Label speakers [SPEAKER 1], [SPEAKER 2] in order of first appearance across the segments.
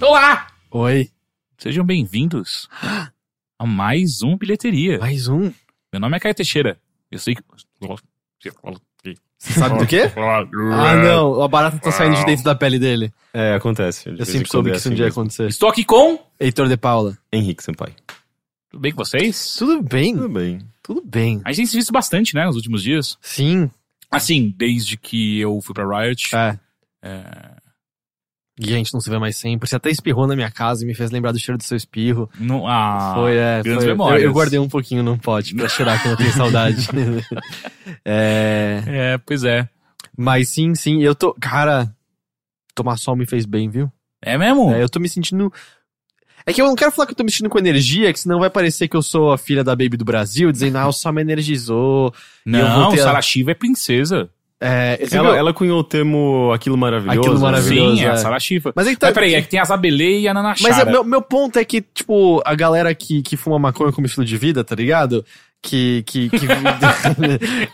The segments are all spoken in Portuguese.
[SPEAKER 1] Olá!
[SPEAKER 2] Oi.
[SPEAKER 1] Sejam bem-vindos a mais um Bilheteria.
[SPEAKER 2] Mais um?
[SPEAKER 1] Meu nome é Caio Teixeira. Eu sei que.
[SPEAKER 2] Sabe do quê? Ah, não. A barata tá saindo de dentro da pele dele.
[SPEAKER 3] É, acontece.
[SPEAKER 2] Eu sempre
[SPEAKER 3] é
[SPEAKER 2] soube que isso um
[SPEAKER 3] assim
[SPEAKER 2] dia ia acontecer.
[SPEAKER 1] Estou aqui com.
[SPEAKER 2] Heitor de Paula.
[SPEAKER 3] Henrique Senpai.
[SPEAKER 1] Tudo bem com vocês?
[SPEAKER 2] Tudo bem?
[SPEAKER 3] Tudo bem.
[SPEAKER 2] Tudo bem.
[SPEAKER 1] A gente tem se visto bastante, né, nos últimos dias.
[SPEAKER 2] Sim.
[SPEAKER 1] Assim, desde que eu fui pra Riot.
[SPEAKER 2] É.
[SPEAKER 1] É,
[SPEAKER 2] E a gente não se vê mais sempre. Você até espirrou na minha casa e me fez lembrar do cheiro do seu espirro.
[SPEAKER 1] não, ah,
[SPEAKER 2] foi, é.
[SPEAKER 1] grandes
[SPEAKER 2] foi-
[SPEAKER 1] memórias.
[SPEAKER 2] Eu, eu guardei um pouquinho num pote pra chorar quando eu tenho saudade. é,
[SPEAKER 1] É, pois é.
[SPEAKER 2] mas sim, sim. Eu tô. Cara, tomar sol me fez bem, viu?
[SPEAKER 1] É mesmo?
[SPEAKER 2] É, eu tô me sentindo. É que eu não quero falar que eu tô me sentindo com energia, que senão vai parecer que eu sou a filha da Baby do Brasil, dizendo, ah, o sol me energizou.
[SPEAKER 1] não,
[SPEAKER 2] e eu vou ter a-
[SPEAKER 1] Sarah Shiva é princesa.
[SPEAKER 2] É, você
[SPEAKER 3] Ela,
[SPEAKER 2] viu?
[SPEAKER 3] ela cunhou o termo Aquilo Maravilhoso.
[SPEAKER 2] Aquilo Maravilhoso,
[SPEAKER 1] Sim, é, a
[SPEAKER 2] é.
[SPEAKER 1] Sarah Shiva.
[SPEAKER 2] Mas é que tá.
[SPEAKER 1] Mas peraí, é que tem as Abelê e a Nanachara.
[SPEAKER 2] Mas é, meu, meu ponto é que, tipo, a galera que, que fuma maconha como estilo de vida, tá ligado? Que, que, que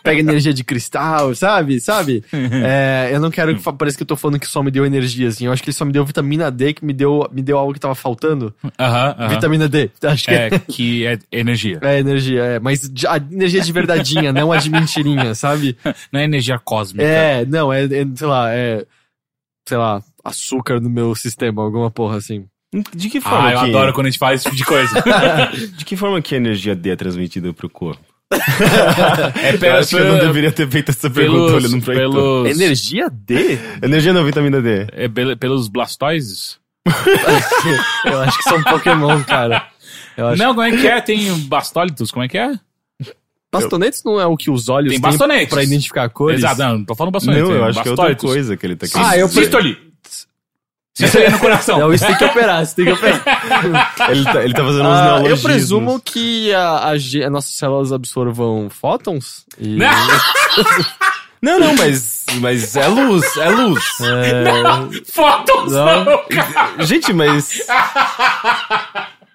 [SPEAKER 2] pega energia de cristal, sabe? Sabe? É, eu não quero que fa- pareça que eu tô falando que só me deu energia, assim. Eu acho que ele só me deu vitamina D, que me deu, me deu algo que tava faltando.
[SPEAKER 1] Aham, aham.
[SPEAKER 2] Vitamina D, acho que é.
[SPEAKER 1] É, que é energia.
[SPEAKER 2] É, energia, é. Mas de- a energia de verdadeinha, não a de mentirinha, sabe?
[SPEAKER 1] Não é energia cósmica.
[SPEAKER 2] É, não, é, é, sei lá, é. Sei lá, açúcar no meu sistema, alguma porra assim.
[SPEAKER 3] De que forma
[SPEAKER 1] Ah, eu
[SPEAKER 3] que,
[SPEAKER 1] adoro quando a gente faz esse tipo de coisa.
[SPEAKER 3] De que forma que a energia D é transmitida pro corpo?
[SPEAKER 1] É
[SPEAKER 3] Eu
[SPEAKER 1] pela,
[SPEAKER 3] acho que eu não deveria ter feito essa pergunta
[SPEAKER 1] pelos,
[SPEAKER 3] olhando pra Heitor.
[SPEAKER 1] pelos,
[SPEAKER 2] Energia D?
[SPEAKER 3] Energia não, vitamina D.
[SPEAKER 1] é, pela- pelos blastoises?
[SPEAKER 2] Eu acho que são Pokémon, cara. Eu acho.
[SPEAKER 1] Não, como é que é? Tem bastólitos, como é que é?
[SPEAKER 2] Bastonetes não é o que os olhos
[SPEAKER 1] Tem
[SPEAKER 2] têm
[SPEAKER 1] bastonetes.
[SPEAKER 2] pra identificar cores?
[SPEAKER 1] Exato, não, não tô falando bastólitos.
[SPEAKER 3] não, eu
[SPEAKER 1] é
[SPEAKER 3] acho que é outra
[SPEAKER 1] bastólitos.
[SPEAKER 3] coisa que ele tá
[SPEAKER 1] Ah, eu Sístole. Sístole no coração.
[SPEAKER 2] Não, isso tem que operar, isso tem que operar.
[SPEAKER 3] Ele tá, ele tá fazendo uns
[SPEAKER 2] Ah, eu
[SPEAKER 3] neologismos.
[SPEAKER 2] presumo que a, a, G- as nossas células absorvam fótons. E...
[SPEAKER 3] Não, não, mas, mas é luz, é luz.
[SPEAKER 2] É,
[SPEAKER 1] Fotos
[SPEAKER 2] Não.
[SPEAKER 1] não, cara.
[SPEAKER 3] Gente, mas...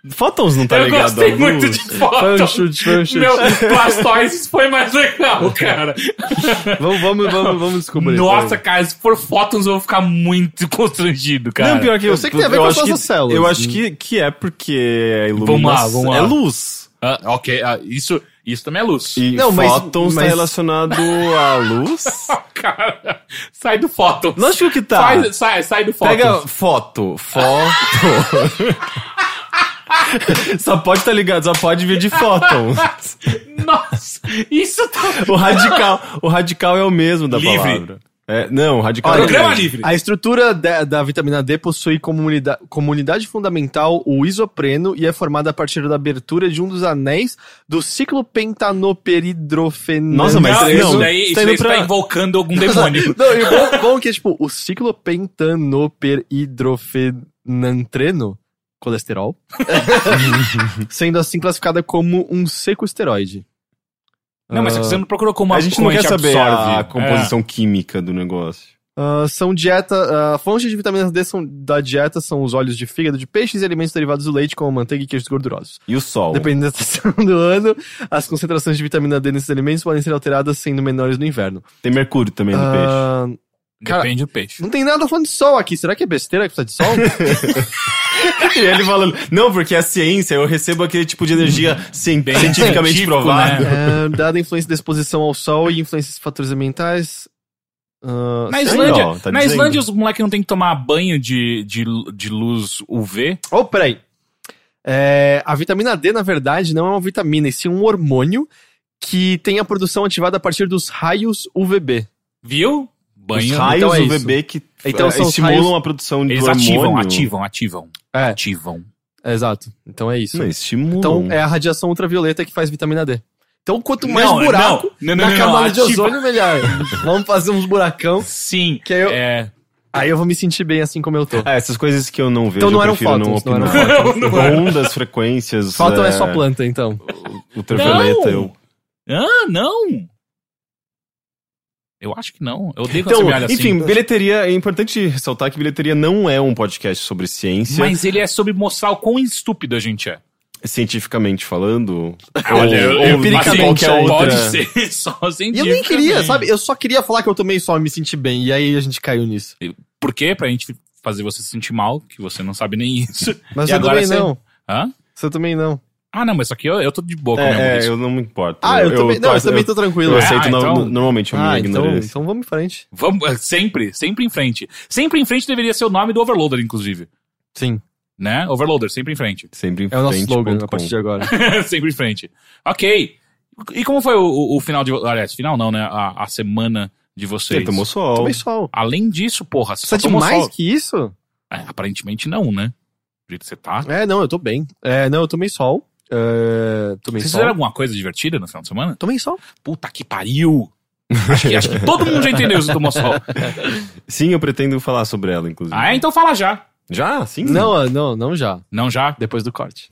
[SPEAKER 3] Fótons não tá
[SPEAKER 1] eu
[SPEAKER 3] ligado
[SPEAKER 1] gostei
[SPEAKER 3] à luz.
[SPEAKER 1] muito de
[SPEAKER 2] Foi um
[SPEAKER 1] fotos.
[SPEAKER 2] chute, foi um chute.
[SPEAKER 1] Meu, blastoises foi mais legal, cara.
[SPEAKER 2] Vamos, vamos, vamos, vamos descobrir.
[SPEAKER 1] Nossa, cara, se for fótons eu vou ficar muito constrangido, cara.
[SPEAKER 3] Não, pior que
[SPEAKER 2] eu
[SPEAKER 3] eu,
[SPEAKER 2] sei que tem a ver
[SPEAKER 3] eu
[SPEAKER 2] com
[SPEAKER 3] acho
[SPEAKER 2] as nossas
[SPEAKER 3] que-
[SPEAKER 2] células.
[SPEAKER 3] Eu acho que, que é porque a
[SPEAKER 1] Vamos lá,
[SPEAKER 3] iluminação
[SPEAKER 1] vamos lá.
[SPEAKER 3] é luz.
[SPEAKER 1] Ah, ok, ah, isso, isso também é luz.
[SPEAKER 3] E
[SPEAKER 2] Não, mas-
[SPEAKER 3] fótons está
[SPEAKER 2] mas-
[SPEAKER 3] relacionado à luz?
[SPEAKER 1] Cara, sai do fótons.
[SPEAKER 3] Lógico que tá.
[SPEAKER 1] Sai, sai, sai do fótons.
[SPEAKER 3] Pega foto, foto. só pode tá ligado, só pode vir de fóton.
[SPEAKER 1] Nossa, isso tá...
[SPEAKER 3] O radical, o radical é o mesmo da
[SPEAKER 1] Livre.
[SPEAKER 3] palavra. É, não, o radical é o
[SPEAKER 1] Programa
[SPEAKER 3] mesmo.
[SPEAKER 1] livre.
[SPEAKER 2] A estrutura da, da vitamina D possui como unida- como unidade fundamental o isopreno e é formada a partir da abertura de um dos anéis do ciclo pentanoperidrofenano.
[SPEAKER 3] Nossa, mas
[SPEAKER 1] não,
[SPEAKER 3] isso
[SPEAKER 1] isso
[SPEAKER 3] não,
[SPEAKER 1] daí,
[SPEAKER 3] tá
[SPEAKER 1] isso
[SPEAKER 3] indo
[SPEAKER 1] daí
[SPEAKER 3] pra-
[SPEAKER 1] tá invocando algum demônio.
[SPEAKER 2] Não, e o bom, bom que é tipo, o ciclo pentanoperidrofenantreno, colesterol, sendo assim classificada como um seco esteroide.
[SPEAKER 1] Não, mas você não procurou como
[SPEAKER 3] Ah. A gente não
[SPEAKER 1] como
[SPEAKER 3] quer saber
[SPEAKER 1] absorve. É.
[SPEAKER 3] a composição química do negócio.
[SPEAKER 2] Ah, são dieta. a fonte de vitaminas D são, da dieta são os óleos de fígado de peixes e alimentos derivados do leite, como manteiga e queijos gordurosos.
[SPEAKER 3] E o sol.
[SPEAKER 2] Dependendo da estação do ano, as concentrações de vitamina D nesses alimentos podem ser alteradas sendo menores no inverno.
[SPEAKER 3] Tem mercúrio também no peixe.
[SPEAKER 2] Ah,
[SPEAKER 1] É. Depende do peixe.
[SPEAKER 2] não tem nada falando de sol aqui. Será que é besteira que precisa de sol?
[SPEAKER 3] E ele falando, não, porque a ciência, eu recebo aquele tipo de energia cien-
[SPEAKER 1] Bem
[SPEAKER 3] cientificamente
[SPEAKER 1] científico,
[SPEAKER 3] provado.
[SPEAKER 1] né?
[SPEAKER 2] É, dada a influência da exposição ao sol e influência de fatores ambientais. ah,
[SPEAKER 1] Na
[SPEAKER 3] Sim,
[SPEAKER 1] Islândia,
[SPEAKER 3] ó, tá
[SPEAKER 1] na
[SPEAKER 3] dizendo.
[SPEAKER 1] Islândia os moleques não tem que tomar banho de, de, de luz UV.
[SPEAKER 2] Oh, peraí. É, a vitamina D, na verdade, não é uma vitamina, e sim um hormônio que tem a produção ativada a partir dos raios UVB.
[SPEAKER 1] Viu? Banho.
[SPEAKER 3] Os raios
[SPEAKER 2] Então é isso.
[SPEAKER 3] UVB que
[SPEAKER 2] Então
[SPEAKER 3] eh,
[SPEAKER 2] são os
[SPEAKER 3] estimulam
[SPEAKER 2] raios-
[SPEAKER 3] a produção de
[SPEAKER 1] Eles
[SPEAKER 3] hormônio.
[SPEAKER 1] ativam, ativam, ativam.
[SPEAKER 2] É.
[SPEAKER 1] Ativam.
[SPEAKER 2] É, exato. Então é isso.
[SPEAKER 3] Não, estimulam.
[SPEAKER 2] Então é a radiação ultravioleta que faz vitamina D. Então quanto mais
[SPEAKER 1] Não,
[SPEAKER 2] buraco
[SPEAKER 1] não, não,
[SPEAKER 2] na
[SPEAKER 1] não, não,
[SPEAKER 2] camada de
[SPEAKER 1] ativa.
[SPEAKER 2] ozônio, melhor. Vamos fazer uns buracão,
[SPEAKER 1] Sim.
[SPEAKER 2] que aí eu,
[SPEAKER 1] É.
[SPEAKER 2] aí eu vou me sentir bem assim como eu tô.
[SPEAKER 3] Ah, essas coisas que eu não vejo,
[SPEAKER 2] Então não
[SPEAKER 3] eu
[SPEAKER 2] eram
[SPEAKER 3] prefiro não
[SPEAKER 2] fótons, não eram
[SPEAKER 3] opinar.
[SPEAKER 1] fótons. Não, não eram.
[SPEAKER 3] Ondas, frequências...
[SPEAKER 2] Faltam é
[SPEAKER 3] eh,
[SPEAKER 2] só planta, então.
[SPEAKER 1] Um
[SPEAKER 3] Ultravioleta, eu...
[SPEAKER 1] Ah, não! Eu acho que não. Eu odeio quando
[SPEAKER 3] Então,
[SPEAKER 1] você me olha assim.
[SPEAKER 3] enfim, bilheteria... É importante ressaltar que bilheteria não é um podcast sobre ciência,
[SPEAKER 1] Mas ele é sobre mostrar o quão estúpido a gente é.
[SPEAKER 3] cientificamente falando.
[SPEAKER 1] Olha, eu- eu-
[SPEAKER 2] empiricamente,
[SPEAKER 3] qualquer
[SPEAKER 2] é,
[SPEAKER 3] outra...
[SPEAKER 1] Pode ser só né?
[SPEAKER 2] E
[SPEAKER 1] científico.
[SPEAKER 2] eu nem queria, sabe? Eu só queria falar que eu tomei sol e me senti bem. E aí a gente caiu nisso.
[SPEAKER 1] Por quê? Pra gente fazer você se sentir mal, que você não sabe nem isso.
[SPEAKER 2] Mas
[SPEAKER 1] E
[SPEAKER 2] eu
[SPEAKER 1] agora
[SPEAKER 2] também
[SPEAKER 1] você-
[SPEAKER 2] não.
[SPEAKER 1] Hã?
[SPEAKER 2] Você também não.
[SPEAKER 1] Ah, não, mas só que eu, eu tô de boa com
[SPEAKER 3] É,
[SPEAKER 1] mesmo
[SPEAKER 3] é,
[SPEAKER 1] isso.
[SPEAKER 3] eu não me importo.
[SPEAKER 2] Ah, eu, também, não, eu também tô
[SPEAKER 3] Eu,
[SPEAKER 2] tranquilo.
[SPEAKER 1] Ah,
[SPEAKER 3] aceito no-
[SPEAKER 1] então-
[SPEAKER 3] no- normalmente a minha
[SPEAKER 2] Ah, então,
[SPEAKER 3] ignorância.
[SPEAKER 2] então vamos em frente.
[SPEAKER 1] Vamos, é, sempre, sempre em frente. Sempre em frente deveria ser o nome do Overloader, inclusive.
[SPEAKER 2] Sim,
[SPEAKER 1] Né? Overloader, sempre em frente.
[SPEAKER 3] Sempre em
[SPEAKER 2] é o nosso
[SPEAKER 3] frente,
[SPEAKER 2] slogan
[SPEAKER 3] ponto
[SPEAKER 2] a partir
[SPEAKER 3] com.
[SPEAKER 2] de agora.
[SPEAKER 1] sempre em frente. Ok. E como foi o, o- o final de... Aliás, final não, né? A, a semana de vocês.
[SPEAKER 3] Você tomou sol.
[SPEAKER 2] Tomei sol.
[SPEAKER 1] Além disso, porra, você
[SPEAKER 2] Precisa
[SPEAKER 1] só
[SPEAKER 2] de
[SPEAKER 1] tomou
[SPEAKER 2] mais
[SPEAKER 1] sol.
[SPEAKER 2] que isso?
[SPEAKER 1] É, aparentemente não, né? Do jeito que você tá.
[SPEAKER 2] É, não, eu tô bem. É, não, eu tomei sol. É, tomei
[SPEAKER 1] Vocês
[SPEAKER 2] sol.
[SPEAKER 1] fizeram alguma coisa divertida no final de semana?
[SPEAKER 2] Tomei sol.
[SPEAKER 1] Puta que pariu! Acho que, acho que todo mundo já entendeu isso do Mossol.
[SPEAKER 3] Sim, eu pretendo falar sobre ela, inclusive.
[SPEAKER 1] Ah, é? Então fala já.
[SPEAKER 3] Já? Sim?
[SPEAKER 2] Não, ah, não, não já.
[SPEAKER 1] Não já?
[SPEAKER 2] Depois do corte.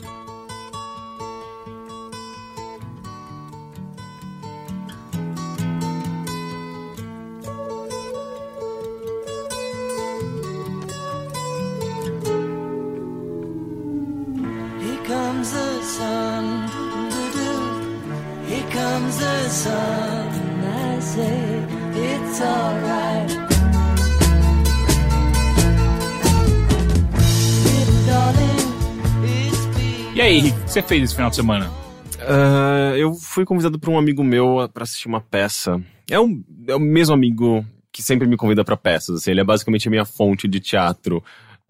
[SPEAKER 4] Here comes the sun. doo-doo-doo. Here comes the sun. And I say, it's alright. Darling, it's been
[SPEAKER 1] E aí, Rick, o que você fez esse final de semana?
[SPEAKER 3] Ah, eu fui convidado por um amigo meu pra assistir uma peça. É, um, é o mesmo amigo que sempre me convida pra peças. Assim, ele é basicamente a minha fonte de teatro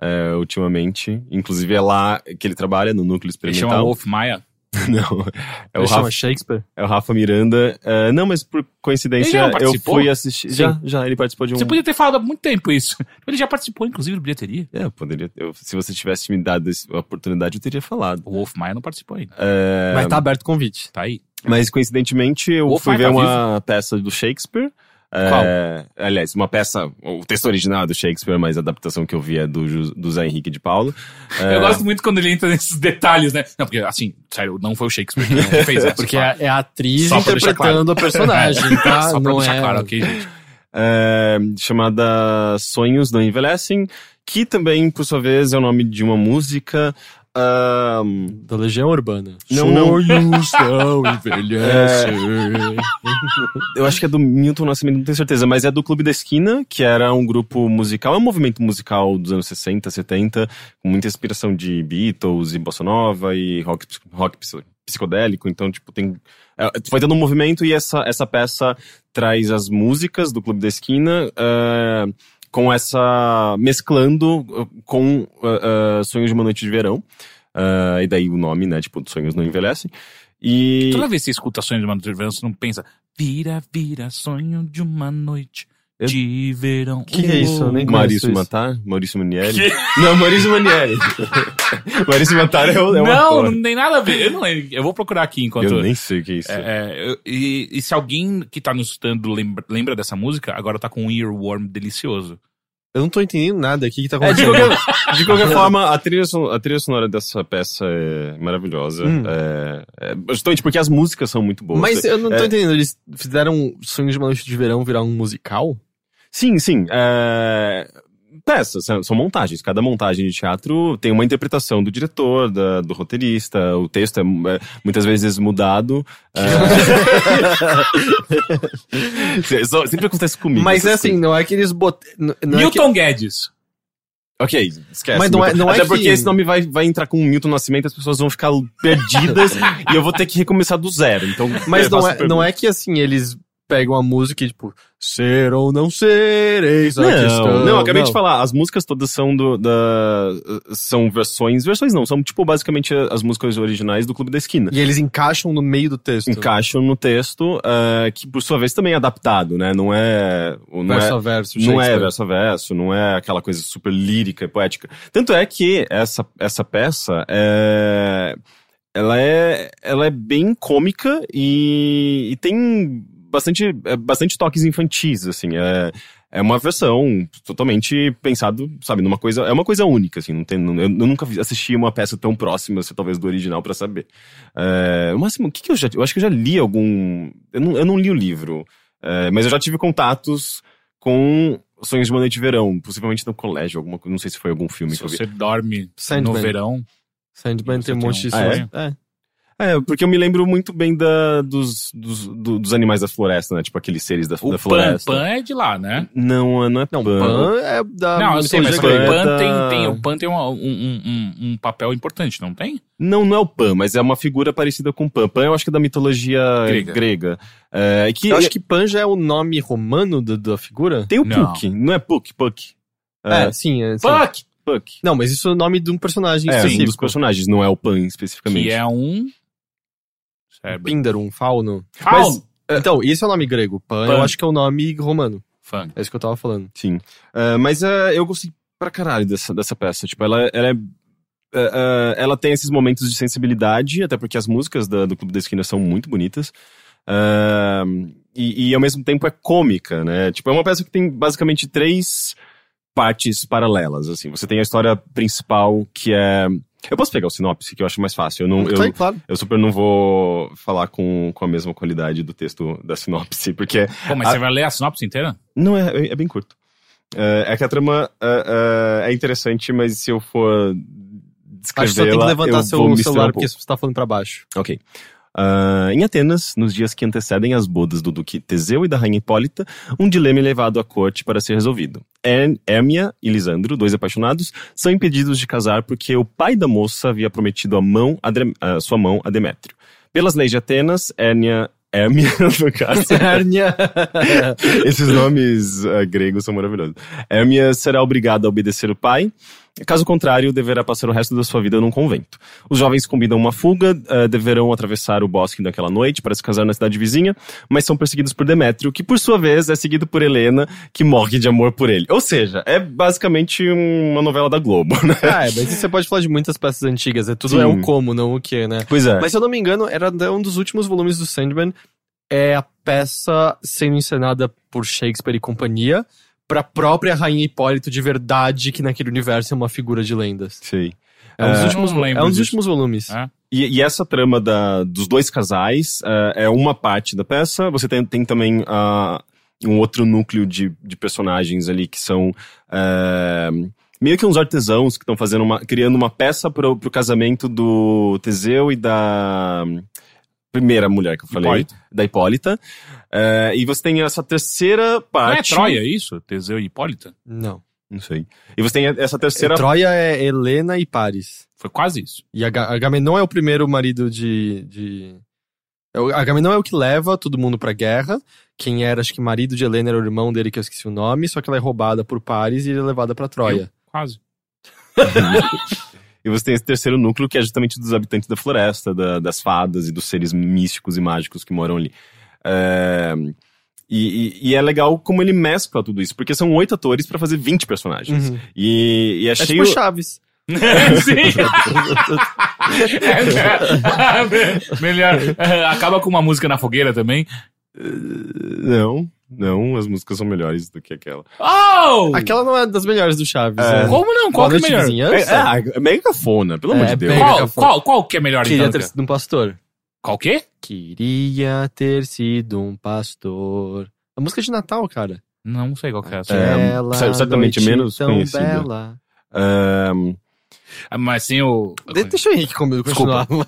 [SPEAKER 3] eh, ultimamente. Inclusive é lá que ele trabalha, no Núcleo
[SPEAKER 1] Ele chama
[SPEAKER 3] Experimental.
[SPEAKER 1] Wolf Maia.
[SPEAKER 3] Não, é o,
[SPEAKER 2] Ele chama
[SPEAKER 3] Rafa,
[SPEAKER 2] Shakespeare.
[SPEAKER 3] é o Rafa Miranda. Eh, não, mas por
[SPEAKER 1] Ele já
[SPEAKER 3] coincidência
[SPEAKER 1] não
[SPEAKER 3] eu
[SPEAKER 1] participou?
[SPEAKER 3] fui assistir. Já, já, ele participou de um.
[SPEAKER 1] Você podia ter falado há muito tempo isso. Ele já participou, inclusive, do bilheteria.
[SPEAKER 3] É, eu poderia. eu- se você tivesse me dado esse- a oportunidade, eu teria falado.
[SPEAKER 1] O Wolf Maia não participou ainda. É,
[SPEAKER 2] Mas tá aberto o convite.
[SPEAKER 1] Tá aí.
[SPEAKER 3] Mas coincidentemente eu
[SPEAKER 1] Opa,
[SPEAKER 3] fui ver
[SPEAKER 1] tá
[SPEAKER 3] uma peça do Shakespeare.
[SPEAKER 1] Qual?
[SPEAKER 3] É, aliás, uma peça, o texto original é do Shakespeare, mas a adaptação que eu vi é do, Ju- do Zé Henrique de Paulo.
[SPEAKER 2] É.
[SPEAKER 1] Eu gosto muito quando ele entra nesses detalhes, né? Não, porque, assim, sério, não foi o Shakespeare que fez essa.
[SPEAKER 2] Porque é, é a atriz
[SPEAKER 1] Só pra deixar
[SPEAKER 2] interpretando a personagem, tá?
[SPEAKER 1] Só pra
[SPEAKER 2] não
[SPEAKER 1] deixar
[SPEAKER 2] é...
[SPEAKER 1] claro, ok, gente?
[SPEAKER 3] É, chamada Sonhos Não Envelhecem, que também, por sua vez, é o nome de uma música. ah, ahn,
[SPEAKER 2] Da Legião Urbana.
[SPEAKER 3] Não, não.
[SPEAKER 2] Sonhos não envelhecem.
[SPEAKER 3] eu acho que é do Milton Nascimento, não tenho certeza, mas é do Clube da Esquina, que era um grupo musical, é um movimento musical dos anos 60, 70, com muita inspiração de Beatles e Bossa Nova e rock, ps- rock ps- psicodélico, então, tipo, tem. é, Foi tendo um movimento e essa, essa peça traz as músicas do Clube da Esquina. é, com essa. mesclando eh, com eh, eh, Sonhos de uma Noite de Verão. eh, e daí o nome, né? Tipo, Sonhos Não Envelhecem. E.
[SPEAKER 1] Toda vez que você escuta sonho de uma noite de verão, você não pensa, vira, vira, sonho de uma noite
[SPEAKER 3] Eu-
[SPEAKER 1] de verão.
[SPEAKER 2] Que que é isso? Eu nem
[SPEAKER 3] Maurício
[SPEAKER 2] conheço isso.
[SPEAKER 3] Matar? Maurício Manieri? Não, Maurício Manieri. Maurício Matar é o. É o
[SPEAKER 1] não,
[SPEAKER 3] ator.
[SPEAKER 1] não tem nada a ver. Eu não lembro. Eu vou procurar aqui enquanto.
[SPEAKER 3] Eu nem sei o que é isso.
[SPEAKER 1] É, eu- e, e se alguém que tá nos escutando lembra, lembra dessa música, agora tá com um earworm delicioso.
[SPEAKER 2] Eu não tô entendendo nada aqui que tá
[SPEAKER 3] É, de,
[SPEAKER 2] acontecendo.
[SPEAKER 3] qualquer, de qualquer forma, a trilha, son- a trilha sonora dessa peça é maravilhosa.
[SPEAKER 2] Hum.
[SPEAKER 3] É, é, justamente porque as músicas são muito boas.
[SPEAKER 2] Mas eu não tô
[SPEAKER 3] É.
[SPEAKER 2] entendendo, eles fizeram Sonhos de uma Noite de Verão virar um musical?
[SPEAKER 3] Sim, sim. É... Peças, são, são montagens. Cada montagem de teatro tem uma interpretação do diretor, da- do roteirista. O texto é, é, muitas vezes mudado. É. Se- só- Sempre acontece comigo.
[SPEAKER 2] Mas é
[SPEAKER 3] essas
[SPEAKER 2] assim, não é que eles botaram...
[SPEAKER 1] Newton Guedes.
[SPEAKER 3] Ok, esquece.
[SPEAKER 2] Mas não é- não é
[SPEAKER 3] Até
[SPEAKER 2] que-
[SPEAKER 3] porque esse nome vai, vai entrar com o Milton Nascimento, as pessoas vão ficar perdidas e eu vou ter que recomeçar do zero. Então,
[SPEAKER 2] Mas
[SPEAKER 3] eu
[SPEAKER 2] não
[SPEAKER 3] faço
[SPEAKER 2] é,
[SPEAKER 3] pergunta.
[SPEAKER 2] não é que assim, eles pegam a música e tipo, ser ou não ser, eis a questão.
[SPEAKER 3] Não, eu acabei
[SPEAKER 2] tá? não.
[SPEAKER 3] de falar, as músicas todas são do, da. São versões. Versões não, são tipo basicamente as músicas originais do Clube da Esquina.
[SPEAKER 2] E eles encaixam no meio do texto.
[SPEAKER 3] Encaixam no texto, eh, que por sua vez também é adaptado, né? Não é. Não é,
[SPEAKER 2] Verso a verso,
[SPEAKER 3] não é
[SPEAKER 2] Shakespeare.
[SPEAKER 3] verso a verso, não é aquela coisa super lírica e poética. Tanto é que essa, essa peça é. Ela é, ela é bem cômica e, e tem bastante, é, bastante toques infantis, assim. É, é uma versão totalmente pensado, sabe, numa coisa. É uma coisa única, assim. Não tem, não- eu, eu nunca vi- assisti uma peça tão próxima, assim, talvez, do original pra saber. É, o máximo, o que, que eu já. Eu acho que eu já li algum. Eu não, eu não li o livro, é, mas eu já tive contatos com Sonhos de uma Noite de Verão, possivelmente no colégio, alguma coisa. Não sei se foi algum filme
[SPEAKER 1] Se
[SPEAKER 3] que eu vi.
[SPEAKER 1] você dorme
[SPEAKER 2] Sandman.
[SPEAKER 1] no verão.
[SPEAKER 2] Sandman tem um monte de
[SPEAKER 1] Ah,
[SPEAKER 2] sonhos. É?
[SPEAKER 3] É, porque eu me lembro muito bem da, dos, dos, do- dos animais da floresta, né? Tipo aqueles seres da,
[SPEAKER 1] O Pan,
[SPEAKER 3] da floresta.
[SPEAKER 1] Pan é de lá, né?
[SPEAKER 3] Não, não é
[SPEAKER 2] Não,
[SPEAKER 3] Pan.
[SPEAKER 2] Pan é da.
[SPEAKER 1] não, eu sei, mas o
[SPEAKER 3] Pan é
[SPEAKER 1] Pan
[SPEAKER 3] da-
[SPEAKER 1] tem, tem, o Pan tem um, um, um, um papel importante, não tem?
[SPEAKER 3] Não, não é o Pan, mas é uma figura parecida com o Pan. Pan eu acho que é da mitologia
[SPEAKER 1] Grega.
[SPEAKER 3] grega. É, que,
[SPEAKER 2] Eu acho que Pan já é o nome romano do- da figura?
[SPEAKER 3] tem o
[SPEAKER 1] Não.
[SPEAKER 3] Puck, não é Puck, Puck.
[SPEAKER 2] É, sim. é, sim.
[SPEAKER 1] Pan, que
[SPEAKER 3] Puck.
[SPEAKER 2] Não, mas isso é o nome de um personagem
[SPEAKER 3] É, um
[SPEAKER 2] específico.
[SPEAKER 3] dos personagens, não é o Pan especificamente.
[SPEAKER 1] é um. Cérebro.
[SPEAKER 2] Píndaro, um fauno.
[SPEAKER 1] Mas-
[SPEAKER 2] Mas- Então, isso é o nome grego. Pan,
[SPEAKER 1] Pan.
[SPEAKER 2] eu acho que é o nome romano.
[SPEAKER 1] Fang.
[SPEAKER 2] É isso que eu tava falando.
[SPEAKER 3] Sim. É, mas é, eu gostei pra caralho dessa, dessa peça. Tipo, ela, ela é. é, é, ela tem esses momentos de sensibilidade, até porque as músicas da- do Clube da Esquina são muito bonitas. É, e, e, ao mesmo tempo é cômica, né? Tipo, é uma peça que tem basicamente três partes paralelas, assim. Você tem a história principal, que é... Eu posso pegar o sinopse, que eu acho mais fácil. Eu, não, Então, eu,
[SPEAKER 2] Tá, claro.
[SPEAKER 3] eu super não vou falar com, com a mesma qualidade do texto da sinopse, porque
[SPEAKER 1] Pô, mas
[SPEAKER 3] Ah.
[SPEAKER 1] você vai ler a sinopse inteira?
[SPEAKER 3] não, é, é bem curto. É, é que a trama é, é, é interessante, mas se eu for
[SPEAKER 2] Acho que só tem que
[SPEAKER 3] descrevê-la, eu
[SPEAKER 2] levantar
[SPEAKER 3] vou
[SPEAKER 2] seu
[SPEAKER 3] misturar
[SPEAKER 2] celular,
[SPEAKER 3] um
[SPEAKER 2] porque
[SPEAKER 3] pouco.
[SPEAKER 2] você tá falando pra baixo.
[SPEAKER 3] Ok. Ah, em Atenas, nos dias que antecedem as bodas do Duque Teseu e da Rainha Hipólita, um dilema é levado à corte para ser resolvido. Her- Hermia e Lisandro, dois apaixonados, são impedidos de casar porque o pai da moça havia prometido a mão a Drem- a sua mão a Demétrio. Pelas leis de Atenas, Hermia, Hermia no caso,
[SPEAKER 2] Hérnia.
[SPEAKER 3] esses nomes eh, gregos são maravilhosos. Hermia será obrigada a obedecer o pai. Caso contrário, deverá passar o resto da sua vida num convento. Os jovens combinam uma fuga, eh, deverão atravessar o bosque naquela noite para se casar na cidade vizinha, mas são perseguidos por Demétrio, que por sua vez é seguido por Helena, que morre de amor por ele. Ou seja, é basicamente uma novela da Globo, né?
[SPEAKER 2] ah, é, mas isso você pode falar de muitas peças antigas. É tudo
[SPEAKER 3] Sim.
[SPEAKER 2] é o como, não o que, né?
[SPEAKER 3] Pois é.
[SPEAKER 2] Mas se eu não me engano, era até um dos últimos volumes do Sandman. É a peça sendo encenada por Shakespeare e companhia pra própria Rainha Hipólito de verdade, que naquele universo é uma figura de lendas.
[SPEAKER 3] Sei.
[SPEAKER 2] É um dos
[SPEAKER 1] É,
[SPEAKER 2] últimos,
[SPEAKER 1] não lembro
[SPEAKER 2] é um dos
[SPEAKER 1] disso.
[SPEAKER 2] últimos volumes.
[SPEAKER 1] É.
[SPEAKER 3] E, e essa trama da, dos dois casais eh, é uma parte da peça. Você tem, tem também ah, um outro núcleo de, de personagens ali que são eh, meio que uns artesãos que estão fazendo uma, criando uma peça pro, pro casamento do Teseu e da primeira mulher que eu falei,
[SPEAKER 1] Hipólita.
[SPEAKER 3] da Hipólita. Eh, e você tem essa terceira
[SPEAKER 1] Não
[SPEAKER 3] parte.
[SPEAKER 1] é Troia, isso? Teseu e Hipólita?
[SPEAKER 2] Não.
[SPEAKER 3] Não sei. E você tem essa terceira.
[SPEAKER 2] Troia é Helena e Paris.
[SPEAKER 1] Foi quase isso.
[SPEAKER 2] E Aga- Agamenon é o primeiro marido de. de... é o- Agamenon é o que leva todo mundo pra guerra. Quem era, acho que marido de Helena era o irmão dele, que eu esqueci o nome, só que ela é roubada por Paris e ele é levada pra Troia.
[SPEAKER 1] Quase.
[SPEAKER 3] E você tem esse terceiro núcleo que é justamente dos habitantes da floresta, da- das fadas e dos seres místicos e mágicos que moram ali. É, E, e- e é legal como ele mescla tudo isso, porque são oito atores pra fazer 20 personagens.
[SPEAKER 2] Uhum.
[SPEAKER 3] E, e é,
[SPEAKER 2] É
[SPEAKER 3] cheio.
[SPEAKER 2] tipo Chaves.
[SPEAKER 1] Sim. É, Melhor. É, Acaba com uma música na fogueira também.
[SPEAKER 3] Não, não, as músicas são melhores do que aquela.
[SPEAKER 1] Oh!
[SPEAKER 2] Aquela não é das melhores do Chaves. né?
[SPEAKER 1] Como não? Qual
[SPEAKER 2] Boa
[SPEAKER 1] que é
[SPEAKER 2] noite,
[SPEAKER 1] melhor?
[SPEAKER 3] É,
[SPEAKER 2] vizinhança?
[SPEAKER 3] é, é meio cafona, pelo amor
[SPEAKER 2] É,
[SPEAKER 3] de Deus.
[SPEAKER 2] bem-
[SPEAKER 1] Qual, qual, qual que é melhor
[SPEAKER 2] Queria
[SPEAKER 1] então?
[SPEAKER 2] ter
[SPEAKER 1] cara?
[SPEAKER 2] sido um pastor.
[SPEAKER 1] Qual que?
[SPEAKER 2] Queria ter sido um pastor. A música de Natal, cara.
[SPEAKER 1] Não sei qual que é. essa.
[SPEAKER 3] É.
[SPEAKER 2] Aquela
[SPEAKER 3] cer- certamente
[SPEAKER 2] noite
[SPEAKER 3] menos
[SPEAKER 2] tão
[SPEAKER 3] conhecida.
[SPEAKER 2] bela.
[SPEAKER 3] É,
[SPEAKER 1] Ah, Mas sim o.
[SPEAKER 2] De- deixa o Henrique comigo continuar.
[SPEAKER 3] Desculpa.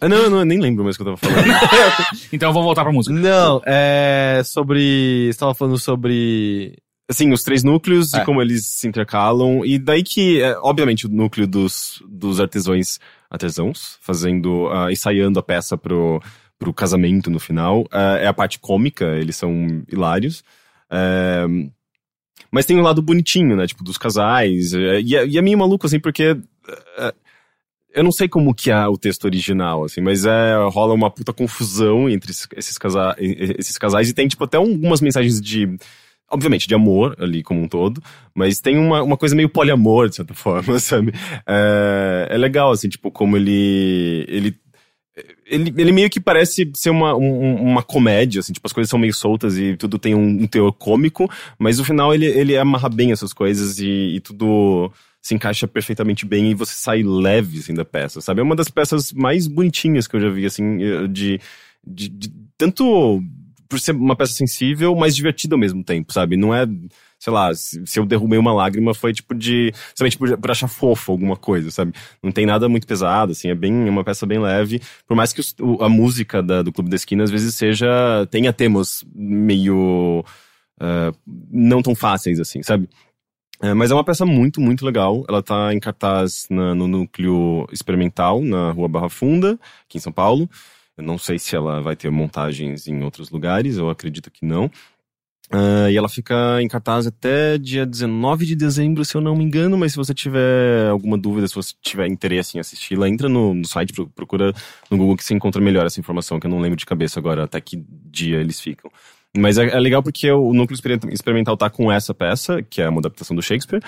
[SPEAKER 3] ah, não, eu não, eu nem lembro mais o que eu tava falando.
[SPEAKER 1] Então vamos voltar pra música.
[SPEAKER 2] Não, é sobre. Você tava falando sobre.
[SPEAKER 3] assim, os três núcleos
[SPEAKER 2] É.
[SPEAKER 3] e como eles se intercalam. E daí que, é, obviamente, o núcleo dos, dos artesões, artesãos, fazendo, ah, ensaiando a peça pro, pro casamento no final, ah, é a parte cômica, eles são hilários. É, mas tem o lado bonitinho, né? Tipo, dos casais. é, E é, e é meio maluco, assim, porque. é, eu não sei como que é o texto original, assim, mas é, rola uma puta confusão entre esses, esses casa- e- e- esses casais. E tem, tipo, até algumas mensagens de obviamente, de amor ali como um todo, mas tem uma, uma coisa meio poliamor, de certa forma, sabe? É, é legal, assim, tipo, como ele. ele ele, ele meio que parece ser uma, um- uma comédia, assim, tipo, as coisas são meio soltas e tudo tem um, um teor cômico, mas no final ele, ele amarra bem essas coisas e, e tudo se encaixa perfeitamente bem e você sai leve, assim, da peça, sabe? É eh, uma das peças mais bonitinhas que eu já vi, assim, de, de, de tanto por ser uma peça sensível, mas divertida ao mesmo tempo, sabe? Não é, sei lá, se, se eu derrubei uma lágrima foi tipo de, somente por, por achar fofo alguma coisa, sabe? Não tem nada muito pesado, assim, é bem, é uma peça bem leve. Por mais que os- o- a música da- do Clube da Esquina às vezes seja, tenha temas meio ah, não tão fáceis, assim, sabe? É, mas é uma peça muito, muito legal. Ela tá em cartaz na- no núcleo experimental, na rua Barra Funda, aqui em São Paulo. Eu não sei se ela vai ter montagens em outros lugares, eu acredito que não. Ah, e ela fica em cartaz até dia 19 de dezembro, se eu não me engano, mas se você tiver alguma dúvida, se você tiver interesse em assisti-la, entra no, no site, pro- procura no Google que você encontra melhor essa informação, que eu não lembro de cabeça agora até que dia eles ficam. Mas é, é legal porque o núcleo experim- experimental tá com essa peça, que é uma adaptação do Shakespeare.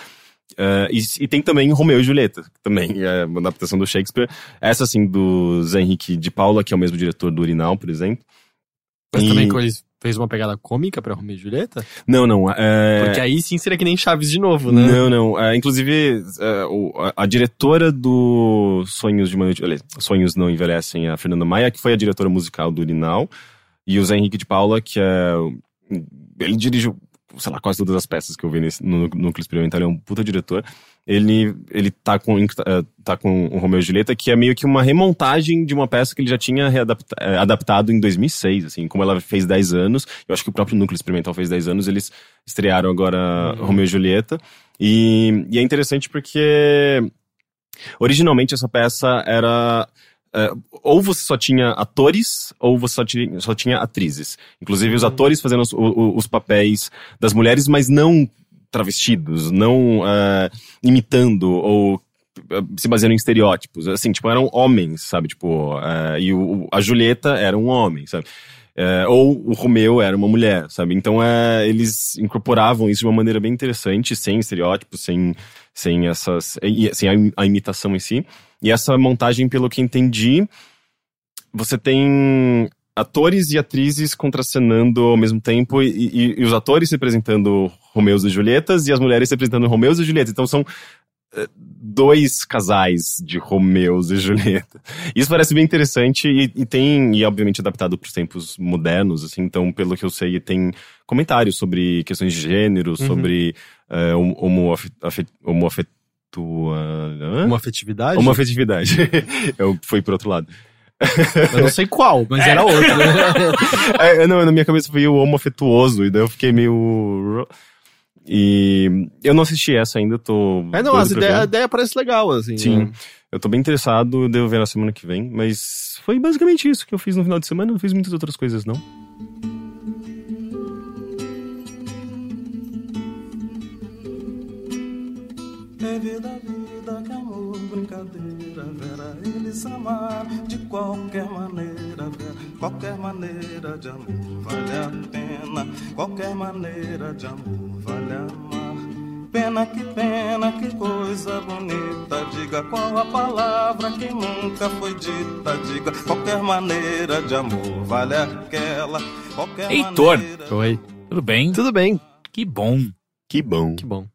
[SPEAKER 3] eh, e, e tem também Romeu e Julieta, que também é uma adaptação do Shakespeare. Essa, assim, do Zé Henrique de Paula, que é o mesmo diretor do Urinal, por exemplo.
[SPEAKER 2] Mas
[SPEAKER 3] E-
[SPEAKER 2] também que eles fez uma pegada cômica pra Romeo e Julieta?
[SPEAKER 3] Não, não. é-
[SPEAKER 2] Porque aí sim seria que nem Chaves de novo, né?
[SPEAKER 3] Não, não. É, inclusive, é, o- a, a diretora do Sonhos de uma Noite. aliás, Sonhos Não Envelhecem, a Fernanda Maia, que foi a diretora musical do Urinal. E o Zé Henrique de Paula, que é. o- Ele dirigiu, sei lá, quase todas as peças que eu vi nesse, no Núcleo Experimental, ele é um puta diretor. Ele, ele tá, com, eh, tá com o Romeu e Julieta, que é meio que uma remontagem de uma peça que ele já tinha readapta- eh, adaptado em 2006, assim, como ela fez 10 anos, eu acho que o próprio Núcleo Experimental fez 10 anos, eles estrearam agora
[SPEAKER 2] Uhum.
[SPEAKER 3] Romeu e Julieta, e, e é interessante porque originalmente essa peça era... eh, ou você só tinha atores, ou você só tinha, só tinha atrizes. Inclusive os atores fazendo os, o- o- os papéis das mulheres, mas não travestidos, não eh, imitando ou eh, se baseando em estereótipos. Assim, tipo, eram homens, sabe? Tipo, eh, e o- o- a Julieta era um homem, sabe? Eh, ou o Romeu era uma mulher, sabe? Então eh, eles incorporavam isso de uma maneira bem interessante, sem estereótipos, sem, sem essas. e- sem a im- a imitação em si. E essa montagem, pelo que entendi, você tem atores e atrizes contracenando ao mesmo tempo e, e- e os atores representando Romeus e Julietas e as mulheres representando Romeus e Julietas. Então são eh, dois casais de Romeus e Julieta. Isso parece bem interessante e, e tem, e obviamente adaptado para os tempos modernos, assim, então pelo que eu sei tem comentários sobre questões de gênero, sobre eh, homo- homoafe- afe- homoafetua... hã?
[SPEAKER 2] Uma afetividade?
[SPEAKER 3] Uma afetividade. eu fui pro outro lado.
[SPEAKER 2] Eu não sei qual, mas era outra.
[SPEAKER 3] É, não, na minha cabeça foi o homo afetuoso, e daí eu fiquei meio. E eu não assisti essa ainda, eu tô.
[SPEAKER 2] É, não,
[SPEAKER 3] doido
[SPEAKER 2] as
[SPEAKER 3] pra
[SPEAKER 2] ideia, a
[SPEAKER 3] ver.
[SPEAKER 2] ideia parece legal, assim.
[SPEAKER 3] Sim.
[SPEAKER 2] né?
[SPEAKER 3] Eu tô bem interessado, eu devo ver na semana que vem, mas foi basicamente isso que eu fiz no final de semana, não fiz muitas outras coisas, não.
[SPEAKER 5] É vida, vida, calor, brincadeira, vera, eles amar de qualquer maneira, vera, qualquer maneira de amor vale a pena, qualquer maneira de amor vale amar. Pena que pena, que coisa bonita, diga qual a palavra que nunca foi dita, diga qualquer maneira de amor vale aquela, qualquer
[SPEAKER 1] Heitor.
[SPEAKER 5] maneira. de
[SPEAKER 2] Oi.
[SPEAKER 1] Tudo bem?
[SPEAKER 2] Tudo bem,
[SPEAKER 1] Que bom.
[SPEAKER 3] Que bom.
[SPEAKER 2] que bom.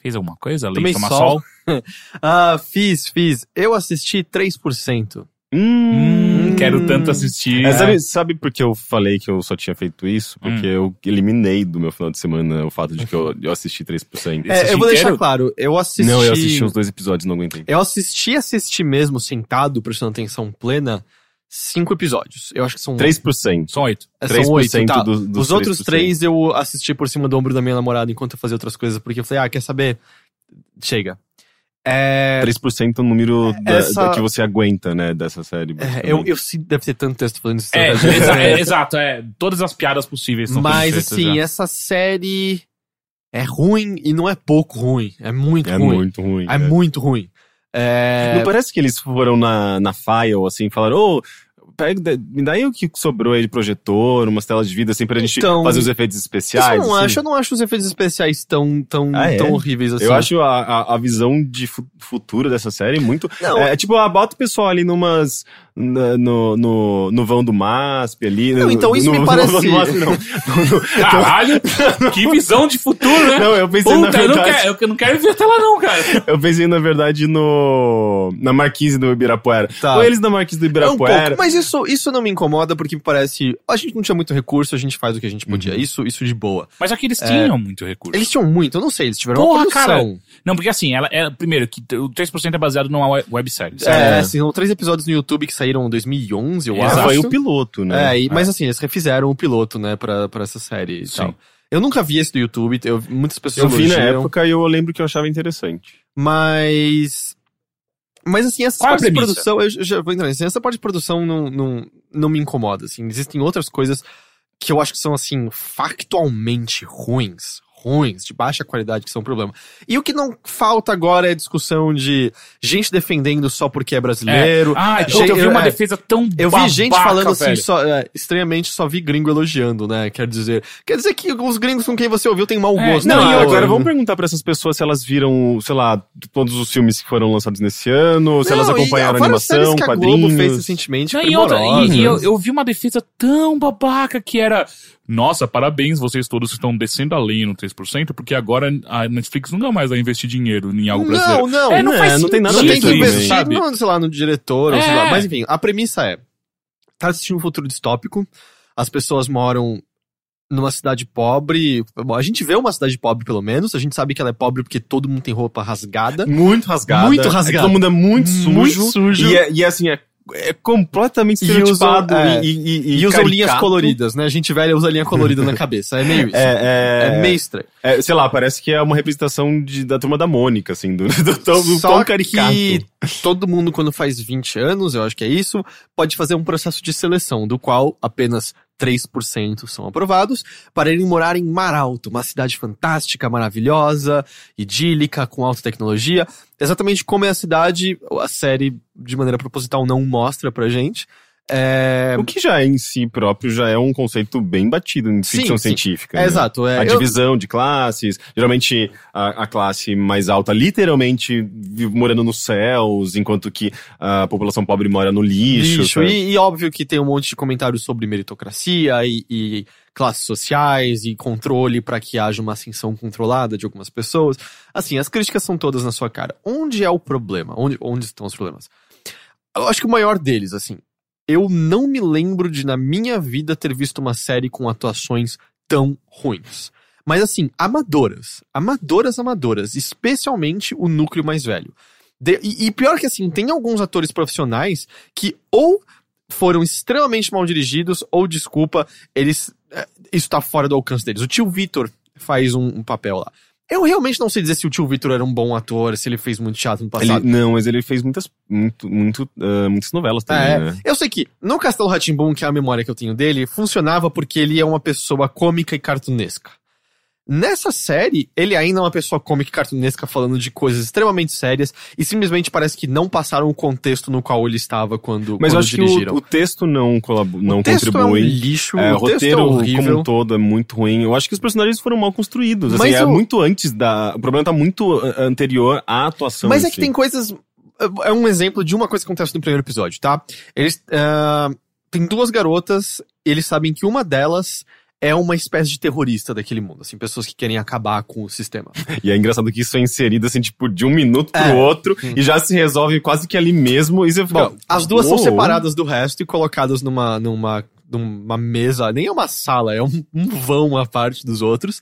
[SPEAKER 1] Fez alguma coisa além
[SPEAKER 2] Tomei
[SPEAKER 1] de tomar
[SPEAKER 2] sol.
[SPEAKER 1] sol?
[SPEAKER 2] Ah, fiz, fiz. Eu assisti 3%.
[SPEAKER 1] Hum, quero tanto assistir.
[SPEAKER 3] É, sabe, sabe por que eu falei que eu só tinha feito isso? Porque
[SPEAKER 2] Hum.
[SPEAKER 3] eu eliminei do meu final de semana o fato de que eu, eu assisti 3%.
[SPEAKER 1] É, Assisti
[SPEAKER 2] eu vou deixar
[SPEAKER 1] inteiro?
[SPEAKER 2] claro, eu assisti...
[SPEAKER 3] não, eu assisti um. uns dois episódios, não aguentei.
[SPEAKER 2] Eu assisti, assisti mesmo, sentado, prestando atenção plena, cinco episódios. Eu acho que são...
[SPEAKER 3] 3%.
[SPEAKER 1] São oito.
[SPEAKER 2] São
[SPEAKER 3] 3%
[SPEAKER 2] oito, tá.
[SPEAKER 3] dos- dos
[SPEAKER 2] Os outros
[SPEAKER 3] 3%.
[SPEAKER 2] três eu assisti por cima do ombro da minha namorada enquanto eu fazia outras coisas, porque eu falei, ah, quer saber? Chega. É,
[SPEAKER 3] 3% é o número da-
[SPEAKER 2] Essa-
[SPEAKER 3] da que você aguenta, né, dessa série.
[SPEAKER 2] é,
[SPEAKER 3] basicamente.
[SPEAKER 2] eu, eu sinto- deve ter tanto texto falando isso.
[SPEAKER 1] É, exa- é, exato, é. Todas as piadas possíveis são
[SPEAKER 2] Mas assim,
[SPEAKER 1] é...
[SPEAKER 2] essa série é ruim e não é pouco ruim. É muito
[SPEAKER 3] É
[SPEAKER 2] ruim.
[SPEAKER 3] muito ruim.
[SPEAKER 2] é
[SPEAKER 3] né?
[SPEAKER 2] muito ruim. É,
[SPEAKER 3] Não parece que eles foram na, na file, assim, e falaram, ô, pega, me dá aí o que sobrou aí de projetor, umas telas de vida, assim, pra gente
[SPEAKER 2] Então,
[SPEAKER 3] fazer os efeitos
[SPEAKER 2] isso
[SPEAKER 3] especiais.
[SPEAKER 2] eu não
[SPEAKER 3] assim.
[SPEAKER 2] acho, eu não acho os efeitos especiais tão, tão,
[SPEAKER 3] Ah, é?
[SPEAKER 2] tão horríveis assim.
[SPEAKER 3] Eu acho a, a, a visão de fu- futuro dessa série muito.
[SPEAKER 2] Não. é-
[SPEAKER 3] É, tipo, ah, bota o pessoal ali numas. na- no, no, no vão do MASP ali.
[SPEAKER 2] Não,
[SPEAKER 3] no-
[SPEAKER 2] então isso
[SPEAKER 3] no-
[SPEAKER 2] me
[SPEAKER 3] no
[SPEAKER 2] parece-
[SPEAKER 3] vão do MASP, não.
[SPEAKER 1] Caralho, que visão de futuro, né?
[SPEAKER 3] Não, eu
[SPEAKER 2] é,
[SPEAKER 3] pensei na
[SPEAKER 1] Puta, eu não,
[SPEAKER 3] verdade.
[SPEAKER 1] quero, eu não quero ver até lá não, cara.
[SPEAKER 3] Eu pensei, na verdade, no na Marquise do Ibirapuera.
[SPEAKER 2] Tá.
[SPEAKER 3] Ou eles na Marquise do
[SPEAKER 2] É um pouco,
[SPEAKER 3] Ibirapuera.
[SPEAKER 2] mas isso, isso não me incomoda porque me parece. A gente não tinha muito recurso, a gente faz o que a gente podia. Isso, isso de boa.
[SPEAKER 1] Mas aqui eles tinham muito recurso.
[SPEAKER 2] É. Eles tinham muito, eu não sei, eles tiveram
[SPEAKER 1] Porra,
[SPEAKER 2] uma produção.
[SPEAKER 1] Não, porque assim, ela, ela- primeiro, que o 3% é baseado numa we- websérie. sabe?
[SPEAKER 2] É, assim, são três episódios no YouTube que saíram em 2011, eu
[SPEAKER 1] Exato.
[SPEAKER 2] acho.
[SPEAKER 3] Foi o piloto, né?
[SPEAKER 2] É, e- mas assim, eles refizeram o piloto, né, pra, pra essa série e
[SPEAKER 1] Sim.
[SPEAKER 2] tal. Eu nunca vi esse do YouTube, eu, muitas pessoas
[SPEAKER 3] Eu vi na
[SPEAKER 2] elogiam,
[SPEAKER 3] época e eu lembro que eu achava interessante.
[SPEAKER 2] mas... Mas assim, essa
[SPEAKER 3] é
[SPEAKER 1] Qual a
[SPEAKER 2] parte de
[SPEAKER 1] premissa?
[SPEAKER 2] produção, eu já vou entrar nisso, essa parte de produção não, não, não me incomoda, assim, existem outras coisas que eu acho que são, assim, factualmente ruins, ruins, de baixa qualidade, que são um problema. E o que não falta agora é discussão de gente defendendo só porque é brasileiro,
[SPEAKER 1] Ah, puta,
[SPEAKER 2] Gente,
[SPEAKER 1] eu vi
[SPEAKER 2] eu-
[SPEAKER 1] uma
[SPEAKER 2] é.
[SPEAKER 1] defesa tão
[SPEAKER 2] eu vi gente
[SPEAKER 1] babaca,
[SPEAKER 2] falando assim,
[SPEAKER 1] velho.
[SPEAKER 2] só, é, estranhamente, só vi gringo elogiando, né? Quer dizer. Quer dizer que os gringos com quem você ouviu tem mau
[SPEAKER 1] É,
[SPEAKER 2] gosto.
[SPEAKER 1] Não,
[SPEAKER 3] Não,
[SPEAKER 2] né?
[SPEAKER 3] e agora
[SPEAKER 2] Então,
[SPEAKER 3] vamos perguntar pra essas pessoas se elas viram, sei lá, todos os filmes que foram lançados nesse ano, se elas
[SPEAKER 2] Não, e
[SPEAKER 3] acompanharam a
[SPEAKER 2] várias séries
[SPEAKER 3] animação,
[SPEAKER 2] que a
[SPEAKER 3] quadrinhos.
[SPEAKER 2] Globo fez assim, recentemente.
[SPEAKER 1] Não, e outra, e- e eu,
[SPEAKER 2] primorosas.
[SPEAKER 1] eu vi uma defesa tão babaca que era. Nossa, parabéns, vocês todos estão descendo a lei no 3%, porque agora a Netflix nunca mais vai investir dinheiro em algo brasileiro.
[SPEAKER 2] Não, não,
[SPEAKER 1] É,
[SPEAKER 2] não.
[SPEAKER 1] não faz
[SPEAKER 3] não tem nada a
[SPEAKER 2] Não
[SPEAKER 1] sentido
[SPEAKER 3] ver
[SPEAKER 2] tem que
[SPEAKER 3] isso aí,
[SPEAKER 1] mesmo,
[SPEAKER 3] né?
[SPEAKER 2] investir,
[SPEAKER 1] sabe?
[SPEAKER 2] no, sei lá, no diretor, ou sei
[SPEAKER 1] É.
[SPEAKER 2] lá. Mas enfim, a premissa é: tá assistindo um futuro distópico, as pessoas moram numa cidade pobre. A gente vê uma cidade pobre, pelo menos, a gente sabe que ela é pobre porque todo mundo tem roupa rasgada.
[SPEAKER 3] Muito rasgada.
[SPEAKER 2] Muito rasgada.
[SPEAKER 3] Todo mundo é muito sujo.
[SPEAKER 2] Muito sujo.
[SPEAKER 3] E, é, e é assim, é, é completamente
[SPEAKER 2] E
[SPEAKER 3] estereotipado
[SPEAKER 2] usam, é,
[SPEAKER 3] e, e,
[SPEAKER 2] E, usam linhas
[SPEAKER 3] caricato.
[SPEAKER 2] coloridas, né? A gente velha usa linha colorida na cabeça. É meio isso.
[SPEAKER 3] É, é,
[SPEAKER 2] É meio estranho.
[SPEAKER 3] é, sei lá, parece que é uma representação de, da turma da Mônica, assim, do, do, do, do
[SPEAKER 2] Só
[SPEAKER 3] tão caricato.
[SPEAKER 2] que todo mundo, quando faz 20 anos, eu acho que é isso, pode fazer um processo de seleção, do qual apenas 3% são aprovados, para irem morar em Maralto, uma cidade fantástica, maravilhosa, idílica, com alta tecnologia. Exatamente como é a cidade, a série, de maneira proposital, não mostra pra gente. É,
[SPEAKER 3] O que já é em si próprio já é um conceito bem batido em
[SPEAKER 2] Sim,
[SPEAKER 3] ficção
[SPEAKER 2] sim.
[SPEAKER 3] científica.
[SPEAKER 2] é
[SPEAKER 3] né?
[SPEAKER 2] exato. É,
[SPEAKER 3] A
[SPEAKER 2] eu-
[SPEAKER 3] divisão de classes, geralmente a, a classe mais alta literalmente vive morando nos céus, enquanto que a população pobre mora no lixo.
[SPEAKER 2] lixo.
[SPEAKER 3] sabe?
[SPEAKER 2] E, e óbvio que tem um monte de comentários sobre meritocracia e, e classes sociais e controle para que haja uma ascensão controlada de algumas pessoas. Assim, as críticas são todas na sua cara. Onde é o problema? Onde, onde estão os problemas? Eu acho que o maior deles, assim, eu não me lembro de na minha vida ter visto uma série com atuações tão ruins. Mas assim, amadoras. Amadoras, amadoras. Especialmente o núcleo mais velho. De- e, e pior que assim, tem alguns atores profissionais que ou foram extremamente mal dirigidos, ou desculpa, eles. é, Isso tá fora do alcance deles. O tio Vitor faz um, um papel lá. Eu realmente não sei dizer se o tio Vitor era um bom ator, se ele fez muito teatro no
[SPEAKER 3] Ele-
[SPEAKER 2] passado.
[SPEAKER 3] não, mas ele fez muitas, muito, muito, ah, muitas novelas também,
[SPEAKER 2] É,
[SPEAKER 3] né?
[SPEAKER 2] Eu sei que no Castelo Ratimbum, que é a memória que eu tenho dele, funcionava porque ele é uma pessoa cômica e cartunesca. Nessa série, ele ainda é uma pessoa cômica e cartunesca falando de coisas extremamente sérias e simplesmente parece que não passaram o contexto no qual ele estava quando, quando
[SPEAKER 3] Mas eu acho que
[SPEAKER 2] dirigiram.
[SPEAKER 3] o, o texto não, colabo, não
[SPEAKER 2] o texto é um
[SPEAKER 3] contribui.
[SPEAKER 2] lixo,
[SPEAKER 3] É,
[SPEAKER 2] o
[SPEAKER 3] o
[SPEAKER 2] texto é
[SPEAKER 3] roteiro como
[SPEAKER 2] horrível.
[SPEAKER 3] um todo é muito ruim. Eu acho que os personagens foram mal construídos. assim,
[SPEAKER 2] Mas
[SPEAKER 3] é
[SPEAKER 2] o-
[SPEAKER 3] muito antes da. O problema tá muito ah, anterior à atuação. assim.
[SPEAKER 2] Mas
[SPEAKER 3] em
[SPEAKER 2] é que
[SPEAKER 3] si.
[SPEAKER 2] tem coisas. É um exemplo de uma coisa que acontece no primeiro episódio, tá? Eles. ah, tem duas garotas, eles sabem que uma delas é uma espécie de terrorista daquele mundo, assim, pessoas que querem acabar com o sistema.
[SPEAKER 3] E é engraçado que isso é inserido, assim, tipo, de um minuto pro
[SPEAKER 2] É.
[SPEAKER 3] outro e já se resolve quase que ali mesmo. E você fica.
[SPEAKER 2] Bom, as duas
[SPEAKER 3] "Uou".
[SPEAKER 2] são separadas do resto e colocadas numa, numa, numa mesa, nem é uma sala, é um, um vão à parte dos outros.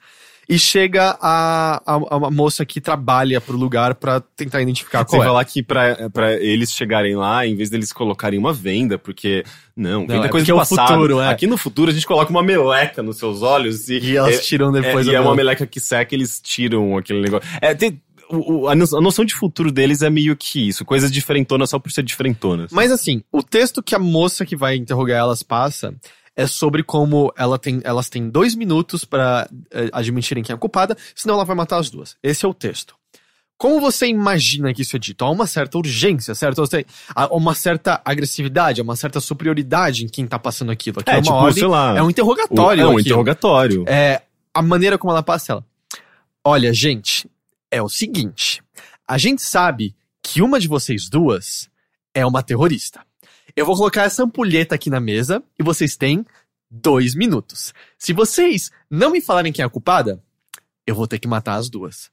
[SPEAKER 2] E chega a, a, a uma moça que trabalha pro lugar pra tentar identificar
[SPEAKER 3] Você
[SPEAKER 2] qual é.
[SPEAKER 3] falar que pra, pra eles chegarem lá, em vez deles colocarem uma venda, porque. Não, venda é
[SPEAKER 2] é
[SPEAKER 3] coisa
[SPEAKER 2] porque
[SPEAKER 3] do
[SPEAKER 2] é o
[SPEAKER 3] passado.
[SPEAKER 2] futuro, é.
[SPEAKER 3] Aqui no futuro a gente coloca uma meleca nos seus olhos e.
[SPEAKER 2] E elas
[SPEAKER 3] é-
[SPEAKER 2] tiram depois
[SPEAKER 3] é,
[SPEAKER 2] a
[SPEAKER 3] e é uma
[SPEAKER 2] mesa.
[SPEAKER 3] meleca que seca, eles tiram aquele negócio. É, tem- o- o- a, no- a noção de futuro deles é meio que isso, coisas diferentonas só por ser diferentonas.
[SPEAKER 2] Mas assim, o texto que a moça que vai interrogar elas passa é sobre como ela tem, elas têm dois minutos pra eh, admitirem quem é a culpada, senão ela vai matar as duas. Esse é o texto. Como você imagina que isso é dito? Há uma certa urgência, certo? Você- Há uma certa agressividade, há uma certa superioridade em quem tá passando aquilo. Aqui é,
[SPEAKER 3] é,
[SPEAKER 2] uma
[SPEAKER 3] tipo,
[SPEAKER 2] ordem,
[SPEAKER 3] sei lá.
[SPEAKER 2] é um
[SPEAKER 3] o-
[SPEAKER 2] interrogatório.
[SPEAKER 3] É um
[SPEAKER 2] aquilo.
[SPEAKER 3] interrogatório.
[SPEAKER 2] É, a maneira como ela passa ela. Olha, gente, é o seguinte. A gente sabe que uma de vocês duas é uma terrorista. Eu vou colocar essa ampulheta aqui na mesa e vocês têm dois minutos. Se vocês não me falarem quem é a culpada, eu vou ter que matar as duas.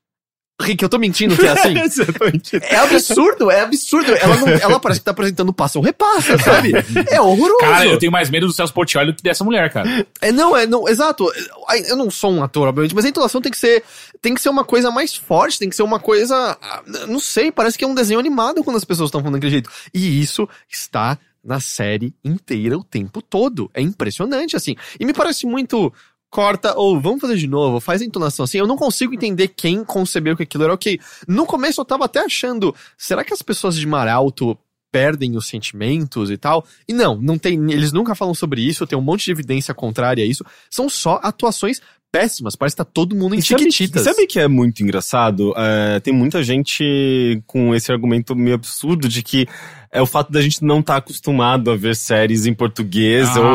[SPEAKER 2] Rick, eu tô mentindo que é assim?
[SPEAKER 3] Exatamente.
[SPEAKER 2] É absurdo, é absurdo. Ela, não- ela parece que tá apresentando passa ou repassa, sabe? É horroroso.
[SPEAKER 1] Cara, eu tenho mais medo do Celso Portioli do que dessa mulher, cara.
[SPEAKER 2] É, não, é, não, exato. Ai, Eu não sou um ator, obviamente, mas a entonação tem que ser, tem que ser uma coisa mais forte, tem que ser uma coisa, ah, n- não sei, parece que é um desenho animado quando as pessoas estão falando daquele jeito. E isso está na série inteira o tempo todo. É impressionante, assim. E me parece muito corta ou vamos fazer de novo, faz a entonação assim. Eu não consigo entender quem concebeu que aquilo era ok. No começo eu tava até achando, será que as pessoas de Maralto perdem os sentimentos e tal? E não, não tem, eles nunca falam sobre isso, tem um monte de evidência contrária a isso. São só atuações péssimas, parece que tá todo mundo em
[SPEAKER 3] E sabe,
[SPEAKER 2] tiquititas.
[SPEAKER 3] sabe que é muito engraçado? É, tem muita gente com esse argumento meio absurdo de que é o fato da gente não estar acostumado a ver séries em português
[SPEAKER 1] Ah.
[SPEAKER 3] ou,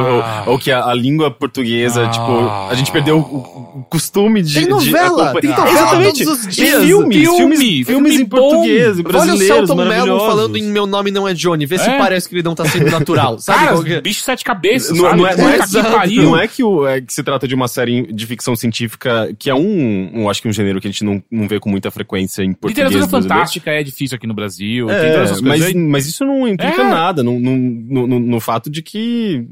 [SPEAKER 3] ou, ou que a, a língua portuguesa,
[SPEAKER 1] Ah.
[SPEAKER 3] tipo, a gente perdeu o, o costume de.
[SPEAKER 2] Tem
[SPEAKER 3] de
[SPEAKER 2] novela,
[SPEAKER 3] acompanhar.
[SPEAKER 2] tem novela
[SPEAKER 3] Exatamente.
[SPEAKER 2] todos os
[SPEAKER 3] E
[SPEAKER 2] dias.
[SPEAKER 3] filmes, filmes,
[SPEAKER 1] Filme,
[SPEAKER 3] filmes,
[SPEAKER 1] filme
[SPEAKER 3] em
[SPEAKER 1] bom.
[SPEAKER 3] português, e
[SPEAKER 2] Olha o
[SPEAKER 3] brasileiros,
[SPEAKER 2] Celton Mello
[SPEAKER 3] maravilhosos.
[SPEAKER 2] falando em Meu Nome Não É Johnny, vê se
[SPEAKER 1] É.
[SPEAKER 2] parece que ele não tá sendo natural,
[SPEAKER 3] Ah,
[SPEAKER 2] sabe?
[SPEAKER 1] cara,
[SPEAKER 2] Qual que é?
[SPEAKER 1] bicho sete cabeças,
[SPEAKER 3] Não,
[SPEAKER 1] sabe?
[SPEAKER 3] não é, não, é,
[SPEAKER 1] Puta que pariu.
[SPEAKER 3] não é que o- é que se trata de uma série de ficção científica que é um, um- acho que um gênero que a gente não, não vê com muita frequência em português.
[SPEAKER 1] Literatura
[SPEAKER 3] brasileiro.
[SPEAKER 1] fantástica é difícil aqui no Brasil,
[SPEAKER 3] É,
[SPEAKER 1] tem todas essas coisas. aí.
[SPEAKER 3] mas, mas isso não implica
[SPEAKER 1] É.
[SPEAKER 3] nada no, no, no, no- no fato de que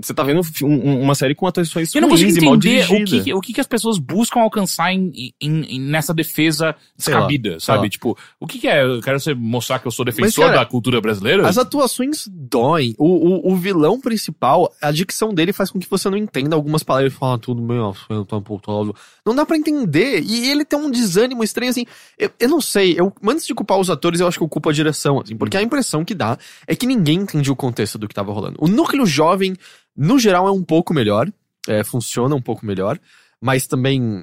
[SPEAKER 3] você tá vendo um fi- um- uma série com atuações
[SPEAKER 1] Eu não
[SPEAKER 3] ruins
[SPEAKER 1] consigo
[SPEAKER 3] e mal
[SPEAKER 1] entender o
[SPEAKER 3] dirigida.
[SPEAKER 1] que, que- o que, que as pessoas buscam alcançar em, em- em- nessa defesa
[SPEAKER 2] Sei lá,
[SPEAKER 1] descabida,
[SPEAKER 2] sei
[SPEAKER 1] sabe?
[SPEAKER 2] lá.
[SPEAKER 1] Tipo, o que, que é? Eu quero ser- mostrar que eu sou defensor
[SPEAKER 2] cara,
[SPEAKER 1] da cultura brasileira?
[SPEAKER 2] As atuações doem. O, o, o vilão principal, a dicção dele faz com que você não entenda algumas palavras. Ele fala "Ah, tudo bem, ó, eu tô um pouco todo. Não dá pra entender. E ele tem um desânimo estranho, assim. Eu, eu não sei. Eu, antes de culpar os atores, eu acho que eu culpo a direção, assim. Porque a impressão que dá é que ninguém entendia o contexto do que tava rolando. O núcleo jovem, no geral, é um pouco melhor. é, funciona um pouco melhor. Mas também,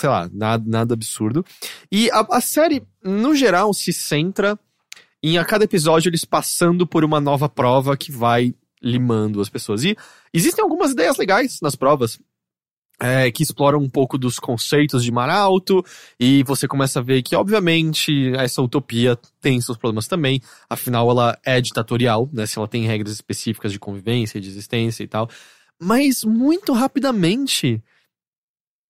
[SPEAKER 2] sei lá, nada, nada absurdo. E a- a série, no geral, se centra em a cada episódio eles passando por uma nova prova que vai limando as pessoas. E existem algumas ideias legais nas provas. é, que exploram um pouco dos conceitos de Maralto, e você começa a ver que, obviamente, essa utopia tem seus problemas também, afinal ela é ditatorial, né? Se ela tem regras específicas de convivência, de existência e tal. Mas muito rapidamente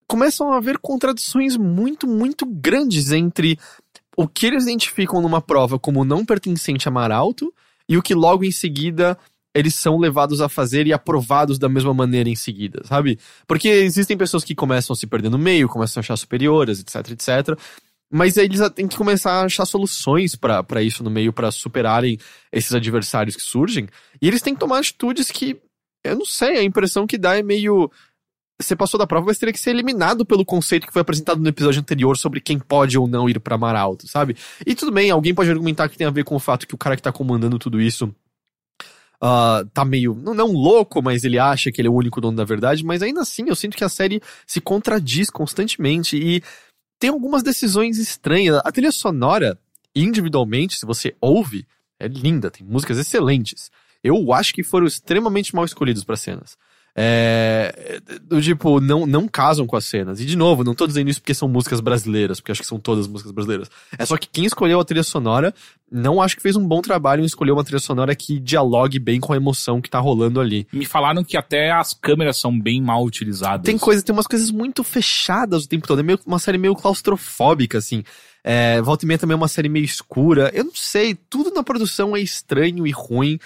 [SPEAKER 2] começam a haver contradições muito, muito grandes entre o que eles identificam numa prova como não pertencente a Maralto e o que logo em seguida eles são levados a fazer e aprovados da mesma maneira em seguida, sabe? Porque existem pessoas que começam a se perder no meio, começam a achar superiores, etc, etc. Mas aí eles a- têm que começar a achar soluções pra pra isso no meio, pra superarem esses adversários que surgem. E eles têm que tomar atitudes que, eu não sei, a impressão que dá é meio. Você passou da prova, mas teria que ser eliminado pelo conceito que foi apresentado no episódio anterior sobre quem pode ou não ir pra Mar Alto, sabe? E tudo bem, alguém pode argumentar que tem a ver com o fato que o cara que tá comandando tudo isso ah, tá meio. Não, não louco, mas ele acha que ele é o único dono da verdade, mas ainda assim eu sinto que a série se contradiz constantemente e tem algumas decisões estranhas. A trilha sonora, individualmente, se você ouve, é linda, tem músicas excelentes. Eu acho que foram extremamente mal escolhidos para cenas. É, do tipo, não, não casam com as cenas. E de novo, não tô dizendo isso porque são músicas brasileiras, porque acho que são todas músicas brasileiras. É só que quem escolheu a trilha sonora, não acho que fez um bom trabalho em escolher uma trilha sonora que dialogue bem com a emoção que tá rolando ali.
[SPEAKER 1] Me falaram que até as câmeras são bem mal utilizadas.
[SPEAKER 2] Tem coisa, tem umas coisas muito fechadas o tempo todo. É meio, uma série meio claustrofóbica, assim. É, Volta e Meia também é uma série meio escura. Eu não sei, tudo na produção é estranho e ruim.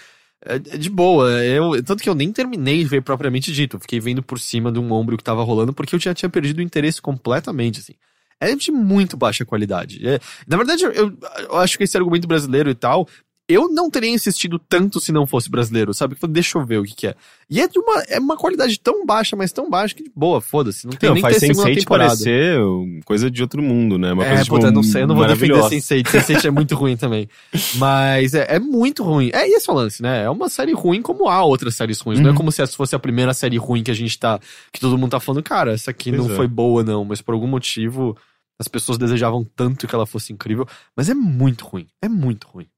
[SPEAKER 2] É, é de boa, eu, tanto que eu nem terminei de ver propriamente dito. Fiquei vendo por cima de um ombro que tava rolando, porque eu já tinha perdido o interesse completamente, assim. É de muito baixa qualidade. É, na verdade, eu, eu- eu acho que esse argumento brasileiro e tal, eu não teria insistido tanto se não fosse brasileiro, sabe? Eu falei, Deixa eu ver o que, que é. E é de uma, é uma qualidade tão baixa, mas tão baixa que de boa, foda-se. Não tem
[SPEAKER 3] Não,
[SPEAKER 2] nem que
[SPEAKER 3] faz
[SPEAKER 2] ter segunda
[SPEAKER 3] Sense8
[SPEAKER 2] temporada.
[SPEAKER 3] parecer coisa de outro mundo, né? Uma
[SPEAKER 2] é,
[SPEAKER 3] coisa, tipo,
[SPEAKER 2] puta, não sei, eu não vou defender
[SPEAKER 3] maravilhosa.
[SPEAKER 2] Sense8. Sense8 é muito ruim também. Mas é, é muito ruim. É esse é o lance, né? É uma série ruim como há outras séries ruins. Não é
[SPEAKER 3] Uhum.
[SPEAKER 2] como se essa fosse a primeira série ruim que a gente tá... Que todo mundo tá falando, cara, essa aqui
[SPEAKER 3] Pois
[SPEAKER 2] não
[SPEAKER 3] é.
[SPEAKER 2] foi boa não. Mas por algum motivo, as pessoas desejavam tanto que ela fosse incrível. Mas é muito ruim. É muito ruim.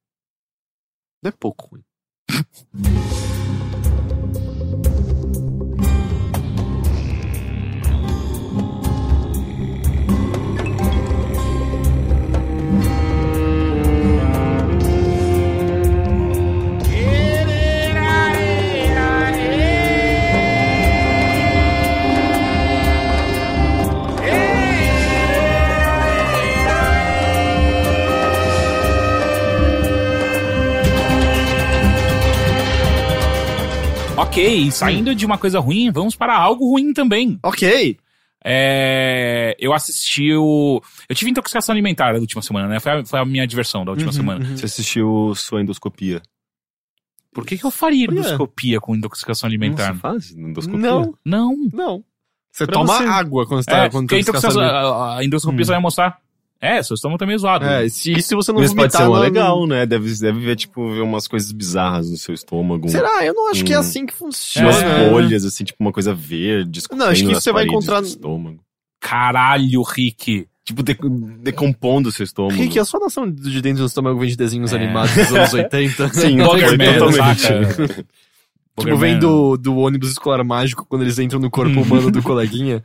[SPEAKER 2] Não é pouco ruim.
[SPEAKER 4] It
[SPEAKER 1] Ok, saindo de uma coisa ruim, vamos para algo ruim também.
[SPEAKER 2] Ok.
[SPEAKER 1] É, eu assisti o. Eu tive intoxicação alimentar da última semana, né? Foi a, foi a minha diversão da última
[SPEAKER 2] Uhum,
[SPEAKER 1] semana.
[SPEAKER 2] uhum.
[SPEAKER 3] Você assistiu sua endoscopia?
[SPEAKER 1] Por que, que eu faria
[SPEAKER 2] Olha.
[SPEAKER 1] endoscopia com intoxicação alimentar?
[SPEAKER 3] Você faz endoscopia?
[SPEAKER 2] Não,
[SPEAKER 1] Não.
[SPEAKER 2] não. Você
[SPEAKER 3] Pra
[SPEAKER 2] toma
[SPEAKER 3] você.
[SPEAKER 2] água quando você tá
[SPEAKER 1] É,
[SPEAKER 2] quando
[SPEAKER 1] porque a
[SPEAKER 2] tem
[SPEAKER 1] intoxicação,
[SPEAKER 2] descansado.
[SPEAKER 1] a, a endoscopia
[SPEAKER 2] Hum.
[SPEAKER 1] só vai mostrar. É, seu estômago tá meio zoado.
[SPEAKER 2] É, e se, e se você não
[SPEAKER 3] Mas pode ser
[SPEAKER 2] vomitar,
[SPEAKER 3] uma
[SPEAKER 2] não- é
[SPEAKER 3] legal, né? Deve, deve ver, tipo, ver umas coisas bizarras no seu estômago.
[SPEAKER 2] Será? Eu não acho que é
[SPEAKER 3] Hum.
[SPEAKER 2] assim que funciona.
[SPEAKER 3] Umas
[SPEAKER 1] É.
[SPEAKER 3] bolhas, assim, tipo uma coisa verde.
[SPEAKER 2] Não, acho que
[SPEAKER 3] escorrendo
[SPEAKER 2] isso você
[SPEAKER 3] nas
[SPEAKER 2] vai
[SPEAKER 3] paredes
[SPEAKER 2] encontrar-
[SPEAKER 3] do estômago.
[SPEAKER 1] Caralho, Rick.
[SPEAKER 3] Tipo, de- decompondo o seu estômago.
[SPEAKER 2] Rick, a sua noção de dentro do estômago vem de desenhos
[SPEAKER 1] É.
[SPEAKER 2] animados dos anos 80.
[SPEAKER 3] Sim,
[SPEAKER 2] Não tem
[SPEAKER 1] Dogman,
[SPEAKER 2] como-
[SPEAKER 1] Pokémon,
[SPEAKER 3] totalmente.
[SPEAKER 1] saca?
[SPEAKER 2] Tipo, vem do, do ônibus escolar mágico quando eles entram no
[SPEAKER 3] Hum.
[SPEAKER 2] corpo humano do coleguinha.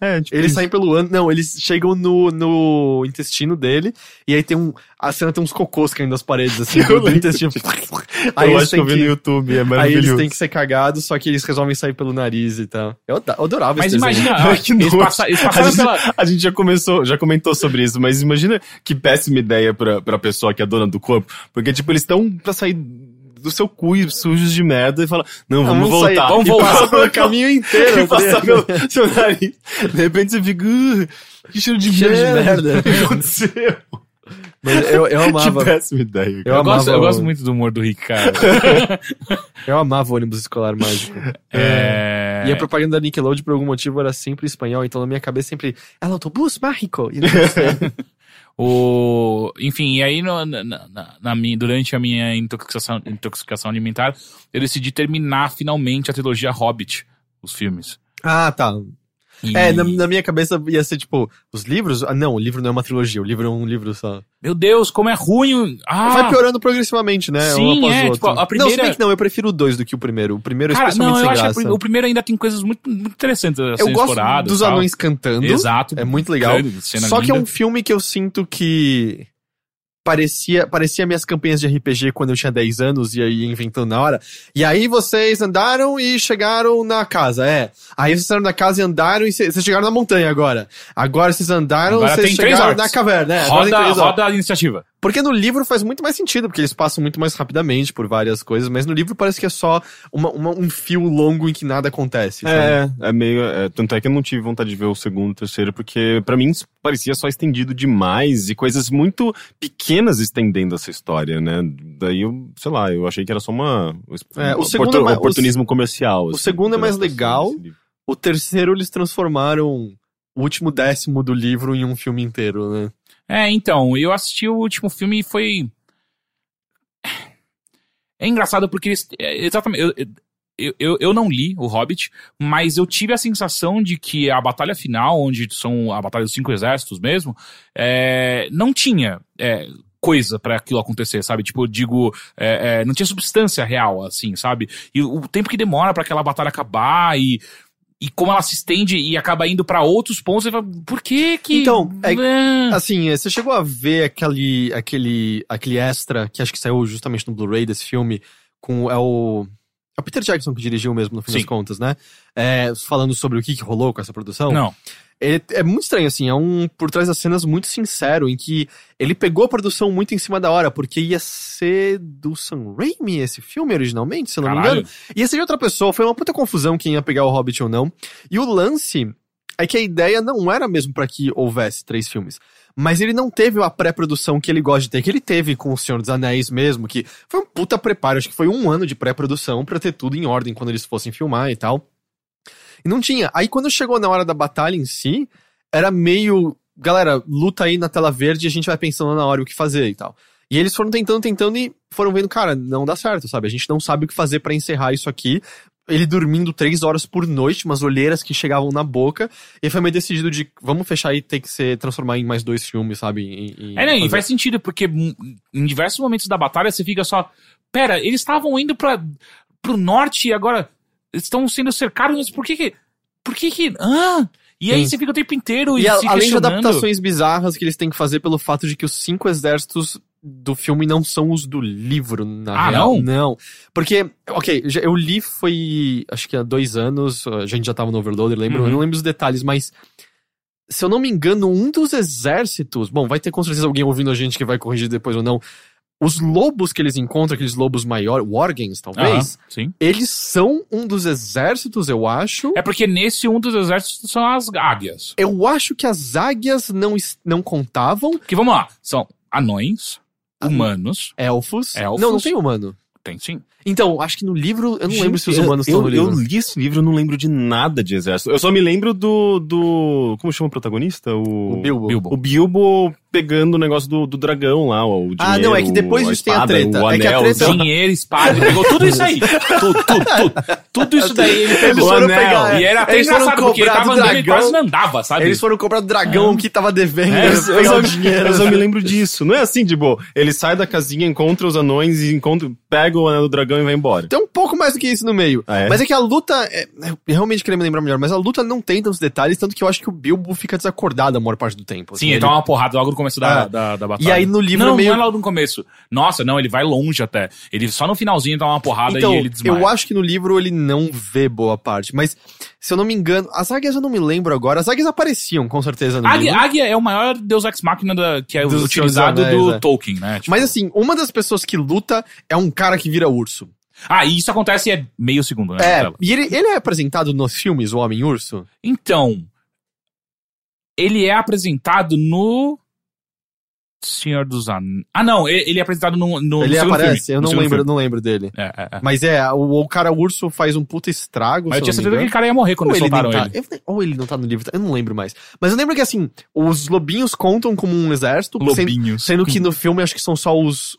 [SPEAKER 3] É, tipo,
[SPEAKER 2] Eles saem pelo ano. Não, eles chegam no, no intestino dele. E aí tem um. A cena tem uns cocôs caindo das paredes, assim, do, do
[SPEAKER 3] lembro
[SPEAKER 2] intestino.
[SPEAKER 3] eu
[SPEAKER 2] eles
[SPEAKER 3] acho que
[SPEAKER 2] têm
[SPEAKER 3] eu vi no YouTube, é
[SPEAKER 2] Aí eles
[SPEAKER 3] maravilhoso.
[SPEAKER 2] têm que ser cagados, só que eles resolvem sair pelo nariz e tal. Eu ad- eu adorava
[SPEAKER 1] Mas
[SPEAKER 2] esse desenho.
[SPEAKER 1] imagina,
[SPEAKER 3] Ai, que
[SPEAKER 1] eles,
[SPEAKER 3] nojo.
[SPEAKER 1] passa- eles
[SPEAKER 3] A
[SPEAKER 1] passaram
[SPEAKER 3] gente,
[SPEAKER 1] pela.
[SPEAKER 3] a gente já começou, já comentou sobre isso, mas imagina que péssima ideia pra, pra pessoa que é dona do corpo. Porque, tipo, eles estão pra sair do seu cu e sujos de merda e falam, não, Ah, vamos,
[SPEAKER 2] sair,
[SPEAKER 3] voltar.
[SPEAKER 2] vamos
[SPEAKER 3] E
[SPEAKER 2] voltar
[SPEAKER 3] passa
[SPEAKER 2] pelo caminho inteiro. né?
[SPEAKER 3] E passar
[SPEAKER 2] entendeu?
[SPEAKER 3] pelo seu nariz. De repente você fica, "Uh, que cheiro de
[SPEAKER 2] Cheiro de
[SPEAKER 3] merda.
[SPEAKER 2] merda.
[SPEAKER 3] O que aconteceu?
[SPEAKER 2] Mas eu, eu
[SPEAKER 3] Que
[SPEAKER 2] amava.
[SPEAKER 3] péssima ideia.
[SPEAKER 2] Eu
[SPEAKER 1] Eu, gosto,
[SPEAKER 2] amava
[SPEAKER 1] eu
[SPEAKER 2] o-
[SPEAKER 1] gosto muito do humor do Rick, cara.
[SPEAKER 2] Eu amava o ônibus escolar mágico.
[SPEAKER 1] É.
[SPEAKER 2] E a propaganda da Nickelodeon, por algum motivo, era sempre em espanhol, então na minha cabeça sempre. Ela autobus mágico. E
[SPEAKER 1] O... Enfim, e aí no- na, na- na- na minha- durante a minha intoxicação, intoxicação alimentar, eu decidi terminar finalmente a trilogia Hobbit, os filmes.
[SPEAKER 2] Ah, tá.
[SPEAKER 1] E-
[SPEAKER 2] É, na, na minha cabeça ia ser tipo, os livros? Ah, não, o livro não é uma trilogia, o livro é um livro só.
[SPEAKER 1] Meu Deus, como é ruim! Ah,
[SPEAKER 2] Vai piorando progressivamente, né?
[SPEAKER 1] Sim,
[SPEAKER 2] um após
[SPEAKER 1] é,
[SPEAKER 2] o outro.
[SPEAKER 1] tipo, a
[SPEAKER 2] Não, se
[SPEAKER 1] primeira-
[SPEAKER 2] bem que não, eu prefiro o dois do que o primeiro. O primeiro é
[SPEAKER 1] cara,
[SPEAKER 2] especialmente
[SPEAKER 1] não, eu
[SPEAKER 2] sem
[SPEAKER 1] acho
[SPEAKER 2] graça.
[SPEAKER 1] que o primeiro ainda tem coisas muito, muito interessantes a
[SPEAKER 2] eu
[SPEAKER 1] serem
[SPEAKER 2] gosto
[SPEAKER 1] exploradas.
[SPEAKER 2] dos
[SPEAKER 1] e tal.
[SPEAKER 2] anões cantando.
[SPEAKER 1] Exato.
[SPEAKER 2] É muito legal.
[SPEAKER 1] Grande cena
[SPEAKER 2] Só que é um
[SPEAKER 1] linda.
[SPEAKER 2] filme que eu sinto que parecia, parecia minhas campanhas de RPG quando eu tinha 10 anos e aí inventando na hora. E aí vocês andaram e chegaram na casa, é. Aí vocês saíram da casa e andaram e cê- vocês chegaram na montanha agora. Agora vocês andaram,
[SPEAKER 1] Agora
[SPEAKER 2] vocês
[SPEAKER 1] tem três
[SPEAKER 2] chegaram
[SPEAKER 1] artes.
[SPEAKER 2] na caverna, né? Agora tem
[SPEAKER 1] roda,
[SPEAKER 2] três artes.
[SPEAKER 1] roda a iniciativa.
[SPEAKER 2] Porque no livro faz muito mais sentido, porque eles passam muito mais rapidamente por várias coisas, mas no livro parece que é só uma- uma- um fio longo em que nada acontece. sabe?
[SPEAKER 3] É, é meio. é, tanto é que eu não tive vontade de ver o segundo, o terceiro, porque pra mim isso parecia só estendido demais e coisas muito pequenas estendendo essa história, né? Daí eu, sei lá, eu achei que era só uma.
[SPEAKER 2] É, o
[SPEAKER 3] um
[SPEAKER 2] segundo é mais-
[SPEAKER 3] oportunismo comercial. assim,
[SPEAKER 2] o segundo é mais
[SPEAKER 3] das pessoas
[SPEAKER 2] legal.
[SPEAKER 3] desse livro.
[SPEAKER 2] O terceiro eles transformaram o último décimo do livro em um filme inteiro, né?
[SPEAKER 1] É, então, eu assisti o último filme e foi. É engraçado porque eles. é, Exatamente. Eu, eu, eu, eu não li o Hobbit, mas eu tive a sensação de que a batalha final, onde são a batalha dos cinco exércitos mesmo, é, não tinha. é, coisa pra aquilo acontecer, sabe? Tipo, eu digo, é, é, não tinha substância real, assim, sabe? E o tempo que demora pra aquela batalha acabar e, e como ela se estende e acaba indo pra outros pontos, você fala, por que que...
[SPEAKER 2] Então, é-
[SPEAKER 1] Ah.
[SPEAKER 2] Assim, eh, você chegou a ver aquele, aquele, aquele extra que acho que saiu justamente no Blu-ray desse filme com é o é o Peter Jackson que dirigiu mesmo no fim
[SPEAKER 1] Sim.
[SPEAKER 2] das contas, né? É, falando sobre o que, que rolou com essa produção.
[SPEAKER 1] Não.
[SPEAKER 2] É, é muito estranho, assim, é um por trás das cenas muito sincero, em que ele pegou a produção muito em cima da hora, porque ia ser do Sam Raimi esse filme originalmente, se eu não me engano.
[SPEAKER 1] Caralho.
[SPEAKER 2] E esse de outra pessoa, foi uma puta confusão quem ia pegar o Hobbit ou não. E o lance é que a ideia não era mesmo pra que houvesse três filmes. Mas ele não teve a pré-produção que ele gosta de ter, que ele teve com O Senhor dos Anéis mesmo, que foi um puta preparo, acho que foi um ano de pré-produção pra ter tudo em ordem quando eles fossem filmar e tal. E não tinha. Aí quando chegou na hora da batalha em si, era meio, galera, luta aí na tela verde e a gente vai pensando na hora o que fazer e tal. E eles foram tentando, tentando e foram vendo, cara, não dá certo, sabe? A gente não sabe o que fazer pra encerrar isso aqui. Ele dormindo três horas por noite, umas olheiras que chegavam na boca. E foi meio decidido de, vamos fechar e tem que ser, transformar em mais dois filmes, sabe? Em- em-
[SPEAKER 1] É, né? E
[SPEAKER 2] fazer.
[SPEAKER 1] faz sentido, porque hum, em diversos momentos da batalha você fica só. Pera, eles estavam indo pra, pro norte e agora estão sendo cercados, mas por que que. Por que que. Ah! E aí
[SPEAKER 2] Sim.
[SPEAKER 1] você fica o tempo inteiro e,
[SPEAKER 2] E a-
[SPEAKER 1] se
[SPEAKER 2] além de
[SPEAKER 1] questionando.
[SPEAKER 2] adaptações bizarras que eles têm que fazer pelo fato de que os cinco exércitos do filme não são os do livro, na
[SPEAKER 1] Ah,
[SPEAKER 2] real.
[SPEAKER 1] não?
[SPEAKER 2] Não. Porque, ok, já- eu li foi, acho que há dois anos, a gente já tava no Overloader, lembro,
[SPEAKER 1] Uhum.
[SPEAKER 2] eu não lembro os detalhes, mas se eu não me engano, um dos exércitos, bom, vai ter com certeza alguém ouvindo a gente que vai corrigir depois ou não, Os lobos que eles encontram, aqueles lobos maiores, Wargames talvez,
[SPEAKER 1] Aham, sim.
[SPEAKER 2] eles são um dos exércitos, eu acho.
[SPEAKER 1] É porque nesse um dos exércitos são as águias.
[SPEAKER 2] Eu acho que as águias não, es- não contavam.
[SPEAKER 1] Que vamos lá, são anões,
[SPEAKER 2] Ah,
[SPEAKER 1] humanos.
[SPEAKER 2] Elfos.
[SPEAKER 1] Elfos.
[SPEAKER 2] Não, não tem humano.
[SPEAKER 1] Tem sim.
[SPEAKER 2] Então, acho que no livro, eu não lembro se os
[SPEAKER 3] Gente,
[SPEAKER 2] humanos
[SPEAKER 3] eu,
[SPEAKER 2] estão no
[SPEAKER 3] eu,
[SPEAKER 2] livro.
[SPEAKER 3] eu li esse livro, eu não lembro de nada de exército. Eu só me lembro do. do como chama o protagonista? O,
[SPEAKER 2] o Bilbo.
[SPEAKER 1] Bilbo.
[SPEAKER 3] O Bilbo pegando o negócio do, do dragão lá, o dinheiro,
[SPEAKER 2] Ah, não, é que depois
[SPEAKER 3] a
[SPEAKER 2] disso tem a
[SPEAKER 3] espada,
[SPEAKER 2] treta.
[SPEAKER 3] O
[SPEAKER 2] É que a
[SPEAKER 3] anel, assim,
[SPEAKER 2] treta-
[SPEAKER 3] o-
[SPEAKER 1] Dinheiro, espada, ele pegou tudo isso aí. Tudo, tudo, tudo. Tudo isso daí ele
[SPEAKER 2] Eles
[SPEAKER 1] pegou.
[SPEAKER 2] foram
[SPEAKER 3] anel.
[SPEAKER 2] pegar.
[SPEAKER 1] E era até
[SPEAKER 2] eles foram
[SPEAKER 1] engraçado, porque ele
[SPEAKER 2] cobrar
[SPEAKER 1] tava
[SPEAKER 2] do
[SPEAKER 1] andando e
[SPEAKER 2] dragão.
[SPEAKER 1] quase não andava, sabe?
[SPEAKER 2] Eles foram comprar o dragão que tava devendo. né,
[SPEAKER 3] É, eu,
[SPEAKER 2] pegar
[SPEAKER 3] só,
[SPEAKER 2] o dinheiro.
[SPEAKER 3] eu só me lembro disso. Não é assim, tipo, ele sai da casinha, encontra os anões e encontra, pega o anel do dragão e vai embora.
[SPEAKER 2] Tem um pouco mais do que isso no meio.
[SPEAKER 3] Ah, é?
[SPEAKER 2] Mas é que a luta. é- eu realmente queria me lembrar melhor, mas a luta não tem tantos detalhes, tanto que eu acho que o Bilbo fica desacordado a maior parte do tempo.
[SPEAKER 1] Sim,
[SPEAKER 2] assim,
[SPEAKER 1] ele toma uma porrada logo no começo da,
[SPEAKER 2] Ah.
[SPEAKER 1] da, da batalha.
[SPEAKER 2] E aí no livro
[SPEAKER 1] Não,
[SPEAKER 2] meio.
[SPEAKER 1] não é logo no começo. Nossa, não, ele vai longe até. Ele só no finalzinho dá uma porrada
[SPEAKER 2] Então,
[SPEAKER 1] e ele desmaia.
[SPEAKER 2] eu acho que no livro ele não vê boa parte, mas se eu não me engano, as águias eu não me lembro agora. As águias apareciam com certeza no
[SPEAKER 1] Águia,
[SPEAKER 2] livro.
[SPEAKER 1] águia é o maior Deus Ex Machina da- que é
[SPEAKER 2] Dos
[SPEAKER 1] utilizado
[SPEAKER 2] Senhor dos
[SPEAKER 1] do
[SPEAKER 2] Anéis, é.
[SPEAKER 1] Tolkien, né? Tipo,
[SPEAKER 2] Mas assim, uma das pessoas que luta é um cara que vira urso.
[SPEAKER 1] Ah, e isso acontece é meio segundo, né?
[SPEAKER 2] É,
[SPEAKER 1] Marcelo?
[SPEAKER 2] e ele, ele é apresentado nos filmes, o Homem-Urso?
[SPEAKER 1] Então, ele é apresentado no Senhor dos Anéis. Ah, não, ele ele é apresentado no, no
[SPEAKER 2] Ele
[SPEAKER 1] no segundo
[SPEAKER 2] aparece,
[SPEAKER 1] filme,
[SPEAKER 2] eu
[SPEAKER 1] no
[SPEAKER 2] não
[SPEAKER 1] segundo
[SPEAKER 2] lembro, eu
[SPEAKER 1] filme.
[SPEAKER 2] não lembro dele.
[SPEAKER 1] É, é, é.
[SPEAKER 2] Mas é, o, o cara urso faz um puta estrago,
[SPEAKER 1] Mas eu tinha
[SPEAKER 2] se eu não
[SPEAKER 1] certeza que
[SPEAKER 2] me engano.
[SPEAKER 1] aquele cara ia morrer quando
[SPEAKER 2] Ou
[SPEAKER 1] eles
[SPEAKER 2] ele, nem
[SPEAKER 1] soltaram
[SPEAKER 2] tá,
[SPEAKER 1] ele.
[SPEAKER 2] eu- ou ele não tá no livro, eu não lembro mais. Mas eu lembro que assim, os lobinhos contam como um exército, sendo,
[SPEAKER 1] Lobinhos.
[SPEAKER 2] sendo que no filme acho que são só os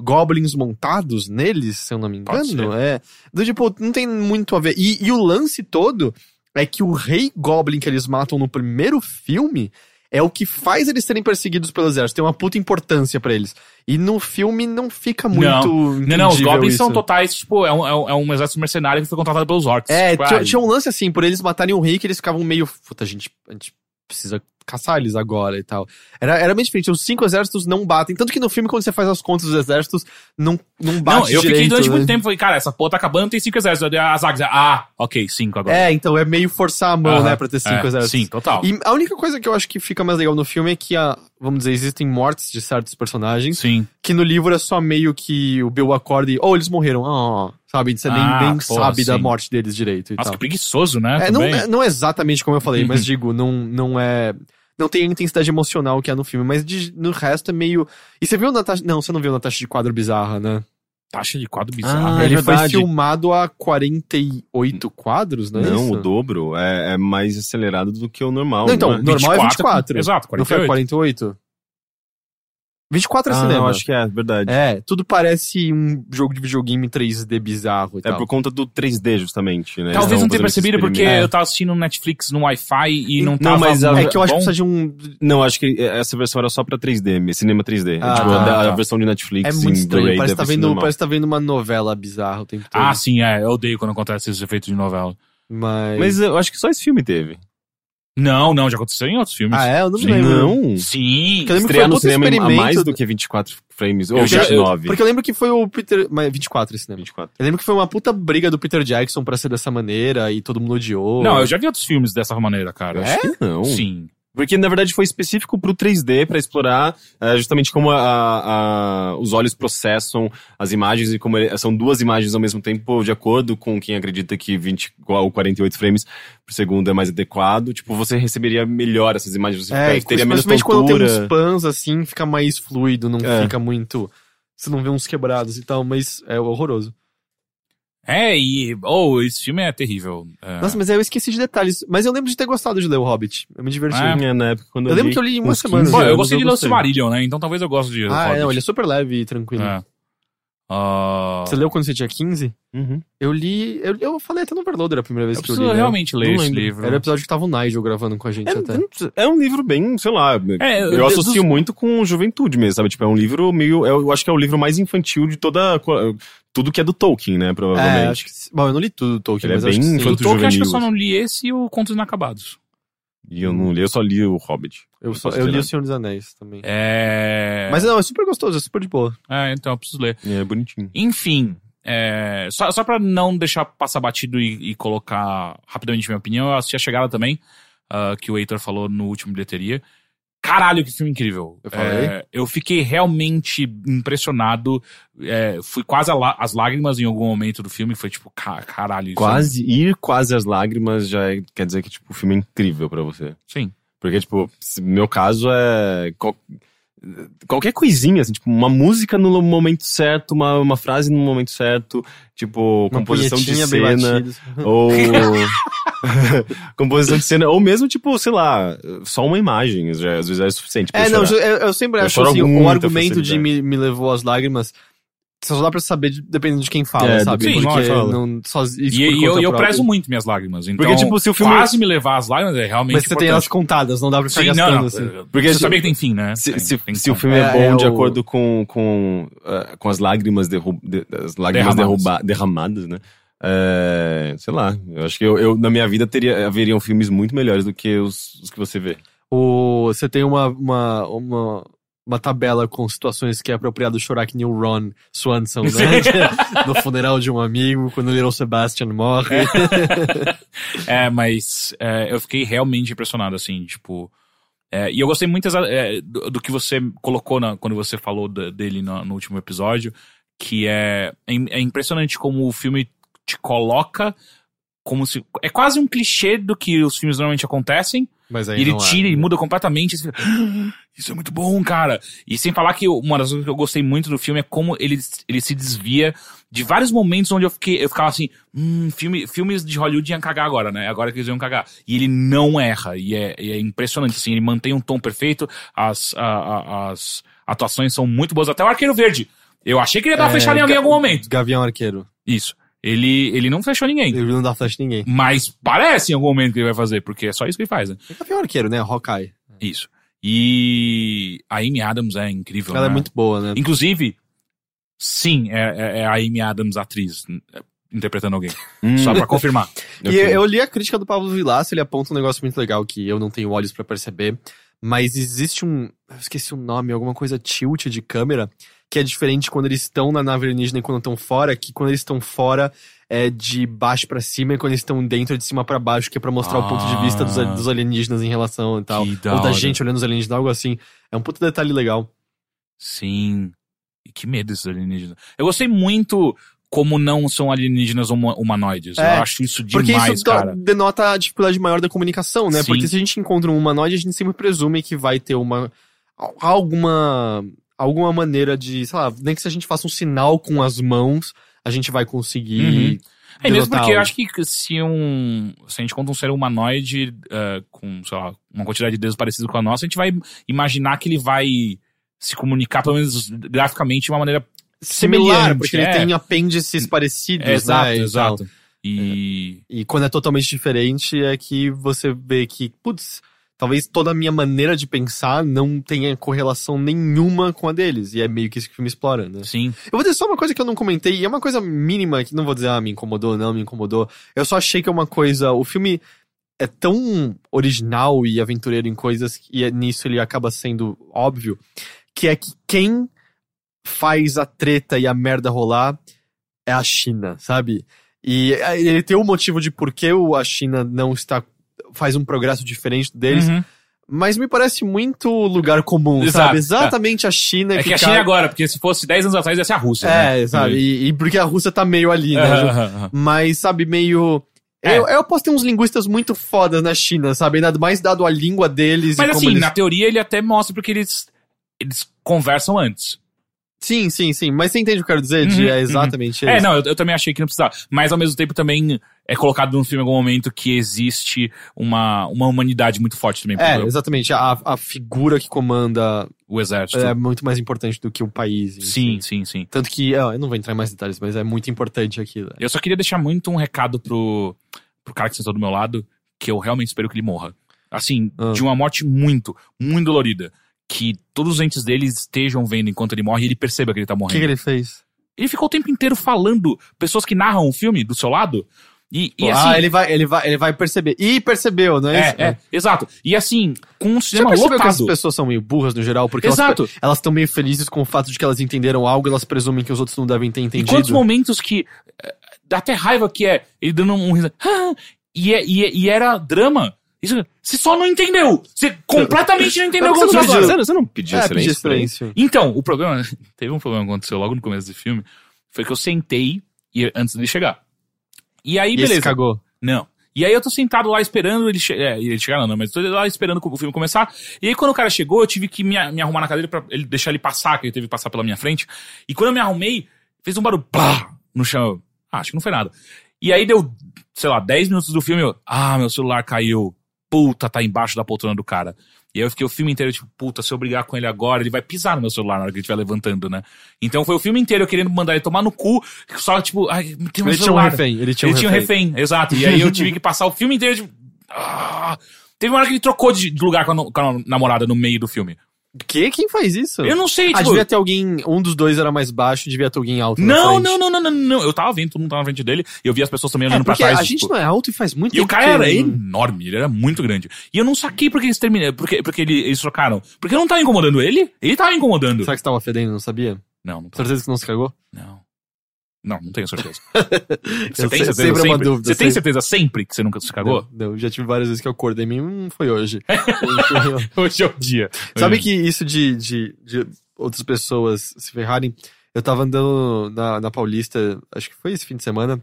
[SPEAKER 2] goblins montados neles, se eu não me
[SPEAKER 1] Pode
[SPEAKER 2] engano. É, do tipo, não tem muito a ver. E, e o lance todo é que o rei goblin que eles matam no primeiro filme é o que faz eles serem perseguidos pelo exército, tem uma puta importância pra eles. E no filme não fica muito
[SPEAKER 1] Não, não, os
[SPEAKER 2] entendível
[SPEAKER 1] goblins são
[SPEAKER 2] isso.
[SPEAKER 1] totais, tipo, é um, é um, é um exército mercenário que foi contratado pelos orcs.
[SPEAKER 2] É,
[SPEAKER 1] Tipo, ah,
[SPEAKER 2] tinha, tinha um lance assim, por eles matarem o rei, que eles ficavam meio. Puta, a gente, a gente precisa caçar eles agora e tal. Era, era meio diferente, os cinco exércitos não batem. Tanto que no filme, quando você faz as contas dos exércitos, não, não bate.
[SPEAKER 1] Não, eu fiquei
[SPEAKER 2] direito,
[SPEAKER 1] durante
[SPEAKER 2] né?
[SPEAKER 1] muito tempo, falei, cara, essa porra tá acabando, tem cinco exércitos. Aí As águias, ah, ok, cinco agora.
[SPEAKER 2] É, então é meio forçar a mão,
[SPEAKER 1] Aham,
[SPEAKER 2] né, pra ter cinco
[SPEAKER 1] É,
[SPEAKER 2] exércitos.
[SPEAKER 1] Sim, total.
[SPEAKER 2] E a única coisa que eu acho que fica mais legal no filme é que, a, vamos dizer, existem mortes de certos personagens,
[SPEAKER 1] Sim.
[SPEAKER 2] que no livro é só meio que o Bill acorda e, oh, eles morreram, ah, sabe? Você nem,
[SPEAKER 1] Ah,
[SPEAKER 2] nem
[SPEAKER 1] pô,
[SPEAKER 2] sabe da
[SPEAKER 1] sim.
[SPEAKER 2] morte deles direito e
[SPEAKER 1] Nossa,
[SPEAKER 2] tal.
[SPEAKER 1] que preguiçoso, né?
[SPEAKER 2] É, não,
[SPEAKER 1] também.
[SPEAKER 2] é- não é exatamente como eu falei, mas digo, não, não é. Não tem a intensidade emocional que é no filme, mas de- no resto é meio. E você viu Natasha. Não, você não viu Natasha de quadro bizarra, né?
[SPEAKER 1] Taxa de quadro bizarro.
[SPEAKER 3] Ah, é
[SPEAKER 2] Ele foi
[SPEAKER 3] verdade.
[SPEAKER 2] filmado a 48 quadros, não é
[SPEAKER 3] Não,
[SPEAKER 2] isso?
[SPEAKER 3] o dobro é, é mais acelerado do que o normal.
[SPEAKER 2] Não, então,
[SPEAKER 3] é?
[SPEAKER 2] normal é 24.
[SPEAKER 1] Exato,
[SPEAKER 2] Não
[SPEAKER 1] 48.
[SPEAKER 2] foi 48? 24 é
[SPEAKER 3] Ah,
[SPEAKER 2] cinema.
[SPEAKER 3] eu acho que é, verdade.
[SPEAKER 2] É, tudo parece um jogo de videogame 3D bizarro e
[SPEAKER 3] É
[SPEAKER 2] tal.
[SPEAKER 3] por conta do 3D, justamente, né?
[SPEAKER 1] Talvez
[SPEAKER 3] Eles
[SPEAKER 1] não tenha
[SPEAKER 3] estavam fazendo esse
[SPEAKER 1] percebido porque
[SPEAKER 3] experimento.
[SPEAKER 1] eu tava assistindo Netflix no Wi-Fi e não
[SPEAKER 2] É. Não,
[SPEAKER 1] tava
[SPEAKER 3] mas a-
[SPEAKER 1] bom.
[SPEAKER 2] É que eu acho que precisa de um.
[SPEAKER 3] É. Não, acho que essa versão era só pra 3D, cinema 3D.
[SPEAKER 2] Ah,
[SPEAKER 3] tipo,
[SPEAKER 2] tá,
[SPEAKER 3] a, da-
[SPEAKER 1] tá.
[SPEAKER 3] a versão de Netflix
[SPEAKER 2] É
[SPEAKER 3] em
[SPEAKER 2] muito estranho.
[SPEAKER 3] Blu-ray
[SPEAKER 2] Parece que, tá
[SPEAKER 3] deve ser
[SPEAKER 2] vendo,
[SPEAKER 3] normal.
[SPEAKER 2] parece que tá vendo uma novela bizarra o tempo todo.
[SPEAKER 1] Ah, sim, é. Eu odeio quando acontece esses efeitos de novela.
[SPEAKER 2] Mas.
[SPEAKER 3] Mas eu acho que só esse filme teve.
[SPEAKER 1] Não, não, já aconteceu em outros filmes.
[SPEAKER 2] Ah, é? Eu não me
[SPEAKER 1] Sim.
[SPEAKER 2] lembro.
[SPEAKER 3] Não.
[SPEAKER 1] Sim.
[SPEAKER 2] Porque eu lembro que foi
[SPEAKER 3] Estrear
[SPEAKER 2] um
[SPEAKER 3] no
[SPEAKER 2] puta
[SPEAKER 3] cinema a
[SPEAKER 2] experimento.
[SPEAKER 3] mais do que 24 frames. Ou
[SPEAKER 1] Eu já- eu-
[SPEAKER 3] 29.
[SPEAKER 2] Porque eu lembro que foi o Peter. Mas 24 esse cinema.
[SPEAKER 3] 24.
[SPEAKER 2] Eu lembro que foi uma puta briga do Peter Jackson pra ser dessa maneira e todo mundo odiou.
[SPEAKER 1] Não, eu já vi outros filmes dessa maneira, cara.
[SPEAKER 3] Eu
[SPEAKER 2] É?
[SPEAKER 3] acho que não.
[SPEAKER 1] Sim.
[SPEAKER 3] Porque, na verdade, foi específico pro 3D, pra explorar eh, justamente como a- a- a- os olhos processam as imagens e como ele- são duas imagens ao mesmo tempo, de acordo com quem acredita que 20 ou 48 frames por segundo é mais adequado. Tipo, você receberia melhor essas imagens, você
[SPEAKER 2] É,
[SPEAKER 3] ficaria- teria menos
[SPEAKER 2] principalmente quando tem uns
[SPEAKER 3] tontura.
[SPEAKER 2] pans assim, fica mais fluido, não
[SPEAKER 3] É.
[SPEAKER 2] fica muito. Você não vê uns quebrados e tal, mas é horroroso.
[SPEAKER 1] É, e. Oh, esse filme é terrível. É.
[SPEAKER 2] Nossa, mas é, eu esqueci de detalhes. Mas eu lembro de ter gostado de ler o Hobbit. Eu me diverti.
[SPEAKER 1] É.
[SPEAKER 3] É, na época, quando
[SPEAKER 2] Eu lembro que eu li em uma
[SPEAKER 3] uns
[SPEAKER 2] semana.
[SPEAKER 3] 15
[SPEAKER 1] Bom, eu
[SPEAKER 3] anos,
[SPEAKER 1] gostei de ler o
[SPEAKER 3] gostei.
[SPEAKER 1] Silmarillion, né? Então talvez eu goste de.
[SPEAKER 2] ah, é,
[SPEAKER 1] Hobbit.
[SPEAKER 2] não, ele é super leve e tranquilo.
[SPEAKER 1] É. Ah,
[SPEAKER 2] Você leu quando você tinha 15?
[SPEAKER 3] Uhum.
[SPEAKER 2] Eu li. Eu, eu falei até no Overloader a primeira vez
[SPEAKER 1] eu
[SPEAKER 2] que eu
[SPEAKER 1] preciso
[SPEAKER 2] li. né?
[SPEAKER 1] realmente ler
[SPEAKER 2] Não
[SPEAKER 1] esse
[SPEAKER 2] lembro.
[SPEAKER 1] livro.
[SPEAKER 2] Era o episódio que tava o Nigel gravando com a gente até.
[SPEAKER 3] É, é um livro bem, sei lá.
[SPEAKER 1] É,
[SPEAKER 3] eu,
[SPEAKER 1] eu-
[SPEAKER 3] associo muito com juventude mesmo, sabe? Tipo, é um livro meio. Eu acho que é o livro mais infantil de toda. Tudo que é do Tolkien, né? Provavelmente.
[SPEAKER 2] É, acho que. s- Bom, eu não li tudo do Tolkien,
[SPEAKER 3] Ele é
[SPEAKER 2] mas acho
[SPEAKER 3] bem
[SPEAKER 2] que sim.
[SPEAKER 1] Do
[SPEAKER 3] infantil.
[SPEAKER 1] Tolkien, acho que eu
[SPEAKER 3] juvenil,
[SPEAKER 1] só
[SPEAKER 3] assim.
[SPEAKER 1] não li esse e o Contos Inacabados.
[SPEAKER 3] E eu não li, eu só li o Hobbit.
[SPEAKER 2] Eu, só-
[SPEAKER 3] Posso
[SPEAKER 2] eu li
[SPEAKER 3] dizer
[SPEAKER 2] O Senhor dos Anéis também.
[SPEAKER 1] É.
[SPEAKER 2] Mas não, é super gostoso, é super de boa.
[SPEAKER 1] É, então eu preciso ler.
[SPEAKER 3] nada. É bonitinho.
[SPEAKER 1] Enfim. é, só, só pra não deixar passar batido e, e colocar rapidamente minha opinião, eu assisti a chegada também, ah, que o Heitor falou no último bilheteria. Caralho, que filme incrível.
[SPEAKER 2] Eu falei?
[SPEAKER 1] É, eu fiquei realmente impressionado. é, fui quase a lá- às lágrimas em algum momento do filme. Foi tipo, ca- caralho. isso-
[SPEAKER 3] Quase, ir quase às lágrimas já é- quer dizer que tipo, o filme é incrível pra você.
[SPEAKER 1] Sim.
[SPEAKER 3] Porque, tipo, se- meu caso é. qual- qualquer coisinha, assim, tipo, uma música no momento certo, uma, uma frase no momento certo, tipo, composição de
[SPEAKER 2] punhetinha bem
[SPEAKER 3] cena.
[SPEAKER 2] batida. assim.
[SPEAKER 3] Ou. composição de cena, ou mesmo, tipo, sei lá, só uma imagem, já- às vezes é suficiente. pra
[SPEAKER 2] É,
[SPEAKER 3] eu
[SPEAKER 2] não,
[SPEAKER 3] chorar.
[SPEAKER 2] eu, eu sempre
[SPEAKER 3] Eu
[SPEAKER 2] acho
[SPEAKER 3] choro
[SPEAKER 2] assim,
[SPEAKER 3] com
[SPEAKER 2] o
[SPEAKER 3] muita
[SPEAKER 2] argumento de me,
[SPEAKER 3] facilidade.
[SPEAKER 2] me levou às lágrimas. Só dá pra saber de- dependendo de quem fala,
[SPEAKER 3] É,
[SPEAKER 2] sabe?
[SPEAKER 1] sim,
[SPEAKER 2] Porque
[SPEAKER 3] lógico.
[SPEAKER 2] não, só, isso
[SPEAKER 1] E,
[SPEAKER 2] por
[SPEAKER 1] e eu,
[SPEAKER 2] conta
[SPEAKER 1] e eu
[SPEAKER 2] própria.
[SPEAKER 1] prezo muito minhas lágrimas. Então,
[SPEAKER 3] Porque, tipo, se o filme-
[SPEAKER 1] quase me levar às lágrimas é realmente
[SPEAKER 2] Mas você tem elas
[SPEAKER 1] importante.
[SPEAKER 2] contadas, não dá pra ficar
[SPEAKER 1] Sim,
[SPEAKER 2] gastando
[SPEAKER 1] não, não.
[SPEAKER 2] assim.
[SPEAKER 1] Porque
[SPEAKER 3] Porque,
[SPEAKER 1] você
[SPEAKER 3] tipo,
[SPEAKER 1] sabia que tem fim, né?
[SPEAKER 3] Se,
[SPEAKER 1] Tem-
[SPEAKER 3] se,
[SPEAKER 1] tem
[SPEAKER 3] se o
[SPEAKER 1] fim.
[SPEAKER 3] filme é,
[SPEAKER 2] É,
[SPEAKER 3] bom
[SPEAKER 2] é
[SPEAKER 3] de
[SPEAKER 2] o-
[SPEAKER 3] acordo com, com, eh, com as lágrimas, derru de- as lágrimas
[SPEAKER 1] Derramadas.
[SPEAKER 3] derruba- derramadas, né? Eh, sei lá, eu acho que eu, eu, na minha vida teria, haveriam filmes muito melhores do que os, os que você vê.
[SPEAKER 2] O, você tem uma, uma, uma, uma tabela com situações que é apropriado chorar que nem o Ron Swanson, né? no funeral de um amigo, quando o Little Sebastian morre.
[SPEAKER 1] É, mas é, eu fiquei realmente impressionado, assim, tipo. é, e eu gostei muito exa- é, do, do que você colocou na- quando você falou da- dele na- no, último episódio, que é, é, im- é impressionante como o filme te coloca como se. É quase um clichê do que os filmes normalmente acontecem.
[SPEAKER 2] Mas aí
[SPEAKER 1] e ele
[SPEAKER 2] não é.
[SPEAKER 1] tira e muda completamente. e você fica, "Ah, Isso é muito bom, cara. E sem falar que uma das coisas que eu gostei muito do filme é como ele, ele se desvia de vários momentos onde eu fiquei, eu ficava assim, hum, filme, filmes de Hollywood iam cagar agora, né? Agora que eles iam cagar. E ele não erra, e é, e é impressionante, assim, ele mantém um tom perfeito, as, a- a- as atuações são muito boas, até o Arqueiro Verde. Eu achei que ele ia dar
[SPEAKER 2] É,
[SPEAKER 1] fechado em alguém em
[SPEAKER 2] Ga-
[SPEAKER 1] algum momento.
[SPEAKER 2] Gavião Arqueiro.
[SPEAKER 1] Isso. Ele, ele não fechou ninguém.
[SPEAKER 2] Ele não dá flash em ninguém.
[SPEAKER 1] Mas parece em algum momento que ele vai fazer, porque é só isso que ele faz, né?
[SPEAKER 2] É Gavião Arqueiro, né? Hawkeye.
[SPEAKER 1] Isso. E a Amy Adams é incrível.
[SPEAKER 2] Ela é
[SPEAKER 1] né?
[SPEAKER 2] muito boa, né?
[SPEAKER 1] Inclusive, sim, é, é- é a Amy Adams atriz n- interpretando alguém.
[SPEAKER 2] Hum.
[SPEAKER 1] Só pra confirmar.
[SPEAKER 2] E eu li a crítica do Pablo Vilaça, ele aponta um negócio muito legal que eu não tenho olhos pra perceber, mas existe um, eu esqueci o nome, alguma coisa tilt de câmera, que é diferente quando eles estão na nave alienígena e quando estão fora, que quando eles estão fora é de baixo pra cima e quando eles estão dentro é de cima pra baixo, que é pra mostrar o ponto de vista dos,
[SPEAKER 1] Ah.
[SPEAKER 2] dos alienígenas em relação e tal.
[SPEAKER 1] Que da
[SPEAKER 2] Ou da
[SPEAKER 1] hora.
[SPEAKER 2] gente olhando os alienígenas, algo assim. É um puto detalhe legal.
[SPEAKER 1] Sim. E que medo esses alienígenas. Eu gostei muito como não são alienígenas huma- humanoides.
[SPEAKER 2] É,
[SPEAKER 1] eu acho isso
[SPEAKER 2] Porque
[SPEAKER 1] demais,
[SPEAKER 2] isso tá dá-
[SPEAKER 1] cara.
[SPEAKER 2] denota a dificuldade maior da comunicação, né?
[SPEAKER 1] Sim.
[SPEAKER 2] Porque se a gente encontra um humanoide, a gente sempre presume que vai ter uma. al- alguma. alguma maneira de. sei lá, nem que se a gente faça um sinal com as mãos, a gente vai conseguir.
[SPEAKER 1] É, mesmo
[SPEAKER 2] derrotar
[SPEAKER 1] porque eu
[SPEAKER 2] algo.
[SPEAKER 1] acho que se um. Se a gente conta um ser humanoide eh, com, sei lá, uma quantidade de dedos parecida com a nossa, a gente vai imaginar que ele vai se comunicar, pelo menos graficamente, de uma maneira
[SPEAKER 2] Similar,
[SPEAKER 1] semelhante,
[SPEAKER 2] porque
[SPEAKER 1] é.
[SPEAKER 2] ele tem apêndices parecidos,
[SPEAKER 1] É, exato,
[SPEAKER 2] né? e tal.
[SPEAKER 1] exato. E.
[SPEAKER 2] E quando é totalmente diferente, é que você vê que, putz, talvez toda a minha maneira de pensar não tenha correlação nenhuma com a deles. E é meio que isso que o filme explora, né?
[SPEAKER 1] Sim.
[SPEAKER 2] Eu vou dizer só uma coisa que eu não comentei, e é uma coisa mínima, que não vou dizer, ah, me incomodou, não, me incomodou. Eu só achei que é uma coisa. O filme é tão original e aventureiro em coisas, e é- nisso ele acaba sendo óbvio, que é que quem faz a treta e a merda rolar é a China, sabe? E é, ele tem um motivo de por que o- a China não está. faz um progresso diferente deles.
[SPEAKER 1] Uhum.
[SPEAKER 2] Mas me parece muito lugar comum,
[SPEAKER 1] Exato,
[SPEAKER 2] sabe?
[SPEAKER 1] é.
[SPEAKER 2] Exatamente a China
[SPEAKER 1] É que a
[SPEAKER 2] ca-
[SPEAKER 1] China agora, porque se fosse 10 anos atrás ia ser a Rússia. né? Uhum,
[SPEAKER 2] é, sabe? E, e porque a Rússia tá meio ali, né?
[SPEAKER 1] Aham, aham, aham.
[SPEAKER 2] Mas, sabe, meio.
[SPEAKER 1] É.
[SPEAKER 2] Eu, eu posso ter uns linguistas muito fodas na China, sabe? Ainda mais dado a língua deles e
[SPEAKER 1] Mas
[SPEAKER 2] como
[SPEAKER 1] assim,
[SPEAKER 2] eles.
[SPEAKER 1] na teoria ele até mostra porque eles, eles conversam antes.
[SPEAKER 2] Sim, sim, sim. Mas você entende o que eu quero dizer? De,
[SPEAKER 1] Uhum,
[SPEAKER 2] é exatamente
[SPEAKER 1] É,
[SPEAKER 2] isso.
[SPEAKER 1] não, eu, eu também achei que não precisava. Mas ao mesmo tempo também é colocado no filme em algum momento que existe uma, uma humanidade muito forte também.
[SPEAKER 2] É,
[SPEAKER 1] pro-
[SPEAKER 2] exatamente. A, a figura que comanda
[SPEAKER 1] o exército.
[SPEAKER 2] é muito mais importante do que o país. em si.
[SPEAKER 1] sim, sim, sim.
[SPEAKER 2] Tanto que, ah, eu não vou entrar em mais detalhes, mas é muito importante aquilo.
[SPEAKER 1] Eu só queria deixar muito um recado pro, pro cara que sentou do meu lado, que eu realmente espero que ele morra. Assim,
[SPEAKER 2] Ah.
[SPEAKER 1] de uma morte muito, muito dolorida. Que todos os entes dele estejam vendo enquanto ele morre e ele perceba que ele tá
[SPEAKER 2] O que,
[SPEAKER 1] morrendo.
[SPEAKER 2] que ele fez?
[SPEAKER 1] Ele ficou o tempo inteiro falando, pessoas que narram o filme do seu lado. E, e assim.
[SPEAKER 2] ah, ele vai, ele, vai, ele vai perceber. E percebeu, não é, isso?
[SPEAKER 1] É, é, exato. E assim, com um
[SPEAKER 2] Você já
[SPEAKER 1] cinema
[SPEAKER 2] percebeu que as
[SPEAKER 1] lotado.
[SPEAKER 2] pessoas são meio burras no geral? Porque elas
[SPEAKER 1] Exato.
[SPEAKER 2] Elas estão meio felizes com o fato de que elas entenderam algo, elas presumem que os outros não devem ter
[SPEAKER 1] E
[SPEAKER 2] entendido.
[SPEAKER 1] quantos momentos que. "Ah", eh, Dá até raiva que é ele dando um. risa- e, é- e é- e era drama. Isso, você só não entendeu! Você completamente não entendeu o que
[SPEAKER 3] Você
[SPEAKER 1] eu tô
[SPEAKER 3] não
[SPEAKER 1] falando.
[SPEAKER 3] pediu- você não pediu
[SPEAKER 2] É, pedir
[SPEAKER 3] silêncio pra ele?
[SPEAKER 2] silêncio.
[SPEAKER 1] Então, o problema. Teve um problema que aconteceu logo no começo do filme. Foi que eu sentei e, antes dele chegar. E aí,
[SPEAKER 2] E esse
[SPEAKER 1] beleza.
[SPEAKER 2] cagou.
[SPEAKER 1] Não. E aí eu tô sentado lá esperando ele, che é, ele chegar, não, não, mas tô lá esperando o filme começar. E aí quando o cara chegou, eu tive que me, a- me arrumar na cadeira pra ele deixar ele passar, que ele teve que passar pela minha frente. E quando eu me arrumei, fez um barulho plá, no chão. Ah, acho que não foi nada. E aí deu, sei lá, 10 minutos do filme, eu, ah, meu celular caiu. Puta, tá embaixo da poltrona do cara. E aí eu fiquei o filme inteiro, tipo, puta, se eu brigar com ele agora, ele vai pisar no meu celular na hora que ele estiver levantando, né? Então foi o filme inteiro eu querendo mandar ele tomar no cu, só tipo, ai, tem um
[SPEAKER 2] Ele tinha um
[SPEAKER 1] celular
[SPEAKER 2] refém. Ele tinha um
[SPEAKER 1] ele tinha um
[SPEAKER 2] refém.
[SPEAKER 1] refém, exato. E aí eu tive que passar o filme inteiro de. Ah! Teve uma hora que ele trocou de de lugar com a, no- com a namorada no meio do filme.
[SPEAKER 2] Que? Quem faz isso?
[SPEAKER 1] Eu não sei,
[SPEAKER 2] Ah,
[SPEAKER 1] tipo.
[SPEAKER 2] devia ter alguém. Um dos dois era mais baixo, devia ter alguém alto. na
[SPEAKER 1] Não,
[SPEAKER 2] frente.
[SPEAKER 1] não, não, não, não, não. Eu tava vendo, todo mundo tava na frente dele, e eu vi as pessoas também
[SPEAKER 2] É,
[SPEAKER 1] olhando pra
[SPEAKER 2] porque
[SPEAKER 1] trás.
[SPEAKER 2] a
[SPEAKER 1] tipo,
[SPEAKER 2] gente não é alto e faz muito
[SPEAKER 1] E o
[SPEAKER 2] tempo
[SPEAKER 1] cara
[SPEAKER 2] que né?
[SPEAKER 1] era
[SPEAKER 2] ele-
[SPEAKER 1] enorme, ele era muito grande. E eu não saquei porque eles terminaram, porque, porque ele- eles trocaram. Porque eu não tava incomodando ele, ele tava incomodando.
[SPEAKER 2] Será que você tava fedendo, não sabia?
[SPEAKER 1] Não, não, tô-
[SPEAKER 2] Certeza que não se cagou?
[SPEAKER 1] não. Não, não tenho certeza. Você
[SPEAKER 2] Eu
[SPEAKER 1] tem
[SPEAKER 2] sei-
[SPEAKER 1] certeza
[SPEAKER 2] sempre é uma dúvida,
[SPEAKER 1] Você tem
[SPEAKER 2] sempre.
[SPEAKER 1] certeza sempre que você nunca se cagou?
[SPEAKER 2] Não, não, já tive várias vezes que eu acordei em mim, hum, foi hoje.
[SPEAKER 1] Hoje é o dia.
[SPEAKER 2] Sabe que isso de, de, de outras pessoas se ferrarem? Eu tava andando na, na Paulista, acho que foi esse fim de semana.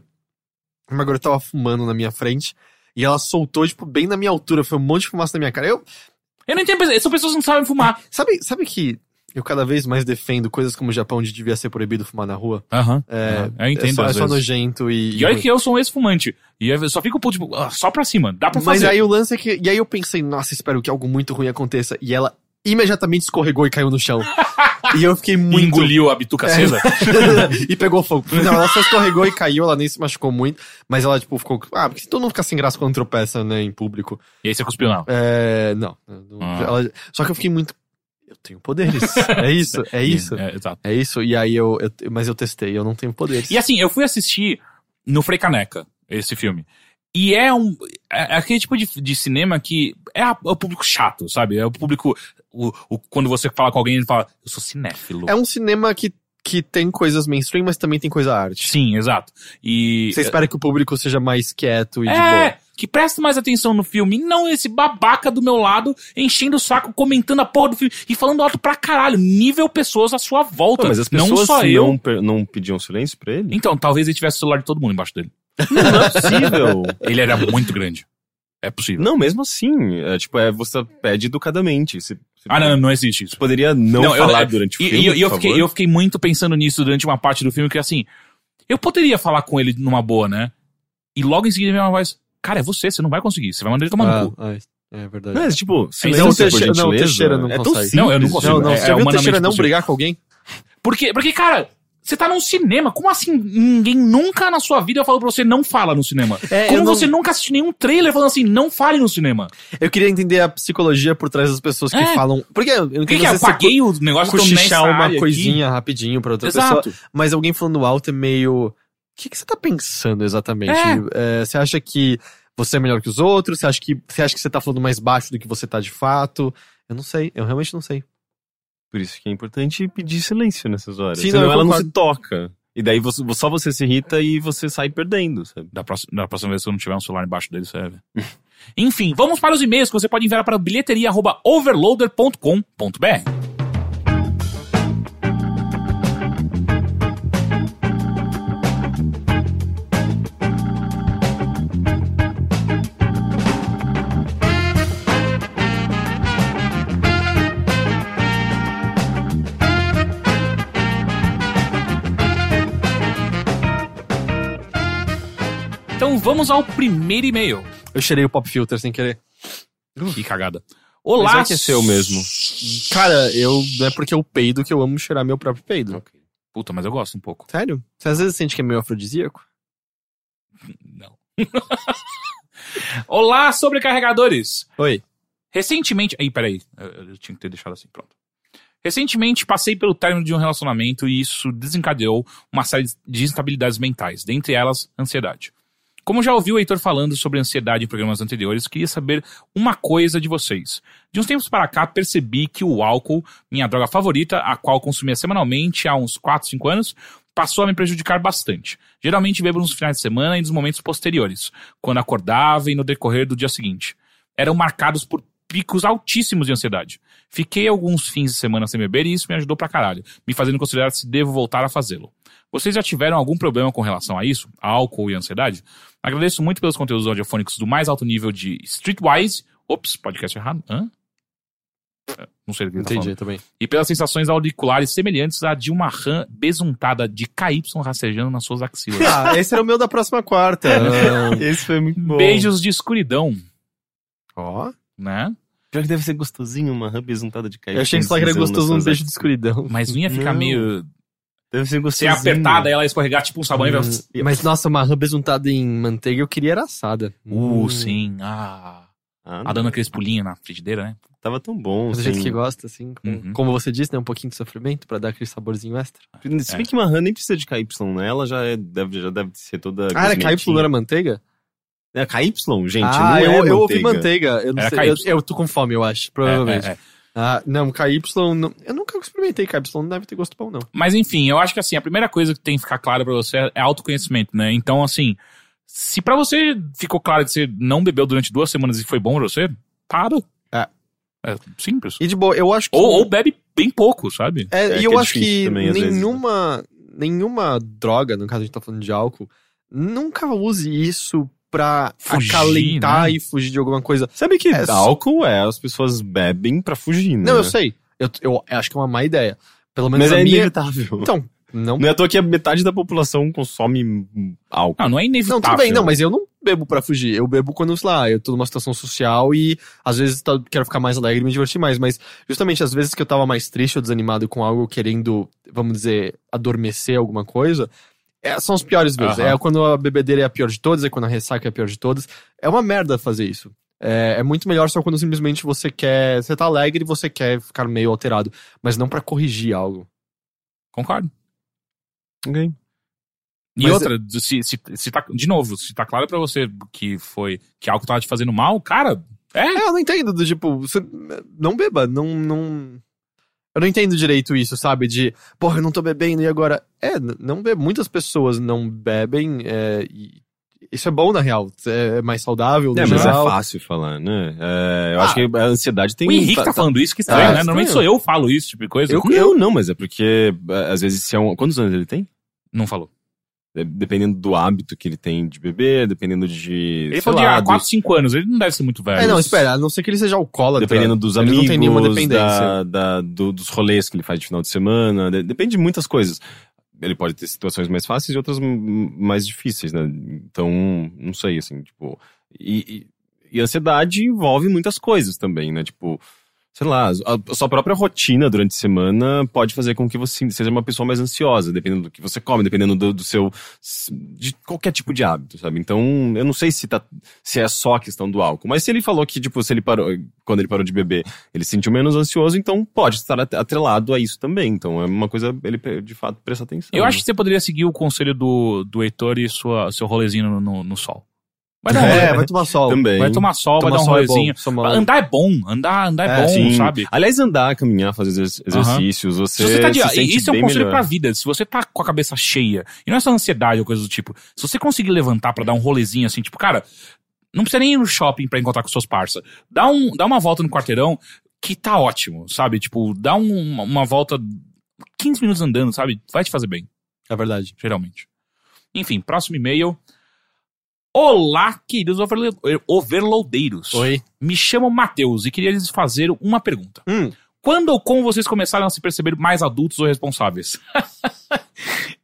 [SPEAKER 2] Uma garota tava fumando na minha frente e ela soltou, tipo, bem na minha altura. Foi um monte de fumaça na minha cara. Eu,
[SPEAKER 1] Eu não entendo, essas pessoas não sabem fumar.
[SPEAKER 2] sabe, sabe que eu cada vez mais defendo coisas como o Japão de devia ser proibido fumar na rua?
[SPEAKER 1] Aham.
[SPEAKER 2] É,
[SPEAKER 1] eu entendo.
[SPEAKER 2] é só,
[SPEAKER 1] às
[SPEAKER 2] é só
[SPEAKER 1] vezes.
[SPEAKER 2] nojento e.
[SPEAKER 1] E olha que eu sou um ex-fumante. E eu só fico puto, tipo, ah, só pra cima. Dá pra
[SPEAKER 2] Mas
[SPEAKER 1] fazer.
[SPEAKER 2] aí o lance é que. E aí eu pensei, nossa, espero que algo muito ruim aconteça. E ela imediatamente escorregou e caiu no chão. e eu fiquei
[SPEAKER 1] E
[SPEAKER 2] é muito. É.
[SPEAKER 1] engoliu a bituca acesa.
[SPEAKER 2] e pegou fogo. Não, ela só escorregou e caiu, ela nem se machucou muito. Mas ela, tipo, ficou. Ah, porque todo mundo fica sem graça quando tropeça, né, em público.
[SPEAKER 1] E aí você cuspiu, não.
[SPEAKER 2] É. Não. não-
[SPEAKER 1] Ah.
[SPEAKER 2] ela- só que eu fiquei muito. Eu tenho poderes. é isso, é isso.
[SPEAKER 1] É, exato.
[SPEAKER 2] É isso. E aí eu, eu- Mas eu testei, eu não tenho poderes.
[SPEAKER 1] E assim, eu fui assistir no Frei Caneca, esse filme. E é um. É é aquele tipo de, de cinema que é, a- é o público chato, sabe? É o público. O, o- quando você fala com alguém, ele fala, eu sou cinéfilo.
[SPEAKER 2] É um cinema que, que tem coisas mainstream, mas também tem coisa arte.
[SPEAKER 1] Sim, exato. E.
[SPEAKER 2] Você espera que o público seja mais quieto e de boa.
[SPEAKER 1] É, que presta mais atenção no filme, e não esse babaca do meu lado enchendo o saco, comentando a porra do filme e falando alto pra caralho, nível pessoas à sua volta.
[SPEAKER 3] Pô, mas as
[SPEAKER 1] não
[SPEAKER 3] pessoas
[SPEAKER 1] só
[SPEAKER 3] não,
[SPEAKER 1] eu.
[SPEAKER 3] per- não pediam silêncio pra ele?
[SPEAKER 1] Então, talvez ele tivesse o celular de todo mundo embaixo dele.
[SPEAKER 3] Não é possível.
[SPEAKER 1] Ele era muito grande. É possível.
[SPEAKER 3] não, mesmo assim. É, tipo, é, você pede educadamente. Você, você
[SPEAKER 1] Ah, não, não, não existe isso.
[SPEAKER 3] Você poderia não,
[SPEAKER 1] Não, eu-
[SPEAKER 3] falar
[SPEAKER 1] eu-
[SPEAKER 3] durante
[SPEAKER 1] E,
[SPEAKER 3] o filme,
[SPEAKER 1] e eu, e eu
[SPEAKER 3] por
[SPEAKER 1] fiquei,
[SPEAKER 3] favor?
[SPEAKER 1] eu fiquei muito pensando nisso durante uma parte do filme, que assim, eu poderia falar com ele numa boa, né? E logo em seguida vem uma voz, cara, é você, você não vai conseguir, você vai mandar ele tomar no cu.
[SPEAKER 2] Ah, é, é verdade.
[SPEAKER 3] Não, é tipo,
[SPEAKER 2] Não,
[SPEAKER 3] silêncio, por
[SPEAKER 2] Teixeira- não,
[SPEAKER 3] gentileza.
[SPEAKER 2] Teixeira não
[SPEAKER 3] é tão
[SPEAKER 2] consegue.
[SPEAKER 3] simples.
[SPEAKER 1] Então Não, eu não consigo.
[SPEAKER 2] Não, não,
[SPEAKER 1] É-
[SPEAKER 2] você
[SPEAKER 1] é
[SPEAKER 2] já viu o
[SPEAKER 1] humanamente
[SPEAKER 2] Teixeira não
[SPEAKER 1] possível.
[SPEAKER 2] brigar com alguém?
[SPEAKER 1] Porque, porque, cara, você tá num cinema. Como assim? Ninguém nunca na sua vida falou pra você não fala no cinema.
[SPEAKER 2] É,
[SPEAKER 1] Como
[SPEAKER 2] eu não-
[SPEAKER 1] você nunca assistiu nenhum trailer falando assim, não fale no cinema?
[SPEAKER 2] Eu queria entender a psicologia por trás das pessoas que
[SPEAKER 1] É.
[SPEAKER 2] falam. Porque eu não
[SPEAKER 1] Por que,
[SPEAKER 2] quero
[SPEAKER 1] que eu
[SPEAKER 2] dizer se
[SPEAKER 1] apaguei o negócio que eu nessa
[SPEAKER 2] cochichar uma
[SPEAKER 1] área aqui?
[SPEAKER 2] coisinha rapidinho pra outra pessoa.
[SPEAKER 1] Exato.
[SPEAKER 2] Mas alguém falando alto é meio. O que, que você tá pensando exatamente? É, você acha que você é melhor que os outros? Você acha que você acha que você tá falando mais baixo do que você tá de fato? Eu não sei, eu realmente não sei.
[SPEAKER 3] Por isso que é importante pedir silêncio nessas horas.
[SPEAKER 2] Sim, não,
[SPEAKER 3] Senão
[SPEAKER 2] eu
[SPEAKER 3] ela
[SPEAKER 2] concordo.
[SPEAKER 3] não se toca. E daí você- só você se irrita e você sai perdendo, sabe?
[SPEAKER 1] Da próxima, da próxima vez que eu não tiver um celular embaixo dele, serve. Enfim, vamos para os e-mails que você pode enviar para bilheteria.overloader.com.br. Então vamos ao primeiro e-mail.
[SPEAKER 2] Eu cheirei o pop filter sem querer.
[SPEAKER 1] Que cagada.
[SPEAKER 3] Mas
[SPEAKER 1] Olá,
[SPEAKER 3] será que é seu mesmo?
[SPEAKER 2] Cara, eu não é porque eu peido que eu amo cheirar meu próprio peido.
[SPEAKER 1] Puta, mas eu gosto um pouco.
[SPEAKER 2] Sério? Você às vezes sente que é meio afrodisíaco?
[SPEAKER 1] Não. Olá, sobrecarregadores.
[SPEAKER 2] Oi.
[SPEAKER 1] Recentemente. Aí, peraí. Eu, eu tinha que ter deixado assim, pronto. Recentemente passei pelo término de um relacionamento e isso desencadeou uma série de instabilidades mentais, dentre elas, ansiedade. Como já ouvi o Heitor falando sobre ansiedade em programas anteriores, queria saber uma coisa de vocês. De uns tempos para cá, percebi que o álcool, minha droga favorita, a qual consumia semanalmente há uns 4, 5 anos, passou a me prejudicar bastante. Geralmente bebo nos finais de semana e nos momentos posteriores, quando acordava e no decorrer do dia seguinte. eram marcados por picos altíssimos de ansiedade. Fiquei alguns fins de semana sem beber e isso me ajudou pra caralho, me fazendo considerar se devo voltar a fazê-lo. Vocês já tiveram algum problema com relação a isso? Álcool e ansiedade? Agradeço muito pelos conteúdos audiofônicos do mais alto nível de Streetwise. Ops, podcast errado. Hã? É, Não sei do que ele tá falando
[SPEAKER 2] Entendi também.
[SPEAKER 1] e pelas sensações auriculares semelhantes à de uma rã besuntada de KY rastejando nas suas axilas.
[SPEAKER 2] Ah, esse era o meu da próxima quarta. esse foi muito bom.
[SPEAKER 1] Beijos de escuridão,
[SPEAKER 2] Ó.
[SPEAKER 1] né?
[SPEAKER 3] Pior que deve ser gostosinho, uma rã besuntada de cair.
[SPEAKER 2] Eu achei que você era gostoso um beijo de escuridão.
[SPEAKER 1] Mas não ia ficar
[SPEAKER 3] Não.
[SPEAKER 1] meio.
[SPEAKER 3] Deve ser
[SPEAKER 1] Ser
[SPEAKER 3] gostosinho.
[SPEAKER 1] apertada, ela ia escorregar tipo
[SPEAKER 3] Tá
[SPEAKER 1] um sabão e vai.
[SPEAKER 2] Hum, Mas nossa, uma rã besuntada em manteiga eu queria era assada. Hum.
[SPEAKER 1] Uh, sim. Ah.
[SPEAKER 3] Ah,
[SPEAKER 1] Ah, dando aqueles pulinhos na frigideira, né?
[SPEAKER 3] Tava tão bom.
[SPEAKER 2] Do
[SPEAKER 3] Assim.
[SPEAKER 2] jeito que gosta, assim. com-
[SPEAKER 1] Uhum.
[SPEAKER 2] Como você disse, né? Um pouquinho de sofrimento pra dar aquele saborzinho extra.
[SPEAKER 3] Se
[SPEAKER 2] É.
[SPEAKER 3] bem que uma rã nem precisa de KY, né? Ela já, é- deve, já deve ser toda.
[SPEAKER 2] Ah, era KY, não
[SPEAKER 3] cosmetinha.
[SPEAKER 2] era manteiga?
[SPEAKER 3] É KY, gente. não
[SPEAKER 2] ah,
[SPEAKER 3] é
[SPEAKER 2] eu,
[SPEAKER 3] manteiga.
[SPEAKER 2] eu ouvi manteiga. Eu não
[SPEAKER 1] Era
[SPEAKER 2] sei. Eu,
[SPEAKER 1] KY.
[SPEAKER 2] eu tô com fome, eu acho, provavelmente.
[SPEAKER 1] É, é, é.
[SPEAKER 2] Ah, não, KY. Não, eu nunca experimentei KY, não deve ter gosto bom, não.
[SPEAKER 1] Mas enfim, eu acho que assim, a primeira coisa que tem que ficar clara pra você é autoconhecimento, né? Então, assim, se pra você ficou claro que você não bebeu durante duas semanas e foi bom pra você, para.
[SPEAKER 2] É.
[SPEAKER 1] É simples.
[SPEAKER 2] E de boa, eu acho que.
[SPEAKER 1] Ou, ou bebe bem pouco, sabe?
[SPEAKER 2] É,
[SPEAKER 3] É
[SPEAKER 2] e
[SPEAKER 3] que
[SPEAKER 2] eu
[SPEAKER 3] é
[SPEAKER 2] acho
[SPEAKER 3] difícil
[SPEAKER 2] que
[SPEAKER 3] também, às vezes, né?
[SPEAKER 2] nenhuma, nenhuma droga, no caso a gente tá falando de álcool, nunca use isso pra
[SPEAKER 1] Fugir,
[SPEAKER 2] acalentar
[SPEAKER 1] né?
[SPEAKER 2] e fugir de alguma coisa.
[SPEAKER 3] Sabe que
[SPEAKER 2] É,
[SPEAKER 3] álcool é, as pessoas bebem pra fugir, né?
[SPEAKER 2] Não, eu sei. Eu, eu acho que é uma má ideia. Pelo menos
[SPEAKER 3] Mas
[SPEAKER 2] a
[SPEAKER 3] é
[SPEAKER 2] minha.
[SPEAKER 3] inevitável.
[SPEAKER 2] Então, não.
[SPEAKER 3] Não é à toa que a metade da população consome álcool.
[SPEAKER 1] Não, não é inevitável.
[SPEAKER 2] Não, tudo bem, não, mas eu não bebo pra fugir. Eu bebo quando, sei lá, eu tô numa situação social e às vezes tá- quero ficar mais alegre e me divertir mais. Mas justamente às vezes que eu tava mais triste ou desanimado com algo, querendo, vamos dizer, adormecer alguma coisa, é, são as piores vezes.
[SPEAKER 1] Aham.
[SPEAKER 2] É quando a bebedeira é a pior de todas, é quando a ressaca é a pior de todas. É uma merda fazer isso. É, é muito melhor só quando simplesmente você quer. Você tá alegre e você quer ficar meio alterado. Mas não pra corrigir algo.
[SPEAKER 1] Concordo.
[SPEAKER 3] Ok.
[SPEAKER 1] E
[SPEAKER 2] Mas-
[SPEAKER 1] outra, se, se, se tá, de novo, se tá claro pra você que foi que algo tava te fazendo mal, cara, é.
[SPEAKER 2] É, eu não entendo, do tipo, você não beba, não, não. Eu não entendo direito isso, sabe? De, porra, eu não tô bebendo e agora. É, n- não bebo. Muitas pessoas não bebem é, e isso é bom, na real. É mais saudável, no
[SPEAKER 3] É, mas é
[SPEAKER 2] geral.
[SPEAKER 3] fácil falar, né? É, eu
[SPEAKER 2] Ah.
[SPEAKER 3] acho que a ansiedade tem...
[SPEAKER 1] o Henrique tá,
[SPEAKER 3] tá-
[SPEAKER 1] falando isso, que estranho,
[SPEAKER 2] Ah,
[SPEAKER 1] né? Normalmente sou
[SPEAKER 2] estranho.
[SPEAKER 1] eu que falo isso, tipo de coisa.
[SPEAKER 3] Eu, eu não, mas é porque é, às vezes se é um... Quantos anos ele tem?
[SPEAKER 1] Não falou.
[SPEAKER 3] É, Dependendo do hábito que ele tem de beber, dependendo de.
[SPEAKER 1] Ele
[SPEAKER 3] sei
[SPEAKER 1] falou de
[SPEAKER 3] lá,
[SPEAKER 1] ah,
[SPEAKER 3] do-
[SPEAKER 1] 4, 5 anos, ele não deve ser muito velho.
[SPEAKER 2] É, não, espera, a não ser que ele seja alcoólatra.
[SPEAKER 3] Dependendo dos
[SPEAKER 2] Ele
[SPEAKER 3] amigos,
[SPEAKER 2] não tem nenhuma dependência.
[SPEAKER 3] da- da- do- dos rolês que ele faz de final de semana, de- depende de muitas coisas. Ele pode ter situações mais fáceis e outras m- mais difíceis, né? Então, não sei, assim, tipo. E, e, e ansiedade envolve muitas coisas também, né? Tipo, sei lá, a, a sua própria rotina durante a semana pode fazer com que você seja uma pessoa mais ansiosa, dependendo do que você come, dependendo do, do seu. de qualquer tipo de hábito, sabe? Então, eu não sei se, tá, se é só a questão do álcool, mas se ele falou que, tipo, se ele parou, quando ele parou de beber, ele se sentiu menos ansioso, então pode estar at- atrelado a isso também. Então, é uma coisa, ele pe- de fato presta atenção.
[SPEAKER 1] Eu acho
[SPEAKER 3] né?
[SPEAKER 1] que você poderia seguir o conselho do, do Heitor e sua, seu rolezinho no, no, no sol. Vai dar um rolê,
[SPEAKER 2] É, vai tomar sol.
[SPEAKER 3] também.
[SPEAKER 1] vai tomar sol,
[SPEAKER 2] Tomar
[SPEAKER 1] vai dar um
[SPEAKER 2] sol é bom,
[SPEAKER 1] rolezinho.
[SPEAKER 2] tomar-
[SPEAKER 1] andar é bom, andar, andar é,
[SPEAKER 2] É,
[SPEAKER 1] bom,
[SPEAKER 3] Sim.
[SPEAKER 1] sabe?
[SPEAKER 3] Aliás, andar, caminhar, fazer exer-
[SPEAKER 1] Aham.
[SPEAKER 3] exercícios, você.
[SPEAKER 1] Se você tá de,
[SPEAKER 3] se sente
[SPEAKER 1] isso é um
[SPEAKER 3] bem
[SPEAKER 1] conselho
[SPEAKER 3] melhor.
[SPEAKER 1] pra vida. Se você tá com a cabeça cheia, e não é só ansiedade ou coisa do tipo, se você conseguir levantar pra dar um rolezinho assim, tipo, cara, não precisa nem ir no shopping pra encontrar com seus parça. Dá, um, dá uma volta no quarteirão que tá ótimo, sabe? Tipo, dá um- uma, uma volta 15 minutos andando, sabe? Vai te fazer bem,
[SPEAKER 2] É verdade.
[SPEAKER 1] geralmente. Enfim, próximo e-mail. Olá, queridos overlo- overloadeiros.
[SPEAKER 2] Oi.
[SPEAKER 1] Me chamo Matheus e queria lhes fazer uma pergunta.
[SPEAKER 2] Hum.
[SPEAKER 1] Quando ou como vocês começaram a se perceber mais adultos ou responsáveis?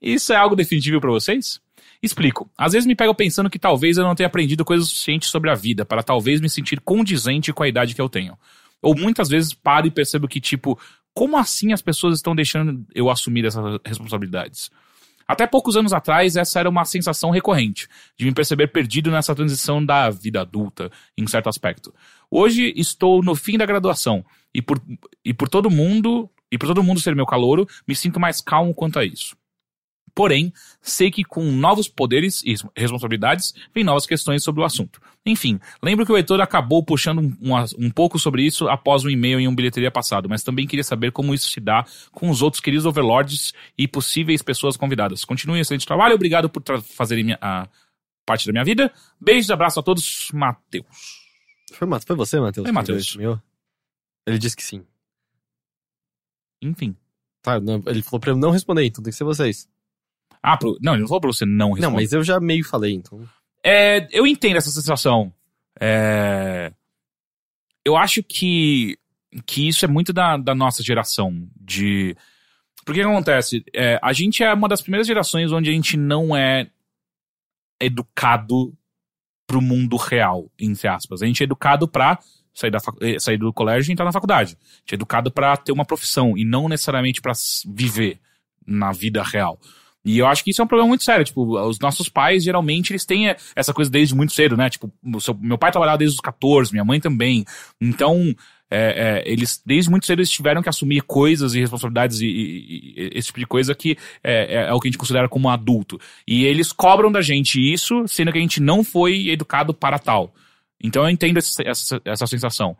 [SPEAKER 1] Isso é algo definitivo pra vocês? Explico. Às vezes me pego pensando que talvez eu não tenha aprendido coisas suficientes sobre a vida para talvez me sentir condizente com a idade que eu tenho. Ou muitas vezes paro e percebo que, tipo, como assim as pessoas estão deixando eu assumir essas responsabilidades? Até poucos anos atrás, essa era uma sensação recorrente, de me perceber perdido nessa transição da vida adulta, em certo aspecto. Hoje estou no fim da graduação, e por, e por todo mundo, e por todo mundo ser meu calouro, me sinto mais calmo quanto a isso. Porém, sei que com novos poderes e responsabilidades vem novas questões sobre o assunto. Enfim, lembro que o Heitor acabou puxando um, um as- um pouco sobre isso após um e-mail em um bilheteria passado, mas também queria saber como isso se dá com os outros queridos overlords e possíveis pessoas convidadas. Continue o excelente trabalho, obrigado por tra- fazerem minha- a parte da minha vida. Beijos, abraço a todos, Matheus.
[SPEAKER 2] Foi, Ma- foi você, Matheus?
[SPEAKER 1] Foi
[SPEAKER 2] que
[SPEAKER 1] Matheus.
[SPEAKER 2] Meu? Ele disse que sim.
[SPEAKER 1] Enfim.
[SPEAKER 2] Tá, não- ele falou pra eu não responder, então tem que ser vocês.
[SPEAKER 1] Ah, pro... não, ele não falou pra você não responder.
[SPEAKER 2] Não, mas eu já meio falei, então.
[SPEAKER 1] É, eu entendo essa sensação. É, eu acho que, que isso é muito da, da nossa geração. De... Porque o que acontece? É, a gente é uma das primeiras gerações onde a gente não é educado pro mundo real, entre aspas. A gente é educado pra sair, da facu- eh, sair do colégio e entrar na faculdade. A gente é educado pra ter uma profissão e não necessariamente pra s- viver na vida real. E eu acho que isso é um problema muito sério. Tipo, os nossos pais, geralmente, eles têm eh, essa coisa desde muito cedo, né? Tipo, o seu- meu pai trabalhava desde os 14, minha mãe também. Então, é, é, eles, desde muito cedo, eles tiveram que assumir coisas e responsabilidades e, e- e- esse tipo de coisa que é, é- é o que a gente considera como adulto. E eles cobram da gente isso, sendo que a gente não foi educado para tal. Então eu entendo esse- essa, essa sensação.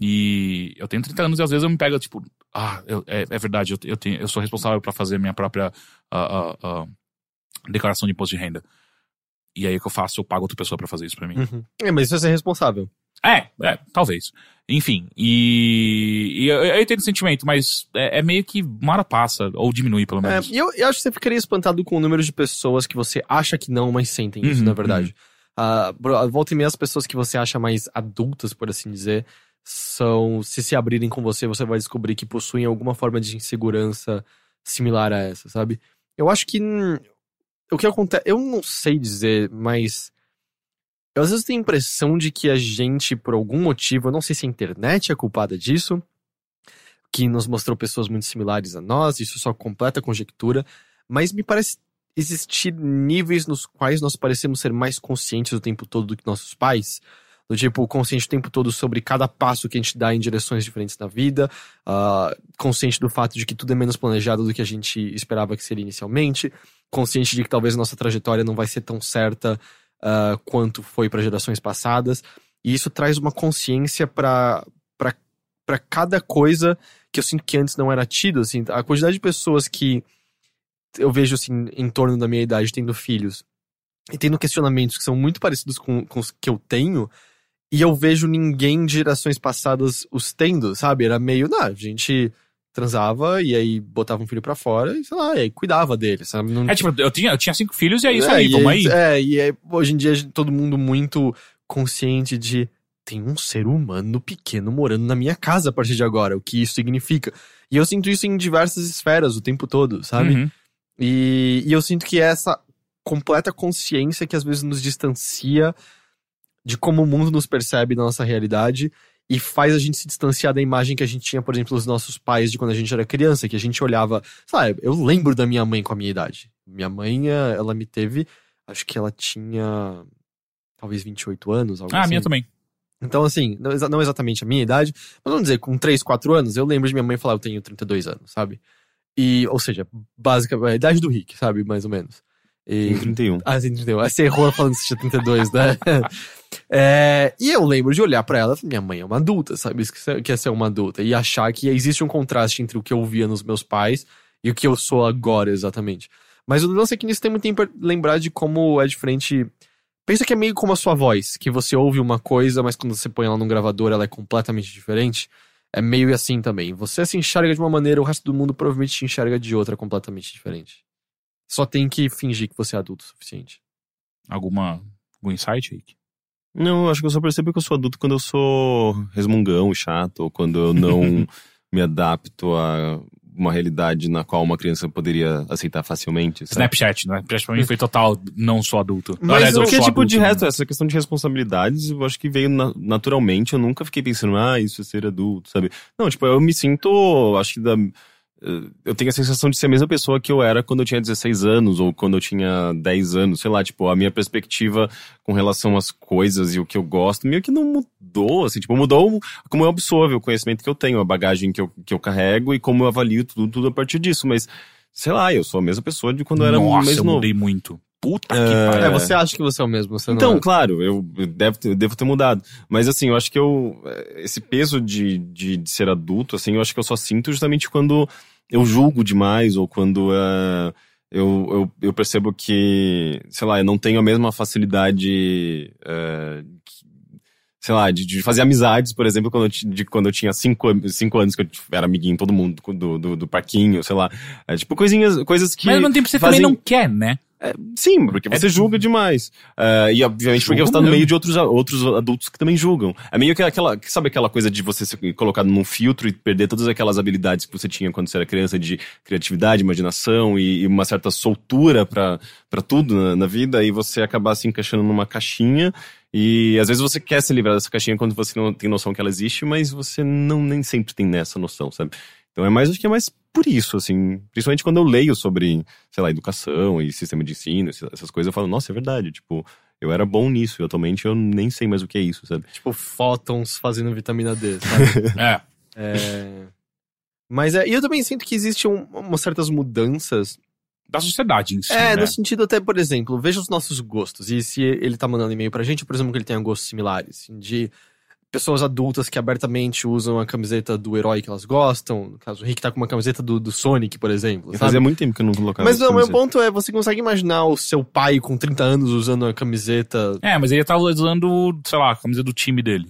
[SPEAKER 1] E eu tenho 30 anos e às vezes eu me pego, tipo, ah, eu- é, é verdade, eu, eu, tenho, eu sou responsável para fazer minha própria a- a- a declaração de imposto de renda. E aí o que eu faço, eu pago outra pessoa pra fazer isso pra mim.
[SPEAKER 2] É, mas isso é ser responsável.
[SPEAKER 1] É, é, talvez. Enfim, e, e eu, eu entendo o sentimento, mas é, é meio que uma hora passa, ou diminui pelo
[SPEAKER 2] É,
[SPEAKER 1] menos.
[SPEAKER 2] e eu, eu acho que você ficaria espantado com o número de pessoas que você acha que não, mas sentem isso,
[SPEAKER 1] Uhum,
[SPEAKER 2] na verdade. Ah, bro, volta e meia, as pessoas que você acha mais adultas, por assim dizer, são. Se se abrirem com você, você vai descobrir que possuem alguma forma de insegurança similar a essa, sabe? Eu acho que. hum, O que acontece. Eu não sei dizer, mas. Eu às vezes tenho a impressão de que a gente, por algum motivo, eu não sei se a internet é culpada disso, que nos mostrou pessoas muito similares a nós, isso só completa conjectura, mas me parece existir níveis nos quais nós parecemos ser mais conscientes o tempo todo do que nossos pais. Do tipo, consciente o tempo todo sobre cada passo que a gente dá em direções diferentes na vida, ah, consciente do fato de que tudo é menos planejado do que a gente esperava que seria inicialmente, consciente de que talvez a nossa trajetória não vai ser tão certa ah, quanto foi para gerações passadas. E isso traz uma consciência para cada coisa que eu sinto que antes não era tido, assim, a quantidade de pessoas que eu vejo, assim, em torno da minha idade tendo filhos e tendo questionamentos que são muito parecidos com, com os que eu tenho, e eu vejo ninguém de gerações passadas os tendo, sabe? Era meio, não, a gente transava e aí botava um filho pra fora e, sei lá, e aí cuidava dele, sabe? Não
[SPEAKER 1] É, tipo, eu tinha, eu tinha cinco filhos e é isso
[SPEAKER 2] hum. é,
[SPEAKER 1] aí,
[SPEAKER 2] e
[SPEAKER 1] vamos
[SPEAKER 2] aí-
[SPEAKER 1] aí.
[SPEAKER 2] É, e aí, hoje em dia gente- todo mundo muito consciente de tem um ser humano pequeno morando na minha casa a partir de agora, o que isso significa. E eu sinto isso em diversas esferas o tempo todo, é, sabe?
[SPEAKER 1] Uhum.
[SPEAKER 2] E, e eu sinto que é essa completa consciência que às vezes nos distancia de como o mundo nos percebe da nossa realidade e faz a gente se distanciar da imagem que a gente tinha, por exemplo, dos nossos pais de quando a gente era criança, que a gente olhava, sabe, eu lembro da minha mãe com a minha idade. Minha mãe, eh, ela me teve, acho que ela tinha talvez 28 anos, algo
[SPEAKER 1] Ah, a
[SPEAKER 2] assim.
[SPEAKER 1] minha também.
[SPEAKER 2] Então, assim, não, exa- não exatamente a minha idade, mas vamos dizer, com 3, 4 anos, eu lembro de minha mãe falar, eu tenho 32 anos, sabe? E, ou seja, basicamente, a idade do Rick, sabe? Mais ou menos. E,
[SPEAKER 3] Em 31.
[SPEAKER 2] ah, você entendeu? Aí você errou falando que você tinha 32, né? É, e eu lembro de olhar pra ela e falar, minha mãe é uma adulta, sabe? Isso que é- que é ser uma adulta. E achar que existe um contraste entre o que eu via nos meus pais e o que eu sou agora, exatamente. Mas o lance é que nisso tem muito tempo pra lembrar de como é diferente. Pensa que é meio como a sua voz, que você ouve uma coisa, mas quando você põe ela num gravador ela é completamente diferente. É meio assim também. Você se enxerga de uma maneira, o resto do mundo provavelmente te enxerga de outra completamente diferente. Só tem que fingir que você é adulto o suficiente.
[SPEAKER 1] Alguma, algum insight aí?
[SPEAKER 3] Não, eu acho que eu só percebo que eu sou adulto quando eu sou resmungão e chato, ou quando eu não me adapto a uma realidade na qual uma criança poderia aceitar facilmente. Sabe?
[SPEAKER 1] Snapchat, né? Snapchat pra mim foi total, não sou adulto.
[SPEAKER 3] Mas
[SPEAKER 1] eu
[SPEAKER 3] porque,
[SPEAKER 1] sou
[SPEAKER 3] tipo, de
[SPEAKER 1] adulto, né?
[SPEAKER 3] resto, essa questão de responsabilidades, eu acho que veio na- naturalmente. Eu nunca fiquei pensando, ah, isso é ser adulto, sabe? Não, tipo, eu me sinto, acho que da. eh, Eu tenho a sensação de ser a mesma pessoa que eu era quando eu tinha 16 anos, ou quando eu tinha 10 anos, sei lá, tipo, a minha perspectiva com relação às coisas e o que eu gosto, meio que não mudou, assim, tipo, mudou como eu absorvo o conhecimento que eu tenho, a bagagem que eu, que eu carrego e como eu avalio tudo, tudo a partir disso, mas, sei lá, eu sou a mesma pessoa de quando eu era
[SPEAKER 1] Nossa,
[SPEAKER 3] mais
[SPEAKER 1] eu
[SPEAKER 3] novo.
[SPEAKER 1] mudei muito. Puta que
[SPEAKER 3] É.
[SPEAKER 2] É,
[SPEAKER 1] pariu.
[SPEAKER 2] você acha que você é o mesmo, você
[SPEAKER 3] Então,
[SPEAKER 1] né?
[SPEAKER 2] não é.
[SPEAKER 3] claro, eu devo ter, devo ter mudado. Mas assim, eu acho que eu. eh, Esse peso de, de, de ser adulto, assim, eu acho que eu só sinto justamente quando eu julgo demais ou quando eh, eu, eu, eu percebo que, sei lá, eu não tenho a mesma facilidade eh, que- sei lá, de, de fazer amizades, por exemplo, quando eu, ti- de quando eu tinha cinco, an- cinco anos, que eu era amiguinho em todo mundo, do, do, do parquinho, sei lá. É, tipo, coisinhas, coisas que.
[SPEAKER 1] Mas ao mesmo tempo você
[SPEAKER 3] fazem-
[SPEAKER 1] também não quer, né?
[SPEAKER 3] Sim, porque você julga demais. É, e obviamente porque
[SPEAKER 1] É Julga
[SPEAKER 3] você tá no
[SPEAKER 1] mesmo.
[SPEAKER 3] meio de outros, a- outros adultos que também julgam. É meio que aquela. que Sabe aquela coisa de você ser colocado num filtro e perder todas aquelas habilidades que você tinha quando você era criança de criatividade, imaginação e, e uma certa soltura pra pra tudo na, na vida e você acabar se encaixando numa caixinha. E às vezes você quer se livrar dessa caixinha quando você não tem noção que ela existe, mas você não nem sempre tem nessa noção, sabe? Então é mais acho que é mais por isso, assim, principalmente quando eu leio sobre, sei lá, educação e sistema de ensino, esses- essas coisas, eu falo, nossa, é verdade, tipo, eu era bom nisso, e atualmente eu nem sei mais o que é isso, sabe?
[SPEAKER 2] Tipo, fótons fazendo vitamina D, sabe?
[SPEAKER 1] É.
[SPEAKER 2] É. Mas é, e eu também sinto que existem um- umas certas mudanças.
[SPEAKER 1] Da sociedade em si.
[SPEAKER 2] É,
[SPEAKER 1] né?
[SPEAKER 2] no sentido até, por exemplo, veja os nossos gostos. E se ele tá mandando e-mail pra gente, por exemplo, que ele tenha gostos similares. assim, De pessoas adultas que abertamente usam a camiseta do herói que elas gostam. No caso, o Rick tá com uma camiseta do, do Sonic, por exemplo.
[SPEAKER 3] E
[SPEAKER 2] sabe?
[SPEAKER 3] fazia muito tempo que eu não colocava
[SPEAKER 2] Mas o meu
[SPEAKER 3] camiseta.
[SPEAKER 2] ponto é, você consegue imaginar o seu pai com 30 anos usando a camiseta
[SPEAKER 1] É, mas ele tava usando, sei lá, a camisa do time dele.